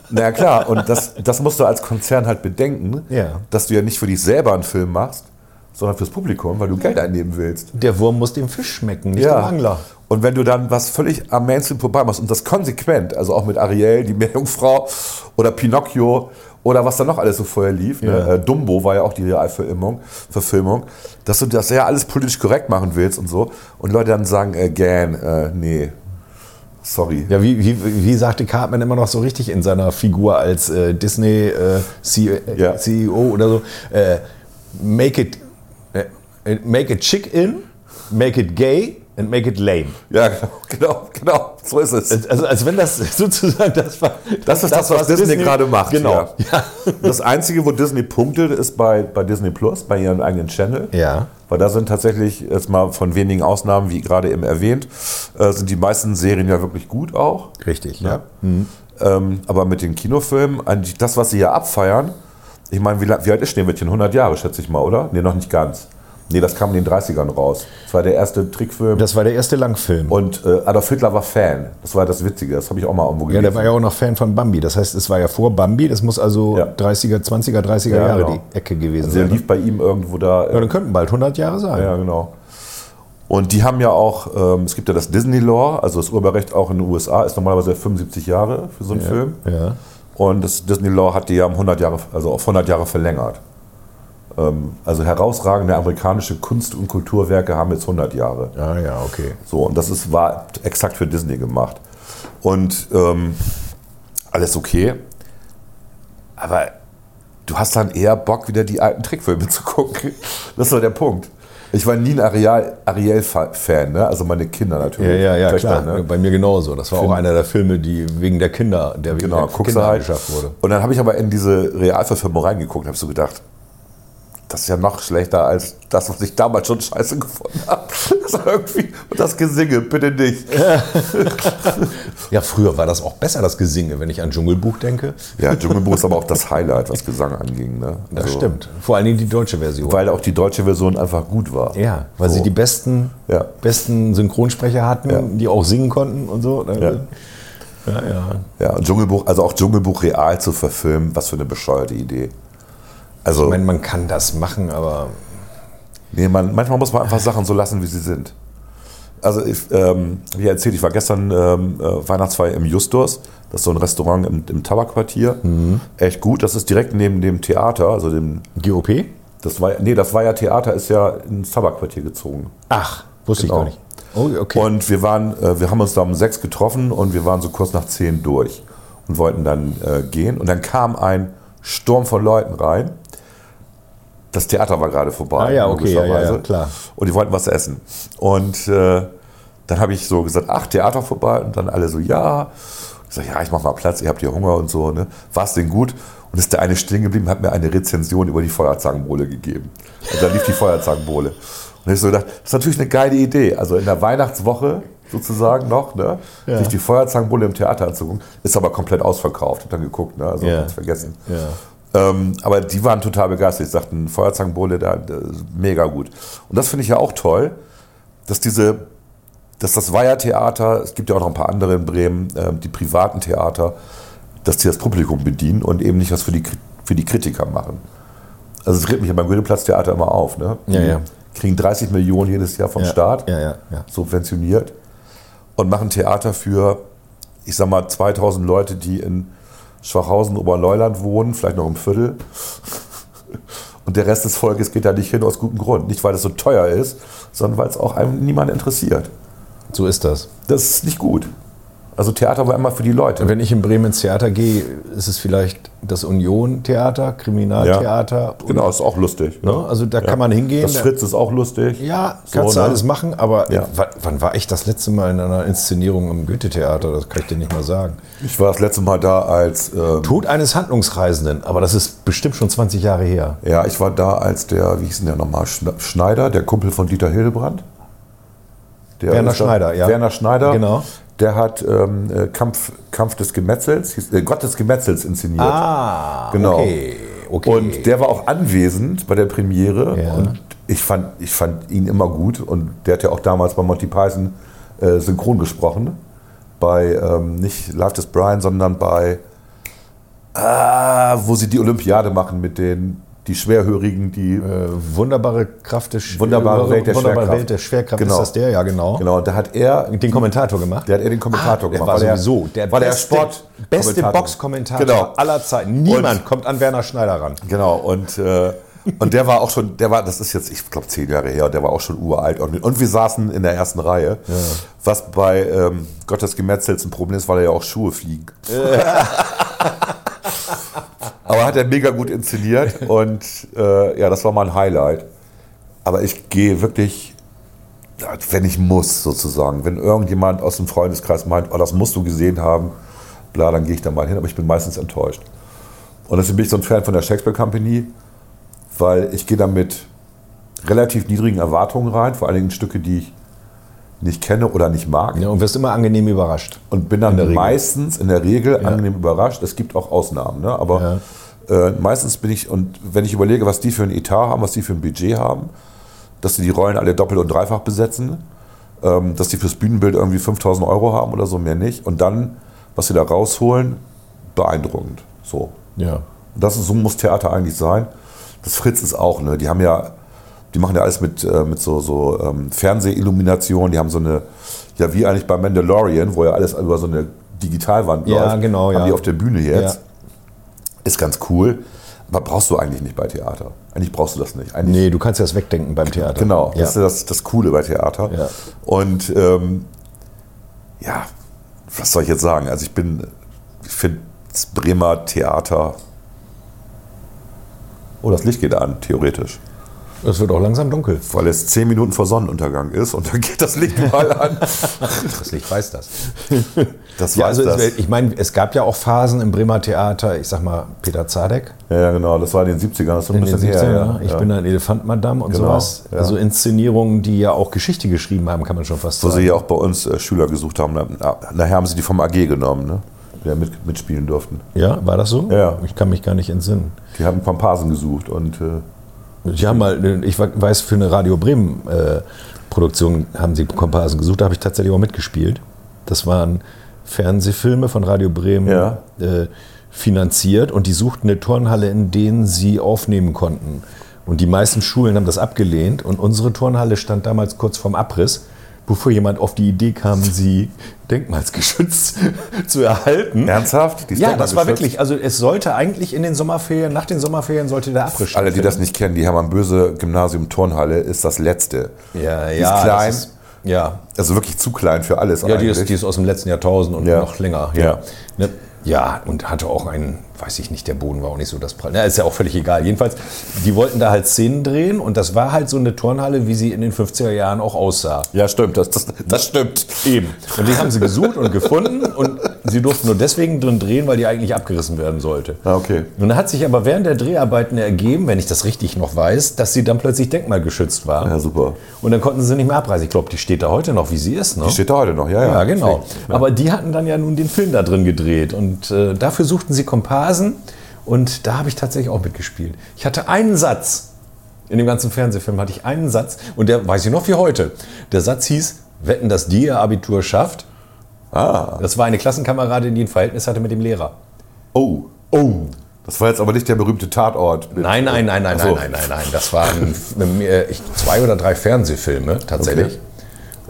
Na ja, klar, und das, das musst du als Konzern halt bedenken, Ja. dass du ja nicht für dich selber einen Film machst, sondern fürs Publikum, weil du Geld einnehmen willst. Der Wurm muss dem Fisch schmecken, nicht dem Angler. Und wenn du dann was völlig am Mainstream vorbei machst und das konsequent, also auch mit Ariel, die Meerjungfrau oder Pinocchio oder was da noch alles so vorher lief, ne? Ja. äh, Dumbo war ja auch die Realverfilmung, Verfilmung, dass du das ja alles politisch korrekt machen willst und so und Leute dann sagen, äh, gern, äh, nee, sorry. Ja, wie, wie, wie sagte Cartman immer noch so richtig in seiner Figur als äh, Disney äh, CEO, äh, Ja. CEO oder so? Äh, make it äh, make it chick in, make it gay and make it lame. Ja, genau, genau, genau, so ist es. Also als wenn das sozusagen das war. Das ist das, was Disney gerade macht, Genau. Ja. Das Einzige, wo Disney punktet, ist bei, bei Disney Plus, bei ihrem eigenen Channel. Ja. Weil da sind tatsächlich, jetzt mal von wenigen Ausnahmen, wie gerade eben erwähnt, äh, sind die meisten Serien ja wirklich gut auch. Richtig, Ja. Ähm, aber mit den Kinofilmen, eigentlich das, was sie hier abfeiern, ich meine, wie, la- wie alt ist Schneewittchen? 100 Jahre, schätze ich mal, oder? Nee, noch nicht ganz. Nee, das kam in den 30ern raus. Das war der erste Trickfilm. Das war der erste Langfilm. und äh, Adolf Hitler war Fan. Das war das Witzige. Das habe ich auch mal irgendwo ja, gelesen. der war ja auch noch Fan von Bambi. Das heißt, es war ja vor Bambi. Das muss also Ja. 30er, 20er, 30er Ja, Jahre genau. die Ecke gewesen der sein. lief bei ihm irgendwo da. äh, Ja, dann könnten bald 100 Jahre sein. Ja, genau. Und die haben ja auch, ähm, es gibt ja das Disney Law, also das Urheberrecht auch in den USA, ist normalerweise 75 Jahre für so einen Film. ja. Und das Disney Law hat die ja um 100 Jahre, also auf 100 Jahre verlängert. Ähm, also herausragende amerikanische Kunst- und Kulturwerke haben jetzt 100 Jahre. Ah ja, okay. So, und das ist, war exakt für Disney gemacht. Und ähm, alles okay. Aber du hast dann eher Bock, wieder die alten Trickfilme zu gucken. Das ist doch der Punkt. Ich war nie ein Ariel- Ariel-Fan, ne? also meine Kinder Ja, natürlich. ja, ja, Töchter, klar. ne? Bei mir genauso. Das war auch einer der Filme, die wegen der Kinder, der wegen Genau, der guckst du Kinder halt. geschafft wurde. Und dann habe ich aber in diese Realverfilmung reingeguckt und habe so gedacht, das ist ja noch schlechter als das, was ich damals schon scheiße gefunden habe. Das war irgendwie, und das Gesinge, bitte nicht. Ja, früher war das auch besser, das Gesinge, wenn ich an Dschungelbuch denke. Ja, Dschungelbuch ist aber auch das Highlight, was Gesang anging. Ne? Das Also, stimmt. Vor allen Dingen die deutsche Version. Weil auch die deutsche Version einfach gut war. ja, weil So. sie die besten, Ja. besten Synchronsprecher hatten, Ja. die auch singen konnten und so. ne? Ja. ja. ja. Ja, und Dschungelbuch, also auch Dschungelbuch real zu verfilmen, was für eine bescheuerte Idee. Also, Ich meine, man kann das machen, aber nee, man, manchmal muss man einfach Sachen so lassen, wie sie sind. also ich, ähm, wie erzählt, ich war gestern ähm, äh, Weihnachtsfeier im Justus. Das ist so ein Restaurant im, im Tabakquartier. Mhm. Echt gut. Das ist direkt neben dem Theater. Also dem, GOP? das war, nee, das war ja Theater, ist ja ins Tabakquartier gezogen. Ach, wusste Genau. ich gar nicht. Oh, okay. Und wir waren, äh, wir haben uns da um sechs getroffen und wir waren so kurz nach zehn durch und wollten dann äh, gehen. Und dann kam ein Sturm von Leuten rein. Das Theater war gerade vorbei. Ah ja, okay, ja, ja, logischerweise. ja, klar. Und die wollten was essen. Und äh, dann habe ich so gesagt, ach, Theater vorbei. Und dann alle so, ja. Ich sage, ja, ich mache mal Platz, ihr habt hier Hunger und so. Ne? War es denn gut? Und ist der eine stehen geblieben, hat mir eine Rezension über die Feuerzangenbowle gegeben. Und dann lief die Feuerzangenbowle. Und ich so gedacht, das ist natürlich eine geile Idee. Also in der Weihnachtswoche sozusagen noch, ne? sich die Feuerzangenbowle im Theater anzugucken. Ist aber komplett ausverkauft. Hab dann geguckt, ne? also Ja. ganz vergessen. ja. Ähm, aber die waren total begeistert. Die sagten, Feuerzangenbowle, da, da, mega gut. Und das finde ich ja auch toll, dass diese, dass das Weiher-Theater, es gibt ja auch noch ein paar andere in Bremen, ähm, die privaten Theater, dass die das Publikum bedienen und eben nicht was für die, Kri- für die Kritiker machen. Also es regt mich ja beim Goetheplatztheater immer auf. Ne? Ja, ja. Kriegen 30 Millionen jedes Jahr vom ja. Staat Ja, ja, ja. subventioniert und machen Theater für, ich sag mal, 2000 Leute, die in Schwachhausen, Oberleuland wohnen, vielleicht noch im Viertel. Und der Rest des Volkes geht da nicht hin, aus gutem Grund. Nicht, weil es so teuer ist, sondern weil es auch einem niemand interessiert. So ist das. Das ist nicht gut. Also Theater war immer für die Leute. Wenn ich in Bremen ins Theater gehe, ist es vielleicht das Union-Theater, Kriminaltheater. und- Genau, ist auch lustig. Ne? Also da kann man hingehen. Das da- Fritz ist auch lustig. Ja, So, kannst ne? du alles machen, aber Ja. wann, wann war ich das letzte Mal in einer Inszenierung im Goethe-Theater? Das kann ich dir nicht mal sagen. Ich war das letzte Mal da als ähm, Tod eines Handlungsreisenden, aber das ist bestimmt schon 20 Jahre her. Ja, ich war da als der, wie hieß denn der nochmal, Schn- Schneider, der Kumpel von Dieter Hildebrand. Der Werner ist da- Schneider, ja. Werner Schneider. Genau. Der hat ähm, äh, Kampf, Kampf des Gemetzels, hieß, äh, Gott des Gemetzels inszeniert. Ah, genau. okay. okay. Und der war auch anwesend bei der Premiere. Ja. Und ich fand, ich fand ihn immer gut. Und der hat ja auch damals bei Monty Python äh, synchron gesprochen. Bei ähm, nicht Life is Brian, sondern bei, ah, wo sie die Olympiade machen mit den die Schwerhörigen, die äh, wunderbare Kraft des Sch- Wunderbare äh, Welt der wunderbare Schwerkraft. Welt der Schwerkraft. Genau. Ist das der? Ja, genau. Genau, und da hat er Den Kommentator gemacht. der hat er den Kommentator Ah, der gemacht. war weil er- sowieso der weil er beste, Sport beste Kommentator. Boxkommentator Genau. aller Zeiten. Niemand kommt an Werner Schneider ran. Genau, und, äh, und der war auch schon, der war, das ist jetzt, ich glaube, zehn Jahre her, und der war auch schon uralt. Und, und wir saßen in der ersten Reihe, was bei ähm, Gottes Gemetzels ein Problem ist, weil er ja auch Schuhe fliegen. Aber hat er mega gut inszeniert und äh, ja, das war mein Highlight. Aber ich gehe wirklich, wenn ich muss, sozusagen. Wenn irgendjemand aus dem Freundeskreis meint, oh, das musst du gesehen haben, bla, dann gehe ich da mal hin. Aber ich bin meistens enttäuscht. Und deswegen bin ich so ein Fan von der Shakespeare Company, weil ich gehe da mit relativ niedrigen Erwartungen rein, vor allen Dingen Stücke, die ich nicht kenne oder nicht mag. Ja, und wirst immer angenehm überrascht. Und bin dann der Regel. meistens in der Regel angenehm überrascht. Es gibt auch Ausnahmen, ne? aber äh, meistens bin ich, und wenn ich überlege, was die für ein Etat haben, was die für ein Budget haben, dass sie die Rollen alle doppelt und dreifach besetzen, ähm, dass die fürs Bühnenbild irgendwie 5000 Euro haben oder so, mehr nicht. Und dann, was sie da rausholen, beeindruckend. So. Ja. Das ist, so muss Theater eigentlich sein. Das Fritz ist auch, ne? Die haben ja, die machen ja alles mit, äh, mit so, so ähm, Fernsehillumination, die haben so eine, ja wie eigentlich bei Mandalorian, wo ja alles über so eine Digitalwand Ja, läuft. genau, haben ja. die auf der Bühne jetzt. Ja. Ist ganz cool. Aber brauchst du eigentlich nicht bei Theater. Eigentlich brauchst du das nicht. Eigentlich Nee, du kannst ja das wegdenken beim Theater. Genau, Ja. das ist das, das Coole bei Theater. Ja. Und ähm, ja, was soll ich jetzt sagen? Also ich bin, ich finde das Bremer Theater. Oh, das Licht geht an, theoretisch. Es wird auch langsam dunkel. Weil es zehn Minuten vor Sonnenuntergang ist und dann geht das Licht überall an. Das Licht weiß das. Das Ja, war also das. es- ich meine, es gab ja auch Phasen im Bremer Theater, ich sag mal Peter Zadek Ja, ja, genau, das war in den 70ern, das ist schon ein in den bisschen 70ern, her. ne? ich ja. bin ein Elefant Madame und Genau, sowas. ja. Also Inszenierungen, die ja auch Geschichte geschrieben haben, kann man schon fast Wo sagen. sie ja auch bei uns äh, Schüler gesucht haben. Na, nachher haben sie die vom AG genommen, ne? die da mit, mitspielen durften. ja, war das so? Ja. Ich kann mich gar nicht entsinnen. Die haben Komparsen gesucht und äh, Die haben mal, ich weiß, für eine Radio Bremen äh, Produktion haben sie Komparsen gesucht, da habe ich tatsächlich auch mitgespielt. Das waren Fernsehfilme von Radio Bremen Ja. äh, finanziert und die suchten eine Turnhalle, in denen sie aufnehmen konnten. Und die meisten Schulen haben das abgelehnt und unsere Turnhalle stand damals kurz vorm Abriss. bevor jemand auf die Idee kam, sie denkmalsgeschützt zu erhalten. Ernsthaft? Die ist ja, das war denkmalgeschützt? wirklich, also es sollte eigentlich in den Sommerferien, nach den Sommerferien sollte der abgeschlossen Alle, die das nicht kennen, die Hermann-Böse-Gymnasium-Turnhalle ist das letzte. Ja, ja. Die ist klein, das Ist, ja, also wirklich zu klein für alles. ja die, ist, eigentlich. die ist aus dem letzten Jahrtausend und Ja. noch länger. Ja. Ne? ja, und hatte auch einen, weiß ich nicht, der Boden war auch nicht so das Prall. Na, ist ja auch völlig egal. Jedenfalls, die wollten da halt Szenen drehen und das war halt so eine Turnhalle, wie sie in den 50er Jahren auch aussah. ja, stimmt, das, das, das stimmt. Eben. Und die haben sie gesucht und gefunden und sie durften nur deswegen drin drehen, weil die eigentlich abgerissen werden sollte. Ah, okay. Nun hat sich aber während der Dreharbeiten ergeben, wenn ich das richtig noch weiß, dass sie dann plötzlich denkmalgeschützt war. Ja, super. Und dann konnten sie nicht mehr abreisen. Ich glaube, die steht da heute noch, wie sie ist. Ne? Die steht da heute noch, ja, ja. ja, genau. Deswegen, Aber die hatten dann ja nun den Film da drin gedreht und äh, dafür suchten sie Komparsen und da habe ich tatsächlich auch mitgespielt. Ich hatte einen Satz. In dem ganzen Fernsehfilm hatte ich einen Satz und der weiß ich noch wie heute. Der Satz hieß: Wetten, dass die ihr Abitur schafft. Ah. Das war eine Klassenkameradin, die ein Verhältnis hatte mit dem Lehrer. Oh. Oh. Das war jetzt aber nicht der berühmte Tatort. mit- Nein, nein, nein, nein, Ach so. nein, nein, nein, nein. Das waren äh, ich- zwei oder drei Fernsehfilme tatsächlich.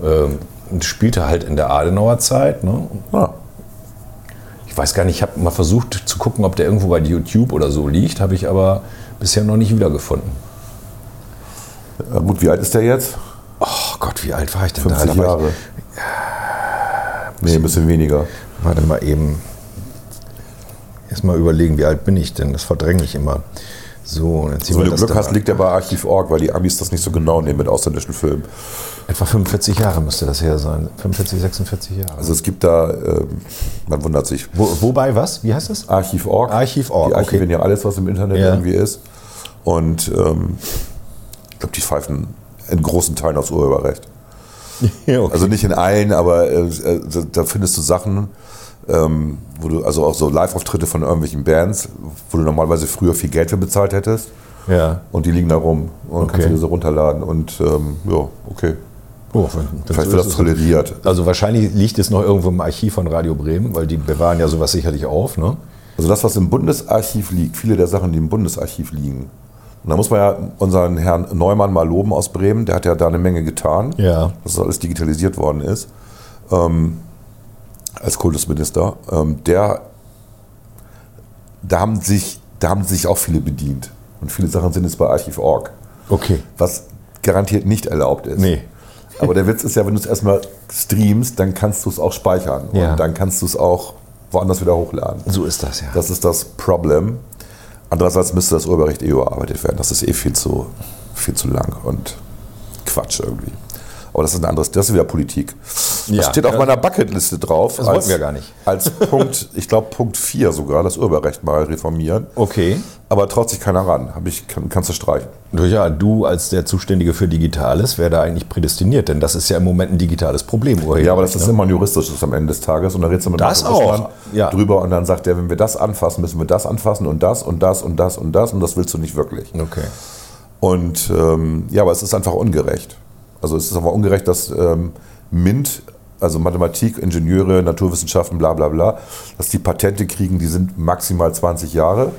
Ähm, und spielte halt in der Adenauer Zeit. Ne? Ah. Ich weiß gar nicht, ich habe mal versucht zu gucken, ob der irgendwo bei YouTube oder so liegt, habe ich aber bisher noch nicht wiedergefunden. Ja, gut, wie alt ist der jetzt? Oh Gott, wie alt war ich denn 50 da? da? War Jahre. Nee, ein bisschen weniger. ich, warte mal eben. Erstmal überlegen, wie alt bin ich denn? Das verdränge ich immer. So, jetzt sieht So, wenn du man das Glück da. hast, liegt er bei Archiv.org, weil die Amis das nicht so genau nehmen mit ausländischen Filmen. Etwa 45 Jahre müsste das her sein. 45, 46 Jahre. Also es gibt da, ähm, man wundert sich. Wo, wobei was? Wie heißt das? Archiv.org. Archiv.org, Die archivieren okay. ja alles, was im Internet Ja. irgendwie ist. Und ähm, ich glaube, die pfeifen in großen Teilen aufs Urheberrecht. Ja, okay. Also nicht in allen, aber äh, äh, da- da findest du Sachen, ähm, wo du, also auch so Live-Auftritte von irgendwelchen Bands, wo du normalerweise früher viel Geld für bezahlt hättest. ja. Und die liegen da rum und kannst Okay. du dir so runterladen. Und ähm, ja, okay. Oh, wenn- wenn Vielleicht so wird das ist, ist- toleriert. also wahrscheinlich liegt es noch irgendwo im Archiv von Radio Bremen, weil die bewahren ja sowas sicherlich auf, ne? Also das, was im Bundesarchiv liegt, viele der Sachen, die im Bundesarchiv liegen. Und da muss man ja unseren Herrn Neumann mal loben aus Bremen, der hat ja da eine Menge getan, Ja. dass das alles digitalisiert worden ist, ähm, als Kultusminister. Ähm, der, da, haben sich, da haben sich auch viele bedient. Und viele Sachen sind jetzt bei Archiv.org, Okay. was garantiert nicht erlaubt ist. Nee. Aber der Witz ist ja, wenn du es erstmal streamst, dann kannst du es auch speichern. Ja. Und dann kannst du es auch woanders wieder hochladen. So ist das ja. Das ist das Problem. Andererseits müsste das Urheberrecht eh überarbeitet werden. Das ist eh viel zu, viel zu lang und Quatsch irgendwie. Aber das ist ein anderes, das ist wieder Politik. Das Ja. steht auf Ja. meiner Bucketliste drauf. Das wollten wir gar nicht. Als Punkt, ich glaube Punkt 4 sogar, das Urheberrecht mal reformieren. okay. Aber traut sich keiner ran. Hab ich, kann, kannst du streichen. Ja, du als der Zuständige für Digitales, wer da eigentlich prädestiniert, denn das ist ja im Moment ein digitales Problem, Urheber. Ja, aber das ist immer ein juristisches am Ende des Tages. Und dann redest du mit Das Marco Rüssmann auch, ja. drüber und dann sagt er, wenn wir das anfassen, müssen wir das anfassen und das und das und das und das und das willst du nicht wirklich. Okay. Und ähm, ja, aber es ist einfach ungerecht. Also es ist einfach ungerecht, dass ähm, MINT, also Mathematik, Ingenieure, Naturwissenschaften, bla bla bla, dass die Patente kriegen, die sind maximal 20 Jahre.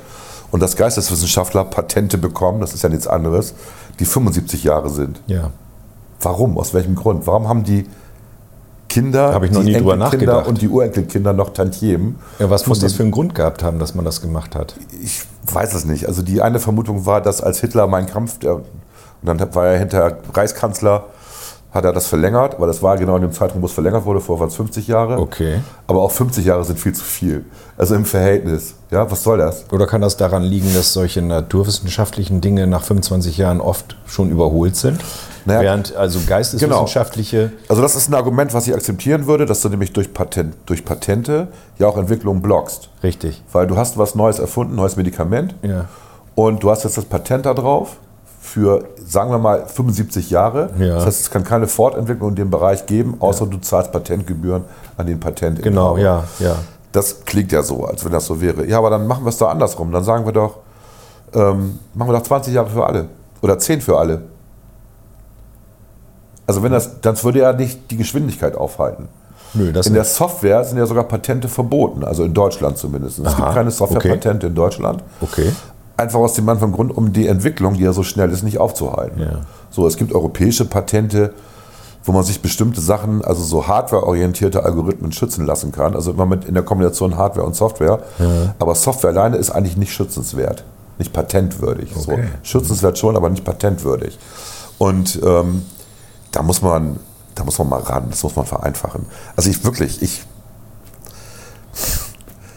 Und dass Geisteswissenschaftler Patente bekommen, das ist ja nichts anderes, die 75 Jahre sind. Ja. Warum? Aus welchem Grund? Warum haben die Kinder, Habe ich noch die nie drüber Enkelkinder nachgedacht. und die Urenkelkinder noch Tantiemen? Ja, was muss Von das den- für einen Grund gehabt haben, dass man das gemacht hat? ich weiß es nicht. Also die eine Vermutung war, dass als Hitler meinen Kampf, der, und dann war er hinterher Reichskanzler, hat er das verlängert, weil das war genau in dem Zeitraum, wo es verlängert wurde, vorher waren es 50 Jahre. Okay. Aber auch 50 Jahre sind viel zu viel. Also im Verhältnis. Ja, was soll das? Oder kann das daran liegen, dass solche naturwissenschaftlichen Dinge nach 25 Jahren oft schon überholt sind? Naja, Während also geisteswissenschaftliche. Also das ist ein Argument, was ich akzeptieren würde, dass du nämlich durch, Patent, durch Patente ja auch Entwicklung blockst. Richtig. Weil du hast was Neues erfunden, neues Medikament. Ja. Und du hast jetzt das Patent da drauf für, sagen wir mal, 75 Jahre. Ja. Das heißt, es kann keine Fortentwicklung in dem Bereich geben, außer du zahlst Patentgebühren an den Patent. Genau, ja, ja. Das klingt ja so, als wenn das so wäre. Ja, aber dann machen wir es doch andersrum. Dann sagen wir doch, ähm, machen wir doch 20 Jahre für alle. Oder 10 für alle. Also wenn das, dann würde ja nicht die Geschwindigkeit aufhalten. Nö, das In der Software sind ja sogar Patente verboten, also in Deutschland zumindest. Es gibt Aha, keine Softwarepatente in Deutschland. Okay. Einfach aus dem einfachen Grund, um die Entwicklung, die ja so schnell ist, nicht aufzuhalten. Ja. So, es gibt europäische Patente, wo man sich bestimmte Sachen, also so hardwareorientierte Algorithmen schützen lassen kann. Also immer mit in der Kombination Hardware und Software. Aber Software alleine ist eigentlich nicht schützenswert, nicht patentwürdig. So. Okay. Schützenswert schon, aber nicht patentwürdig. Und ähm, da muss man, da muss man mal ran, das muss man vereinfachen. Also ich wirklich, ich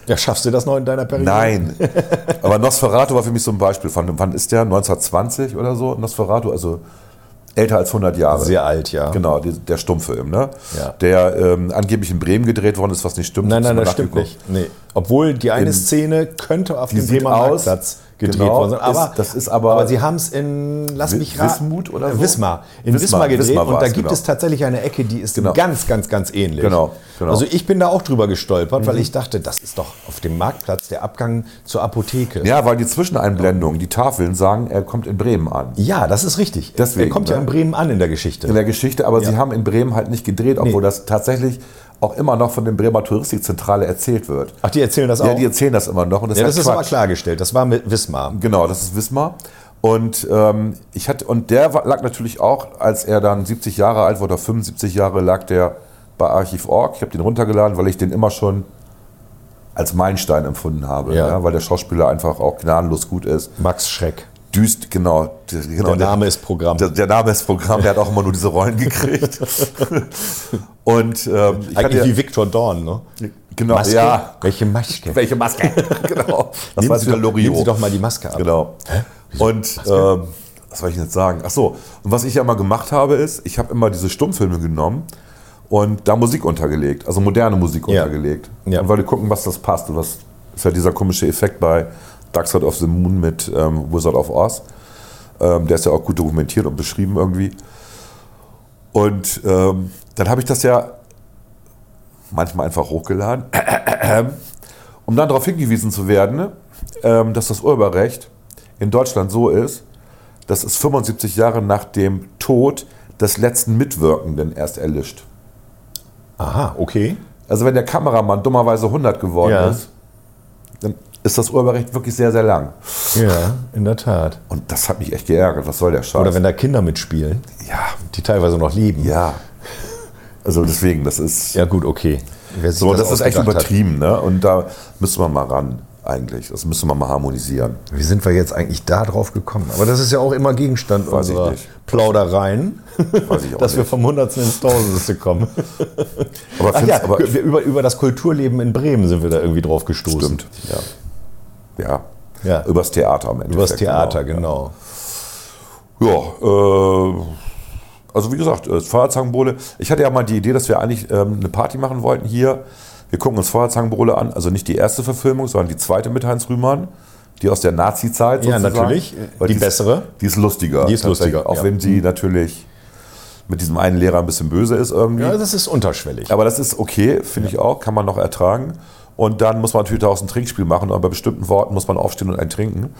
Ja, schaffst du das noch in deiner Periode? Nein. Aber Nosferatu war für mich so ein Beispiel. Von, wann ist der? 1920 oder so? Nosferatu, also älter als 100 Jahre. Sehr alt, ja. Genau, die, der Stummfilm, ne? Ja. Der ähm, angeblich in Bremen gedreht worden ist, was nicht stimmt. Nein, Muss nein, man das stimmt nachgeguckt. nicht. Nee. Obwohl die eine In- Szene könnte auf Die dem sieht Bremer aus, Marktplatz gedreht genau, worden sein. Aber, ist- das ist aber- sie haben es in, lass Wi- mich raten. äh, Wismut oder so? Wismar. In Wismar, Wismar gedreht. Wismar und da war's, gibt genau. es tatsächlich eine Ecke, die ist Genau. ganz, ganz, ganz ähnlich. Genau, genau. Mhm. Also ich bin da auch drüber gestolpert, weil ich dachte, das ist doch auf dem Marktplatz der Abgang zur Apotheke. Ja, weil die Zwischeneinblendungen, die Tafeln sagen, er kommt in Bremen an. Ja, das ist richtig. Deswegen, er kommt ja ne? in Bremen an in der Geschichte. In der Geschichte, aber Ja. sie haben in Bremen halt nicht gedreht, obwohl Nee. das tatsächlich auch immer noch von der Bremer Touristikzentrale erzählt wird. Ach, die erzählen das Ja, auch? die erzählen das immer noch. Und das ja, halt das ist Quatsch. aber klargestellt. Das war mit Wismar. Genau, das ist Wismar. Und ähm, ich hatte, und der war, lag natürlich auch, als er dann 70 Jahre alt wurde, oder 75 Jahre, lag der bei Archiv.org. Ich habe den runtergeladen, weil ich den immer schon als Meilenstein empfunden habe, Ja. ja. weil der Schauspieler einfach auch gnadenlos gut ist. Max Schreck. Düst, genau. Der, genau, Der Name ist Programm. Der, der Name ist Programm, der hat auch immer nur diese Rollen gekriegt. und ähm, ich Eigentlich hatte, wie Victor Dorn, ne? genau, ja, Welche Maske? welche Maske? genau. Das Nehmen war Sie wieder doch- Loriot. nehmen Sie doch mal die Maske ab. Genau. Und ähm, was soll ich denn jetzt sagen? Ach so. Und was ich ja immer gemacht habe, ist, ich habe immer diese Stummfilme genommen und da Musik untergelegt, also moderne Musik Ja. untergelegt. Ja. Und wollte gucken, was das passt. Und was ist ja dieser komische Effekt bei Dark Side of the Moon mit ähm, Wizard of Oz. Ähm, der ist ja auch gut dokumentiert und beschrieben irgendwie. Und ähm, dann habe ich das ja manchmal einfach hochgeladen, um dann darauf hingewiesen zu werden, ähm, dass das Urheberrecht in Deutschland so ist, dass es 75 Jahre nach dem Tod des letzten Mitwirkenden erst erlischt. Aha, okay. Also wenn der Kameramann dummerweise 100 geworden Ja. ist, dann ist das Urheberrecht wirklich sehr, sehr lang. Ja, in der Tat. Und das hat mich echt geärgert. Was soll der Scheiß? Oder wenn da Kinder mitspielen, ja, die teilweise noch leben. ja. Also deswegen, das ist... Ja, gut, okay. Wer sich So, das, ist echt ausgedacht hat. übertrieben, ne? Und da müssen wir mal ran, eigentlich. Das müssen wir mal harmonisieren. Wie sind wir jetzt eigentlich da drauf gekommen? Aber das ist ja auch immer Gegenstand Weiß ich unserer nicht. Plaudereien, Weiß ich auch dass wir nicht. vom Hundertsten ins Tausendste kommen. Aber, Ach findest- ja, aber wir- über, über das Kulturleben in Bremen sind wir da irgendwie drauf gestoßen. Stimmt. Ja. ja. Ja. Übers Theater am Ende. Übers Theater, genau. Ja, äh, also wie gesagt, äh, Feuerzangenbowle. Ich hatte ja mal die Idee, dass wir eigentlich ähm, eine Party machen wollten hier. Wir gucken uns Feuerzangenbowle an. Also nicht die erste Verfilmung, sondern die zweite mit Heinz Rühmann. Die aus der Nazi-Zeit Ja, sozusagen. natürlich. Weil Die ist- bessere. Die ist lustiger. Die ist tatsächlich. lustiger, Auch ja. Mhm. wenn sie natürlich mit diesem einen Lehrer ein bisschen böse ist irgendwie. genau. Ja, also- das ist unterschwellig. Aber das ist okay, finde ich auch, kann man noch ertragen. Und dann muss man natürlich daraus ein Trinkspiel machen, aber bei bestimmten Worten muss man aufstehen und einen trinken.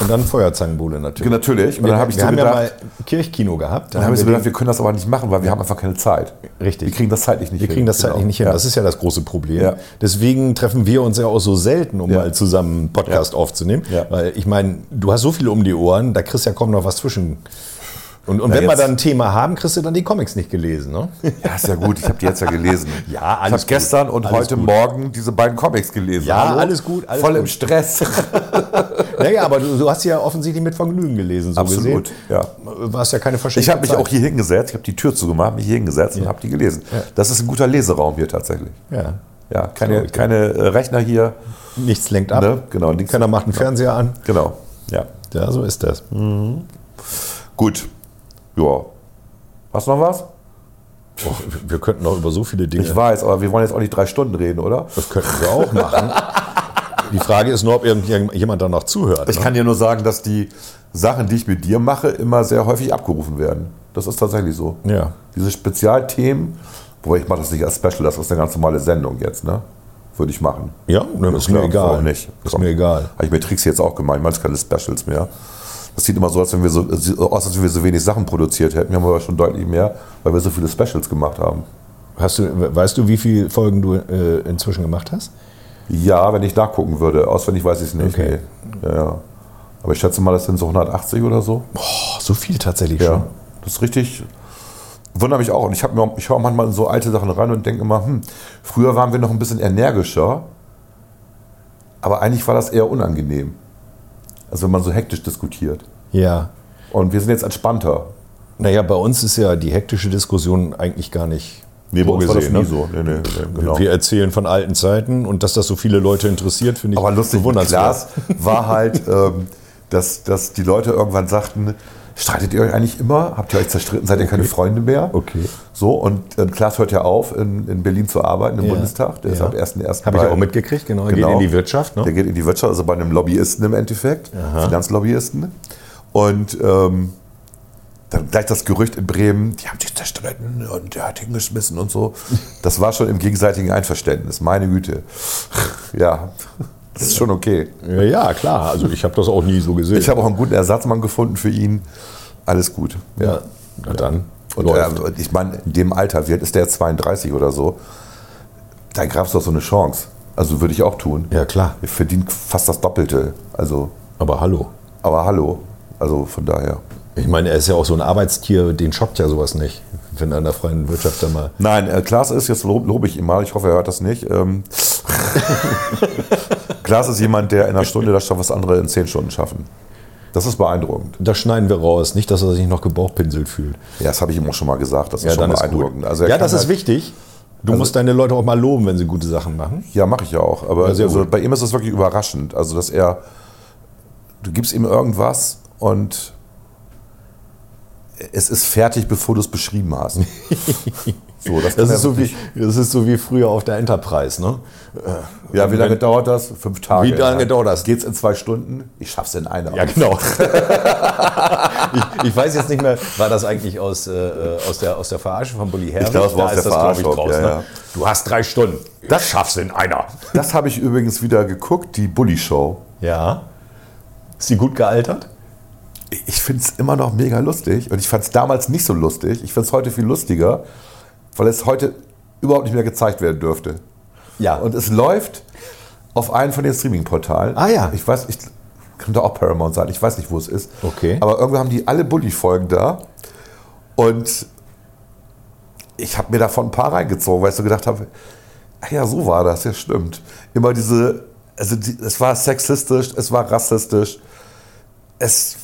Und dann Feuerzangenbowle natürlich. Natürlich. Und Wir, dann habe ich wir so haben ja mal gedacht, Kirchkino gehabt. dann habe ich so wir gedacht, wir können das aber nicht machen, weil wir haben einfach keine Zeit. Richtig. Wir kriegen das zeitlich nicht Wir hin. kriegen das zeitlich Genau. nicht hin. Ja. Das ist ja das große Problem. Ja. Deswegen treffen wir uns ja auch so selten, um Ja. mal zusammen einen Podcast Ja. aufzunehmen. Ja. Weil ich meine, du hast so viel um die Ohren, da kriegst du ja kaum noch was zwischen. Und, und wenn wir jetzt- dann ein Thema haben, kriegst du dann die Comics nicht gelesen. Ne? ja, ist ja gut. Ich habe die jetzt ja gelesen. Ja, alles Ich gut. habe gestern und Alles heute gut. Morgen diese beiden Comics gelesen. Ja, alles gut, alles Voll im gut. Stress. naja, aber du, du hast sie ja offensichtlich mit Vergnügen gelesen, so Absolut, gesehen. ja. War es ja keine Verschiebung. Ich habe mich auch hier hingesetzt, ich habe die Tür zugemacht, mich hier hingesetzt und habe die gelesen. Das ist ein guter Leseraum hier tatsächlich. Ja. Ja, Glaub keine, ich, ja. keine äh, Rechner hier. Nichts lenkt ab. Ne? Genau, nichts- Keiner macht einen Fernseher an. Genau. Ja. Ja, so ist das. Hm. Gut. Ja. Hast du noch was? Och, wir könnten auch über so viele Dinge. Ich weiß, aber wir wollen jetzt auch nicht drei Stunden reden, oder? Das könnten wir auch machen. Die Frage ist nur, ob irgendjemand danach zuhört. Ich kann dir nur sagen, dass die Sachen, die ich mit dir mache, immer sehr häufig abgerufen werden. Das ist tatsächlich so. ne? Ja. Diese Spezialthemen, wobei ich mache das nicht als Special, das ist eine ganz normale Sendung jetzt, ne? Würde ich machen. Ja, ne, ist mir klar, egal. warum nicht? Ist Komm. mir egal. Habe ich mir Tricks jetzt auch gemeint, manchmal keine Specials mehr. Das sieht immer so aus, wenn wir so, äh, aus, als wenn wir so wenig Sachen produziert hätten. Wir haben aber schon deutlich mehr, weil wir so viele Specials gemacht haben. Hast du, weißt du, wie viele Folgen du äh, inzwischen gemacht hast? Ja, wenn ich nachgucken würde. Auswendig weiß ich es nicht. Okay. Nee. Ja, ja. Aber ich schätze mal, das sind so 180 oder so. Oh, so viel tatsächlich Ja. Das ist richtig. wundere mich auch. Und ich, hab mir, ich höre manchmal in so alte Sachen rein und denke immer, hm, früher waren wir noch ein bisschen energischer, aber eigentlich war das eher unangenehm. Also wenn man so hektisch diskutiert. Ja. Und wir sind jetzt entspannter. Naja, bei uns ist ja die hektische Diskussion eigentlich gar nicht. Nee, bei uns war das vorgesehen, nie ne? so. Nee, nee, nee, genau. Wir erzählen von alten Zeiten und dass das so viele Leute interessiert, finde ich Aber lustig, mit bewundernswert. Glas war halt, ähm, dass, dass die Leute irgendwann sagten, streitet ihr euch eigentlich immer? Habt ihr euch zerstritten? Seid ihr keine Freunde mehr? Okay. So, und äh, Klaas hört ja auf, in, in Berlin zu arbeiten, im Ja. Bundestag. Der ist Ja. ab 1.1. Hab ich bei- auch mitgekriegt, genau. Er geht in die Wirtschaft, ne? Der geht in die Wirtschaft, also bei einem Lobbyisten im Endeffekt, Finanzlobbyisten. Und ähm, dann gleich das Gerücht in Bremen, die haben sich zerstritten und der hat hingeschmissen und so. Das war schon im gegenseitigen Einverständnis, meine Güte. Ja, das ist schon okay. Ja, ja, klar. Also ich habe das auch nie so gesehen. Ich habe auch einen guten Ersatzmann gefunden für ihn. Alles gut. ja. Na dann. Und läuft. äh, ich meine, in dem Alter, wie alt ist der jetzt 32 oder so? Da gab es doch so eine Chance. Also würde ich auch tun. ja, klar. Er verdient fast das Doppelte. Also, Aber hallo. aber hallo. Also von daher. Ich meine, er ist ja auch so ein Arbeitstier, den schockt ja sowas nicht, wenn er in der freien Wirtschaft da mal. Nein, äh, Klaas ist, jetzt lob- lobe ich ihn mal, ich hoffe, er hört das nicht. Ähm, Klaas ist jemand, der in einer Stunde das schafft, was andere in zehn Stunden schaffen. Das ist beeindruckend. Das schneiden wir raus, nicht, dass er sich noch gebauchpinselt fühlt. Ja, das habe ich ihm auch schon mal gesagt. Das ist schon beeindruckend. Also er ja, kann das ist halt- wichtig. Du musst deine Leute auch mal loben, wenn sie gute Sachen machen. Ja, mache ich ja auch. Aber Ja, sehr also gut. bei ihm ist das wirklich überraschend. Also, dass er, du gibst ihm irgendwas und es ist fertig, bevor du es beschrieben hast. so, das, kann Das er ist, so wie, wirklich- das ist so wie früher auf der Enterprise, ne? Ja, wie lange dauert das? Fünf Tage. Wie lange dauert das? Geht's in zwei Stunden? Ich schaff's in einer. Ja, genau. ich, ich weiß jetzt nicht mehr, war das eigentlich aus, äh, äh, aus, der, aus der Verarsche von Bully Herbig? glaub, es war Da aus ist der das, glaube ich, Verarsche, draus. ja, ja. Ne? Du hast drei Stunden. Das schaffst du in einer. Das habe ich übrigens wieder geguckt, die Bully Show. Ja. Ist die gut gealtert? Ich finde es immer noch mega lustig und ich fand es damals nicht so lustig. Ich finde es heute viel lustiger, weil es heute überhaupt nicht mehr gezeigt werden dürfte. Ja. Und es läuft auf einem von den Streaming-Portalen. Ah, ja. Ich weiß, ich könnte auch Paramount sein, ich weiß nicht, wo es ist. Okay. Aber irgendwann haben die alle Bully-Folgen da. Und ich habe mir davon ein paar reingezogen, weil ich so gedacht habe, ach ja, so war das, ja stimmt. Immer diese, also die, es war sexistisch, es war rassistisch, es,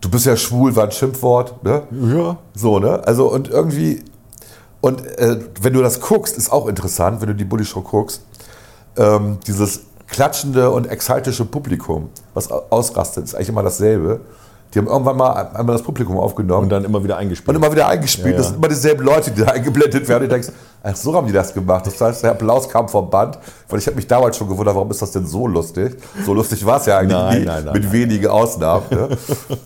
du bist ja schwul, war ein Schimpfwort, ne? ja. So, ne? Also und irgendwie, und äh, wenn du das guckst, ist auch interessant, wenn du die Bully Show guckst, ähm, dieses klatschende und exaltische Publikum, was au- ausrastet, ist eigentlich immer dasselbe. Die haben irgendwann mal ein- einmal das Publikum aufgenommen Und dann immer wieder eingespielt. und immer wieder eingespielt. Ja, ja. Das sind immer dieselben Leute, die da eingeblendet werden. Du denkst, ach, so haben die das gemacht. Das heißt, der Applaus kam vom Band. Weil ich habe mich damals schon gewundert, warum ist das denn so lustig? So lustig war es ja eigentlich Nein, nie, nein, nein, mit nein. wenigen Ausnahmen. Ne?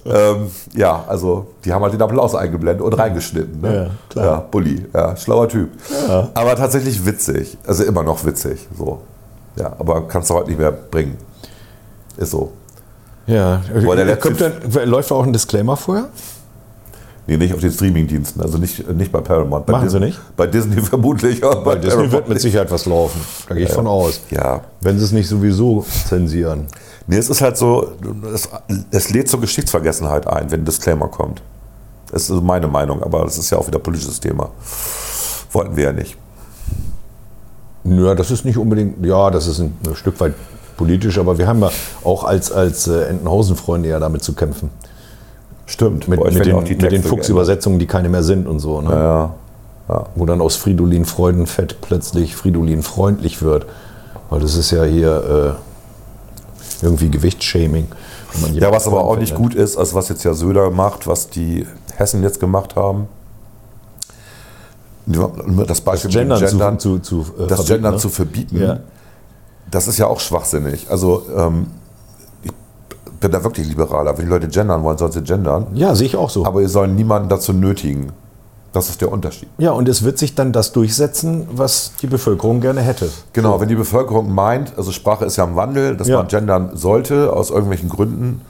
ähm, ja, also die haben halt den Applaus eingeblendet und reingeschnitten. Ne? Ja, klar. Ja, Bulli, ja, schlauer Typ. Aber tatsächlich witzig. Also immer noch witzig. So. Ja, aber kannst du heute nicht mehr bringen. Ist so. ja. also Boah, der letzte- Kommt dann, läuft da auch ein Disclaimer vorher? Nee, nicht auf den Streamingdiensten, also nicht, nicht bei Paramount. Bei Machen sie Dis- nicht? Bei Disney vermutlich. aber Bei Disney wird Paramount mit nicht. Sicherheit was laufen. Da gehe ich von aus. Ja. Wenn sie es nicht sowieso zensieren. Nee, es ist halt so, es, es lädt zur Geschichtsvergessenheit ein, wenn ein Disclaimer kommt. Das ist so meine Meinung, aber das ist ja auch wieder politisches Thema. Wollten wir ja nicht. Naja, das ist nicht unbedingt, ja, das ist ein, ein Stück weit politisch, aber wir haben ja auch als, als äh, Entenhausen-Freunde ja damit zu kämpfen. Stimmt, Mit, bei euch mit werden den, auch die mit den Texte geändert. Fuchsübersetzungen, die keine mehr sind und so. Ne? Ja, Wo dann aus Fridolin Freudenfett plötzlich Fridolin freundlich wird. Weil das ist ja hier äh, irgendwie Gewichtsshaming. wenn man ja, jemanden was aber auch Freudenfett nicht nennt. gut ist, also was jetzt ja Söder macht, was die Hessen jetzt gemacht haben. Das Beispiel mit dem Gendern, Gendern zu, zu, zu äh, das verbieten, Gendern ne? zu verbieten, Ja. das ist ja auch schwachsinnig. Also ähm, ich bin da wirklich liberaler. Wenn die Leute gendern wollen, sollen sie gendern. Ja, sehe ich auch so. Aber ihr sollen niemanden dazu nötigen. Das ist der Unterschied. ja, und es wird sich dann das durchsetzen, was die Bevölkerung gerne hätte. Genau, wenn die Bevölkerung meint, also Sprache ist ja im Wandel, dass Ja. man gendern sollte aus irgendwelchen Gründen,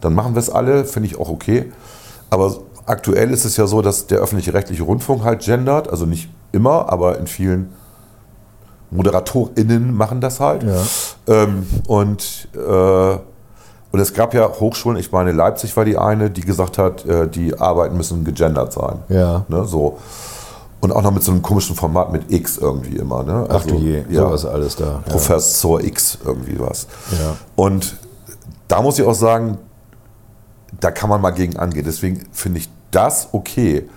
dann machen wir es alle, finde ich auch okay. Aber aktuell ist es ja so, dass der öffentlich-rechtliche Rundfunk halt gendert, also nicht immer, aber in vielen ModeratorInnen machen das halt. Ja. Ähm, und äh, Und es gab ja Hochschulen, ich meine, Leipzig war die eine, die gesagt hat, äh, die Arbeiten müssen gegendert sein. Ja. Ne, so. Und auch noch mit so einem komischen Format mit X irgendwie immer. Ne? Ach du je, ja. Also, sowas alles da. Ja. Professor X irgendwie was. Ja. Und da muss ich auch sagen, da kann man mal gegen angehen. Deswegen finde ich das okay.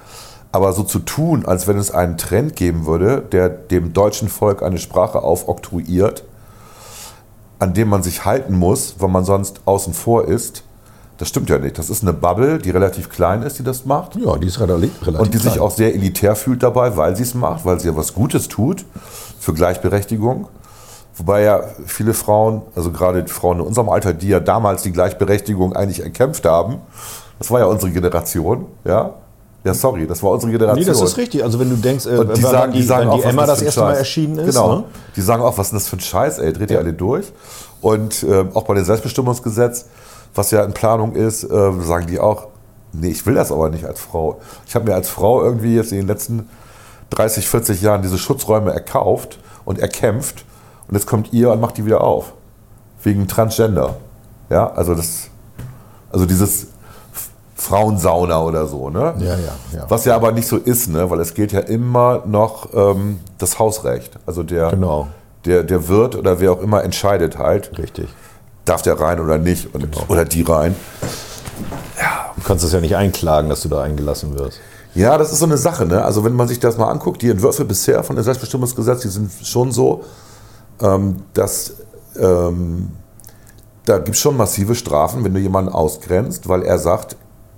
Aber so zu tun, als wenn es einen Trend geben würde, der dem deutschen Volk eine Sprache aufoktroyiert, an dem man sich halten muss, weil man sonst außen vor ist, das stimmt ja nicht. Das ist eine Bubble, die relativ klein ist, die das macht. ja, die ist relativ relativ Und die sich klein. auch sehr elitär fühlt dabei, weil sie es macht, weil sie ja was Gutes tut für Gleichberechtigung. Wobei ja viele Frauen, also gerade die Frauen in unserem Alter, die ja damals die Gleichberechtigung eigentlich erkämpft haben, das war ja unsere Generation, ja? Ja, sorry, das war unsere Generation. Nee, das ist richtig. Also wenn du denkst, äh, Und die wann sagen, die, sagen wann auch, die was Emma das für ein erste Mal Scheiß. erschienen ist. Genau. Ne? Die sagen auch, was ist denn das für ein Scheiß, ey, dreht ihr alle durch. Und ähm, auch bei dem Selbstbestimmungsgesetz, was ja in Planung ist, ähm, sagen die auch, nee, ich will das aber nicht als Frau. Ich habe mir als Frau irgendwie jetzt in den letzten 30, 40 Jahren diese Schutzräume erkauft und erkämpft. Und jetzt kommt ihr und macht die wieder auf. Wegen Transgender. Ja, also das, also dieses F- Frauensauna oder so, ne? Ja, ja, ja. Was ja aber nicht so ist, ne? weil es gilt ja immer noch ähm, das Hausrecht. Also der, Genau. der, der Wirt oder wer auch immer entscheidet halt, Richtig. darf der rein oder nicht und, oder die rein. Du kannst das ja nicht einklagen, dass du da eingelassen wirst. Ja, das ist so eine Sache. Ne? Also wenn man sich das mal anguckt, die Entwürfe bisher von dem Selbstbestimmungsgesetz, die sind schon so, ähm, dass ähm, da gibt es schon massive Strafen, wenn du jemanden ausgrenzt, weil er sagt,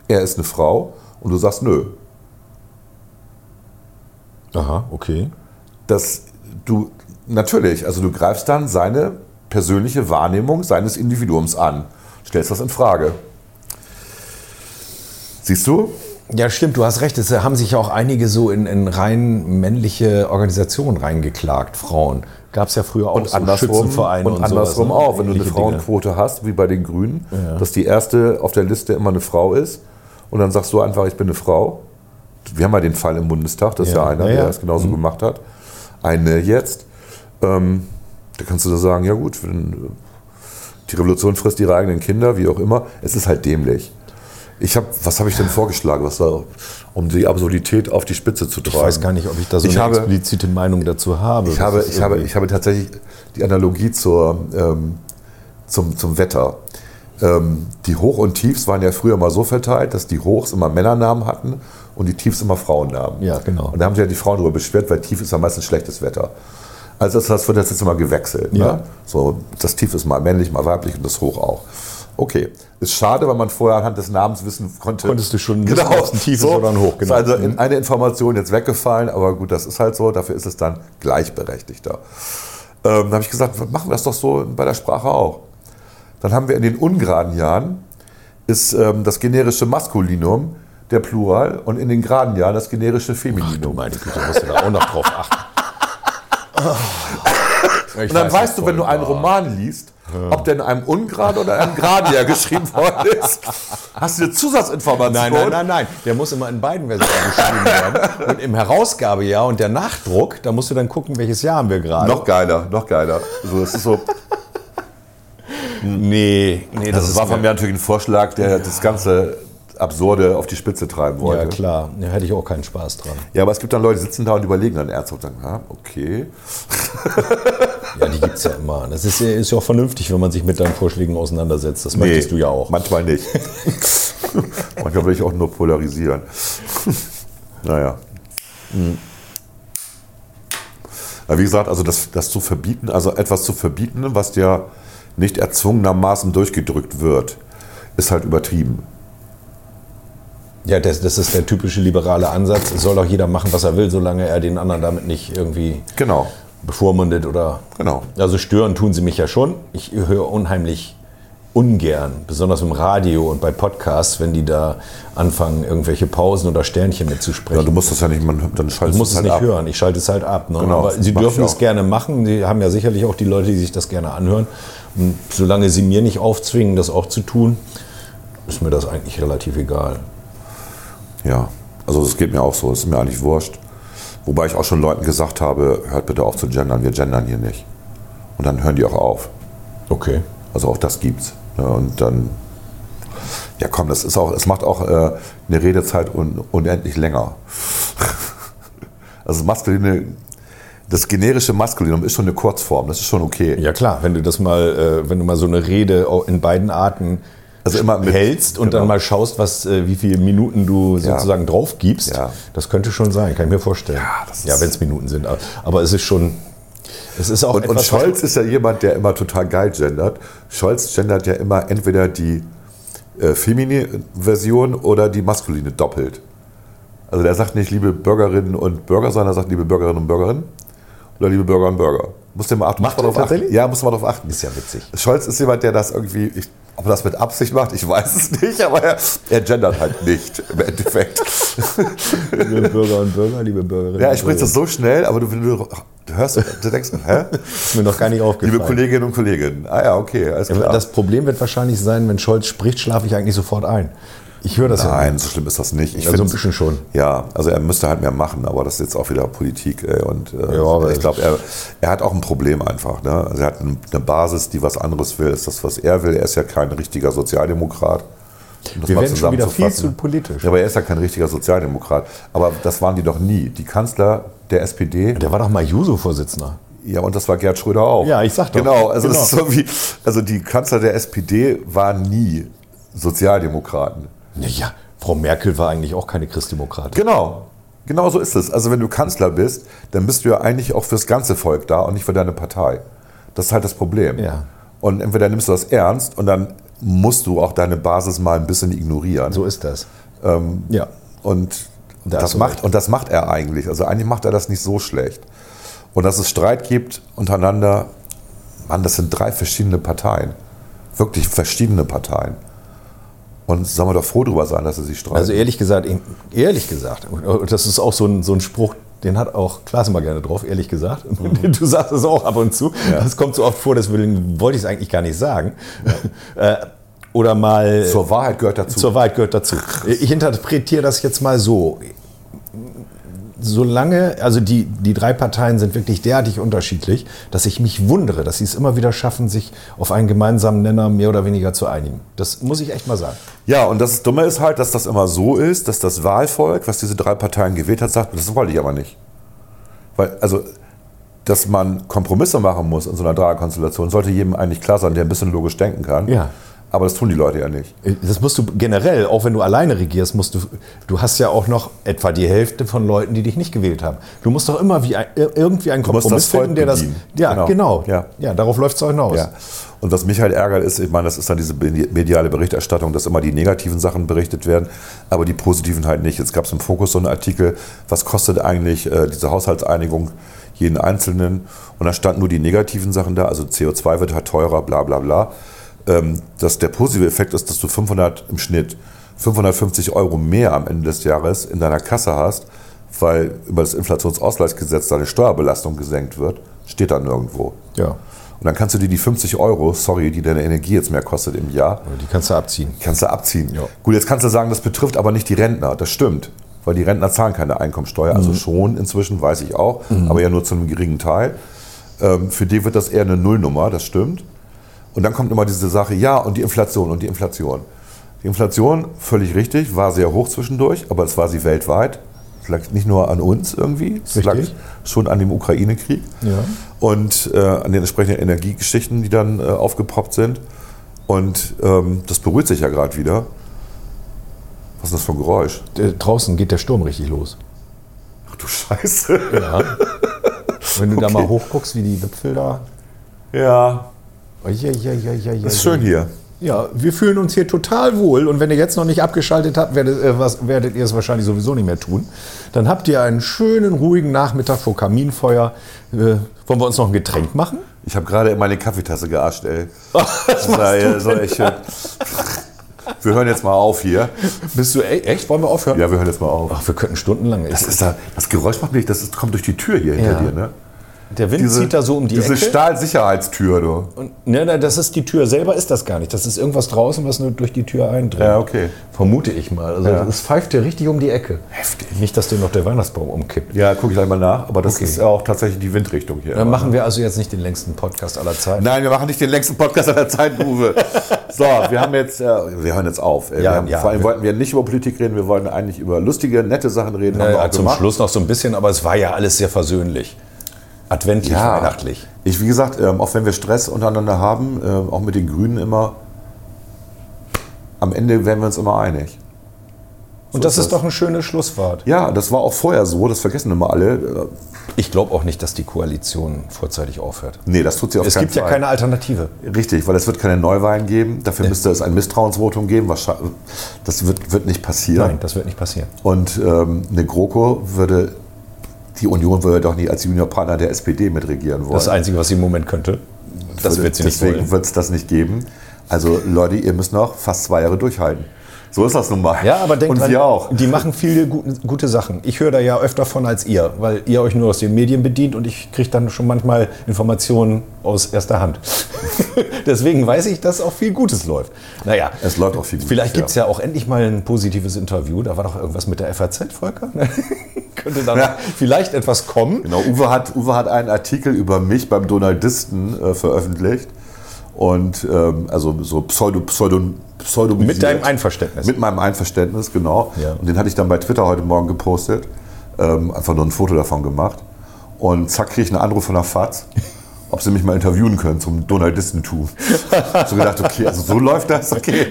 er ist eine Frau und du sagst, nö, Aha, okay. dass du natürlich, also du greifst dann seine persönliche Wahrnehmung seines Individuums an, stellst das in Frage. Siehst du? Ja, stimmt, du hast recht. Es äh, haben sich ja auch einige so in, in rein männliche Organisationen reingeklagt, Frauen. Gab es ja früher auch so Schützenvereine und, und andersrum sowas, ne? auch, wenn du eine Ähnliche Dinge. Frauenquote hast, wie bei den Grünen, dass die erste auf der Liste immer eine Frau ist und dann sagst du einfach, ich bin eine Frau. Wir haben ja den Fall im Bundestag, das ist Ja, ja einer, na ja. Mhm. der das genauso gemacht hat. Eine jetzt. Ähm, da kannst du da sagen, ja gut, wenn, äh, die Revolution frisst ihre eigenen Kinder, wie auch immer. Es ist halt dämlich. Ich habe, was habe ich denn vorgeschlagen, was da, um die Absurdität auf die Spitze zu treiben? Ich weiß gar nicht, ob ich da so Ich eine habe- explizite Meinung dazu habe. Ich Das habe, ist ich, habe, irgendwie- ich habe tatsächlich die Analogie zur, ähm, zum, zum Wetter. Ähm, die Hoch- und Tiefs waren ja früher mal so verteilt, dass die Hochs immer Männernamen hatten und die Tiefs immer Frauennamen. Ja, genau. Und da haben sich ja die Frauen darüber beschwert, weil Tief ist ja meistens schlechtes Wetter. Also das, das wird jetzt jetzt mal gewechselt. Ja. Ne? So, das Tief ist mal männlich, mal weiblich und das Hoch auch. Okay. Ist schade, weil man vorher anhand des Namens wissen konnte. Konntest du schon wissen, genau, ob es ein Tief ist oder ein Hoch, Ist genau. also in eine Information jetzt weggefallen, aber gut, das ist halt so. Dafür ist es dann gleichberechtigter. Ähm, da habe ich gesagt, machen wir das doch so bei der Sprache auch. Dann haben wir in den ungeraden Jahren ist ähm, das generische Maskulinum der Plural und in den geraden Jahren das generische Du Femininum. meine Güte, musst du da auch noch drauf achten. und dann weißt du, wenn du einen Roman liest, ob der in einem ungeraden oder einem geraden Jahr geschrieben worden ist. Hast du eine Zusatzinformation? Nein, nein, nein, nein. Der muss immer in beiden Versionen geschrieben werden. Und im Herausgabejahr und der Nachdruck, da musst du dann gucken, welches Jahr haben wir gerade. Noch geiler, noch geiler. So, das ist so. Nee, nee, das, Also es war von mir natürlich ein Vorschlag, der das ganze Absurde auf die Spitze treiben wollte. Ja, klar. Da hätte ich auch keinen Spaß dran. Ja, aber es gibt dann Leute, die sitzen da und überlegen dann ernsthaft und sagen, ja, okay. Ja, die gibt es ja immer. Das ist, ja- ist ja auch vernünftig, wenn man sich mit deinen Vorschlägen auseinandersetzt. Das möchtest du ja auch. Manchmal nicht. manchmal will ich auch nur polarisieren. naja. Hm. Aber wie gesagt, also das, das zu verbieten, also etwas zu verbieten, was dir nicht erzwungenermaßen durchgedrückt wird, ist halt übertrieben. Ja, das, das ist der typische liberale Ansatz. Es soll doch jeder machen, was er will, solange er den anderen damit nicht irgendwie Genau. bevormundet oder. Genau. Also stören tun sie mich ja schon. Ich höre unheimlich ungern, besonders im Radio und bei Podcasts, wenn die da anfangen, irgendwelche Pausen oder Sternchen mitzusprechen. Ja, du musst das ja nicht, man, dann schaltest Ich muss du es halt nicht ab. hören, ich schalte es halt ab. Ne? Genau, Aber das sie mach ich dürfen es auch. gerne machen. Sie haben ja sicherlich auch die Leute, die sich das gerne anhören. Und solange sie mir nicht aufzwingen, das auch zu tun, ist mir das eigentlich relativ egal. Ja, also es geht mir auch so, es ist mir eigentlich wurscht. Wobei ich auch schon Leuten gesagt habe, hört bitte auf zu gendern, wir gendern hier nicht. Und dann hören die auch auf. Okay. Also auch das gibt's. Ja, und dann, ja komm, das ist auch, es macht auch äh, eine Redezeit un, unendlich länger. also maskuline, das generische Maskulinum ist schon eine Kurzform, das ist schon okay. Ja klar, wenn du das mal, äh, wenn du mal so eine Rede au- in beiden Arten Also immer mit- hältst und dann genau. mal schaust, was, äh, wie viele Minuten du Ja. sozusagen drauf gibst, Ja. das könnte schon sein, kann ich mir vorstellen. Ja, das ist- wenn es Minuten sind. Aber, aber es ist schon, es ist auch Und, und etwas, was- Scholz ist ja jemand, der immer total geil gendert. Scholz gendert ja immer entweder die äh, feminine Version oder die maskuline doppelt. Also der sagt nicht liebe Bürgerinnen und Bürger, sondern er sagt liebe Bürgerinnen und Bürgerinnen oder liebe Bürger und Bürger. Muss der mal achten. Macht muss man er drauf achten. tatsächlich? Ja, muss man darauf achten. Ist ja witzig. Scholz ist jemand, der das irgendwie, ich, ob er das mit Absicht macht, ich weiß es nicht, aber er, er gendert halt nicht im Endeffekt. liebe Bürger und Bürger, liebe Bürgerinnen ja, und er spricht Bürger. das so schnell, aber du, wenn du hörst, du denkst, hä? ist mir noch gar nicht aufgefallen. Liebe Kolleginnen und Kollegen. Ah ja, okay, alles klar. Das Problem wird wahrscheinlich sein, wenn Scholz spricht, schlafe ich eigentlich sofort ein. Ich höre das ja Nein, nicht. so schlimm ist das nicht. Ich Also find's- ein bisschen schon. Ja, also er müsste halt mehr machen, aber das ist jetzt auch wieder Politik. Ey, und äh, Ja, aber- ich glaube, er, er hat auch ein Problem einfach. Ne? Also er hat ein- eine Basis, die was anderes will, ist das, was er will. Er ist ja kein richtiger Sozialdemokrat. Um das Wir mal werden schon wieder viel zusammenzufassen. zu politisch. Ja, aber er ist ja kein richtiger Sozialdemokrat. Aber das waren die doch nie. Die Kanzler der SPD, Der war doch mal Juso-Vorsitzender. ja, und das war Gerd Schröder auch. Ja, ich sag doch. Genau, also, Es ist Genau. so wie, also die Kanzler der SPD waren nie Sozialdemokraten. Naja, Frau Merkel war eigentlich auch keine Christdemokratin. Genau. Genau so ist es. Also wenn du Kanzler bist, dann bist du ja eigentlich auch fürs ganze Volk da und nicht für deine Partei. Das ist halt das Problem. Ja. Und entweder nimmst du das ernst und dann musst du auch deine Basis mal ein bisschen ignorieren. So ist das. Ähm, ja. Und, Da hast das du macht, recht. und das macht er eigentlich. Also eigentlich macht er das nicht so schlecht. Und dass es Streit gibt untereinander, Mann, das sind drei verschiedene Parteien. Wirklich verschiedene Parteien. Und sollen wir doch froh drüber sein, dass sie sich streiten. Also ehrlich gesagt, ich- ehrlich gesagt, und- und das ist auch so ein, so ein Spruch, den hat auch Klaas immer gerne drauf, ehrlich gesagt. Du sagst es auch ab und zu. Das kommt so oft vor, deswegen wollte ich es eigentlich gar nicht sagen. Äh, Oder mal Zur Wahrheit gehört dazu. Zur Wahrheit gehört dazu. Ich interpretiere das jetzt mal so. Solange, also die, die drei Parteien sind wirklich derartig unterschiedlich, dass ich mich wundere, dass sie es immer wieder schaffen, sich auf einen gemeinsamen Nenner mehr oder weniger zu einigen. Das muss ich echt mal sagen. Ja, und das Dumme ist halt, dass das immer so ist, dass das Wahlvolk, was diese drei Parteien gewählt hat, sagt, das wollte ich aber nicht. Weil, also, dass man Kompromisse machen muss in so einer Dreierkonstellation, sollte jedem eigentlich klar sein, der ein bisschen logisch denken kann. Ja. Aber das tun die Leute ja nicht. Äh, Das musst du generell, auch wenn du alleine regierst, musst du, du hast ja auch noch etwa die Hälfte von Leuten, die dich nicht gewählt haben. Du musst doch immer wie ein, irgendwie einen musst Kompromiss das Volk finden, der das, bedienen. ja, Genau. genau, Ja. ja. darauf läuft es auch hinaus. Ja. Und was mich halt ärgert ist, ich meine, das ist dann diese mediale Berichterstattung, dass immer die negativen Sachen berichtet werden, aber die positiven halt nicht. Jetzt gab es im Fokus so einen Artikel, was kostet eigentlich äh, diese Haushaltseinigung jeden Einzelnen? Und da standen nur die negativen Sachen da, also CO2 wird halt teurer, bla bla bla. Ähm, dass der positive Effekt ist, dass du 500 im Schnitt 550 Euro mehr am Ende des Jahres in deiner Kasse hast, weil über das Inflationsausgleichsgesetz deine Steuerbelastung gesenkt wird, steht dann irgendwo. Ja. Und dann kannst du dir die 50 Euro, sorry, die deine Energie jetzt mehr kostet im Jahr, Die kannst du abziehen. kannst du abziehen. Ja. Gut, jetzt kannst du sagen, das betrifft aber nicht die Rentner. Das stimmt, weil die Rentner zahlen keine Einkommensteuer. Mhm. Also schon inzwischen, weiß ich auch, aber ja nur zu einem geringen Teil. Ähm, für die wird das eher eine Nullnummer, das stimmt. Und dann kommt immer diese Sache, ja, und die Inflation und die Inflation. Die Inflation, völlig richtig, war sehr hoch zwischendurch, aber es war sie weltweit. Es lag nicht nur an uns irgendwie, es lag Richtig. schon an dem Ukraine-Krieg Ja. und äh, an den entsprechenden Energiegeschichten, die dann äh, aufgepoppt sind. Und ähm, das berührt sich ja gerade wieder. Was ist das für ein Geräusch? Äh, Draußen geht der Sturm richtig los. Ach du Scheiße. Wenn du da Okay. mal hochguckst, wie die Wipfel da. Ja. Oh, ja, ja, ja, ja, ja, Ist schön hier. Ja, wir fühlen uns hier total wohl. Und wenn ihr jetzt noch nicht abgeschaltet habt, werdet, äh, was, werdet ihr es wahrscheinlich sowieso nicht mehr tun. Dann habt ihr einen schönen, ruhigen Nachmittag vor Kaminfeuer. Äh, wollen wir uns noch ein Getränk machen? Ich habe gerade in meine Kaffeetasse gearscht, ey. Das war, ja, das war echt schön. Wir hören jetzt mal auf hier. Bist du e- echt? Wollen wir aufhören? Ja, wir hören jetzt mal auf. Ach, wir könnten stundenlang. Das, ist da, das Geräusch macht nicht, das ist, kommt durch die Tür hier hinter Ja. dir, ne? Der Wind diese, zieht da so um die diese Ecke. Stahlsicherheitstür, du. Und, ne, ne, das ist die Tür selber, ist das gar nicht. Das ist irgendwas draußen, was nur durch die Tür eindringt. Ja, okay. Vermute ich mal. Also Ja. es pfeift dir richtig um die Ecke. Heftig. Nicht, dass dir noch der Weihnachtsbaum umkippt. Ja, gucke ich gleich mal nach. Aber das Okay. ist ja auch tatsächlich die Windrichtung hier. ne? Dann machen wir also jetzt nicht den längsten Podcast aller Zeiten. Nein, wir machen nicht den längsten Podcast aller Zeiten, Uwe. So, wir haben jetzt, äh, wir hören jetzt auf. Äh, wir Ja, haben, ja. vor allem wollten wir nicht über Politik reden, wir wollten eigentlich über lustige, nette Sachen reden. haben wir Naja, auch zum gemacht. Schluss noch so ein bisschen, aber es war ja alles sehr versöhnlich. Adventlich, ja. weihnachtlich. Ich, wie gesagt, ähm, auch wenn wir Stress untereinander haben, ähm, auch mit den Grünen immer, am Ende werden wir uns immer einig. Und das ist ist das. doch ein schönes Schlusswort. Ja, das war auch vorher so, das vergessen immer alle. Äh, Ich glaube auch nicht, dass die Koalition vorzeitig aufhört. Nee, das tut sie auf Es keinen gibt ja Fall. keine Alternative. Richtig, weil es wird keine Neuwahlen geben. Dafür müsste es ein Misstrauensvotum geben. Wahrscheinlich- Das wird, wird nicht passieren. Nein, das wird nicht passieren. Und ähm, eine GroKo würde, die Union würde doch nicht als Juniorpartner der SPD mitregieren wollen. Das Einzige, was sie im Moment könnte, das Würde- wird sie nicht Deswegen wollen. wird es das nicht geben. Also Leute, ihr müsst noch fast zwei Jahre durchhalten. So ist das nun mal. Ja, aber denkt Und dran, wir auch. die machen viele gute, gute Sachen. Ich höre da ja öfter von als ihr, weil ihr euch nur aus den Medien bedient und ich kriege dann schon manchmal Informationen aus erster Hand. Deswegen weiß ich, dass auch viel Gutes läuft. Naja. Es läuft auch viel Gutes, Vielleicht gibt es ja. ja. auch endlich mal ein positives Interview. Da war doch irgendwas mit der FAZ, Volker. Könnte dann Ja. vielleicht etwas kommen. Genau, Uwe hat, Uwe hat einen Artikel über mich beim Donaldisten äh, veröffentlicht. Und ähm, also so pseudo, pseudo, pseudo Mit deinem Einverständnis. Mit meinem Einverständnis, genau. Ja. Und den hatte ich dann bei Twitter heute Morgen gepostet. Ähm, einfach nur ein Foto davon gemacht. Und zack, kriege ich einen Anruf von der FAZ, ob sie mich mal interviewen können zum Donaldistentum. so gedacht, okay, also so läuft das, okay.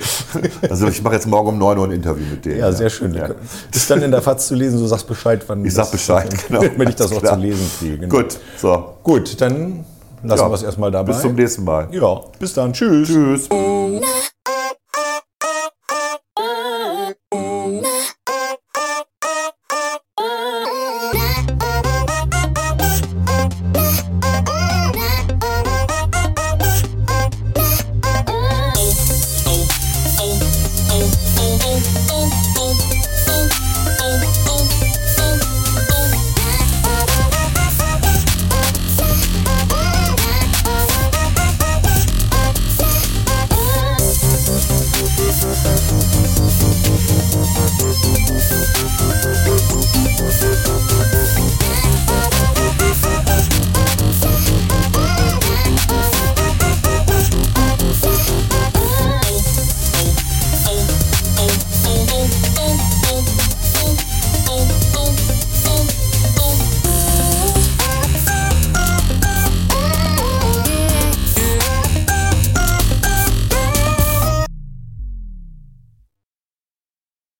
Also ich mache jetzt morgen um 9 Uhr ein Interview mit denen. Ja, sehr schön. Ja. Ist dann in der FAZ zu lesen, du sagst Bescheid, wann Ich sag Bescheid, genau. Wenn ich das Alles auch klar. zu lesen kriege. genau. Gut, so. Gut, dann lassen Ja. wir es erstmal dabei. Bis zum nächsten Mal. Ja, bis dann. Tschüss. Tschüss.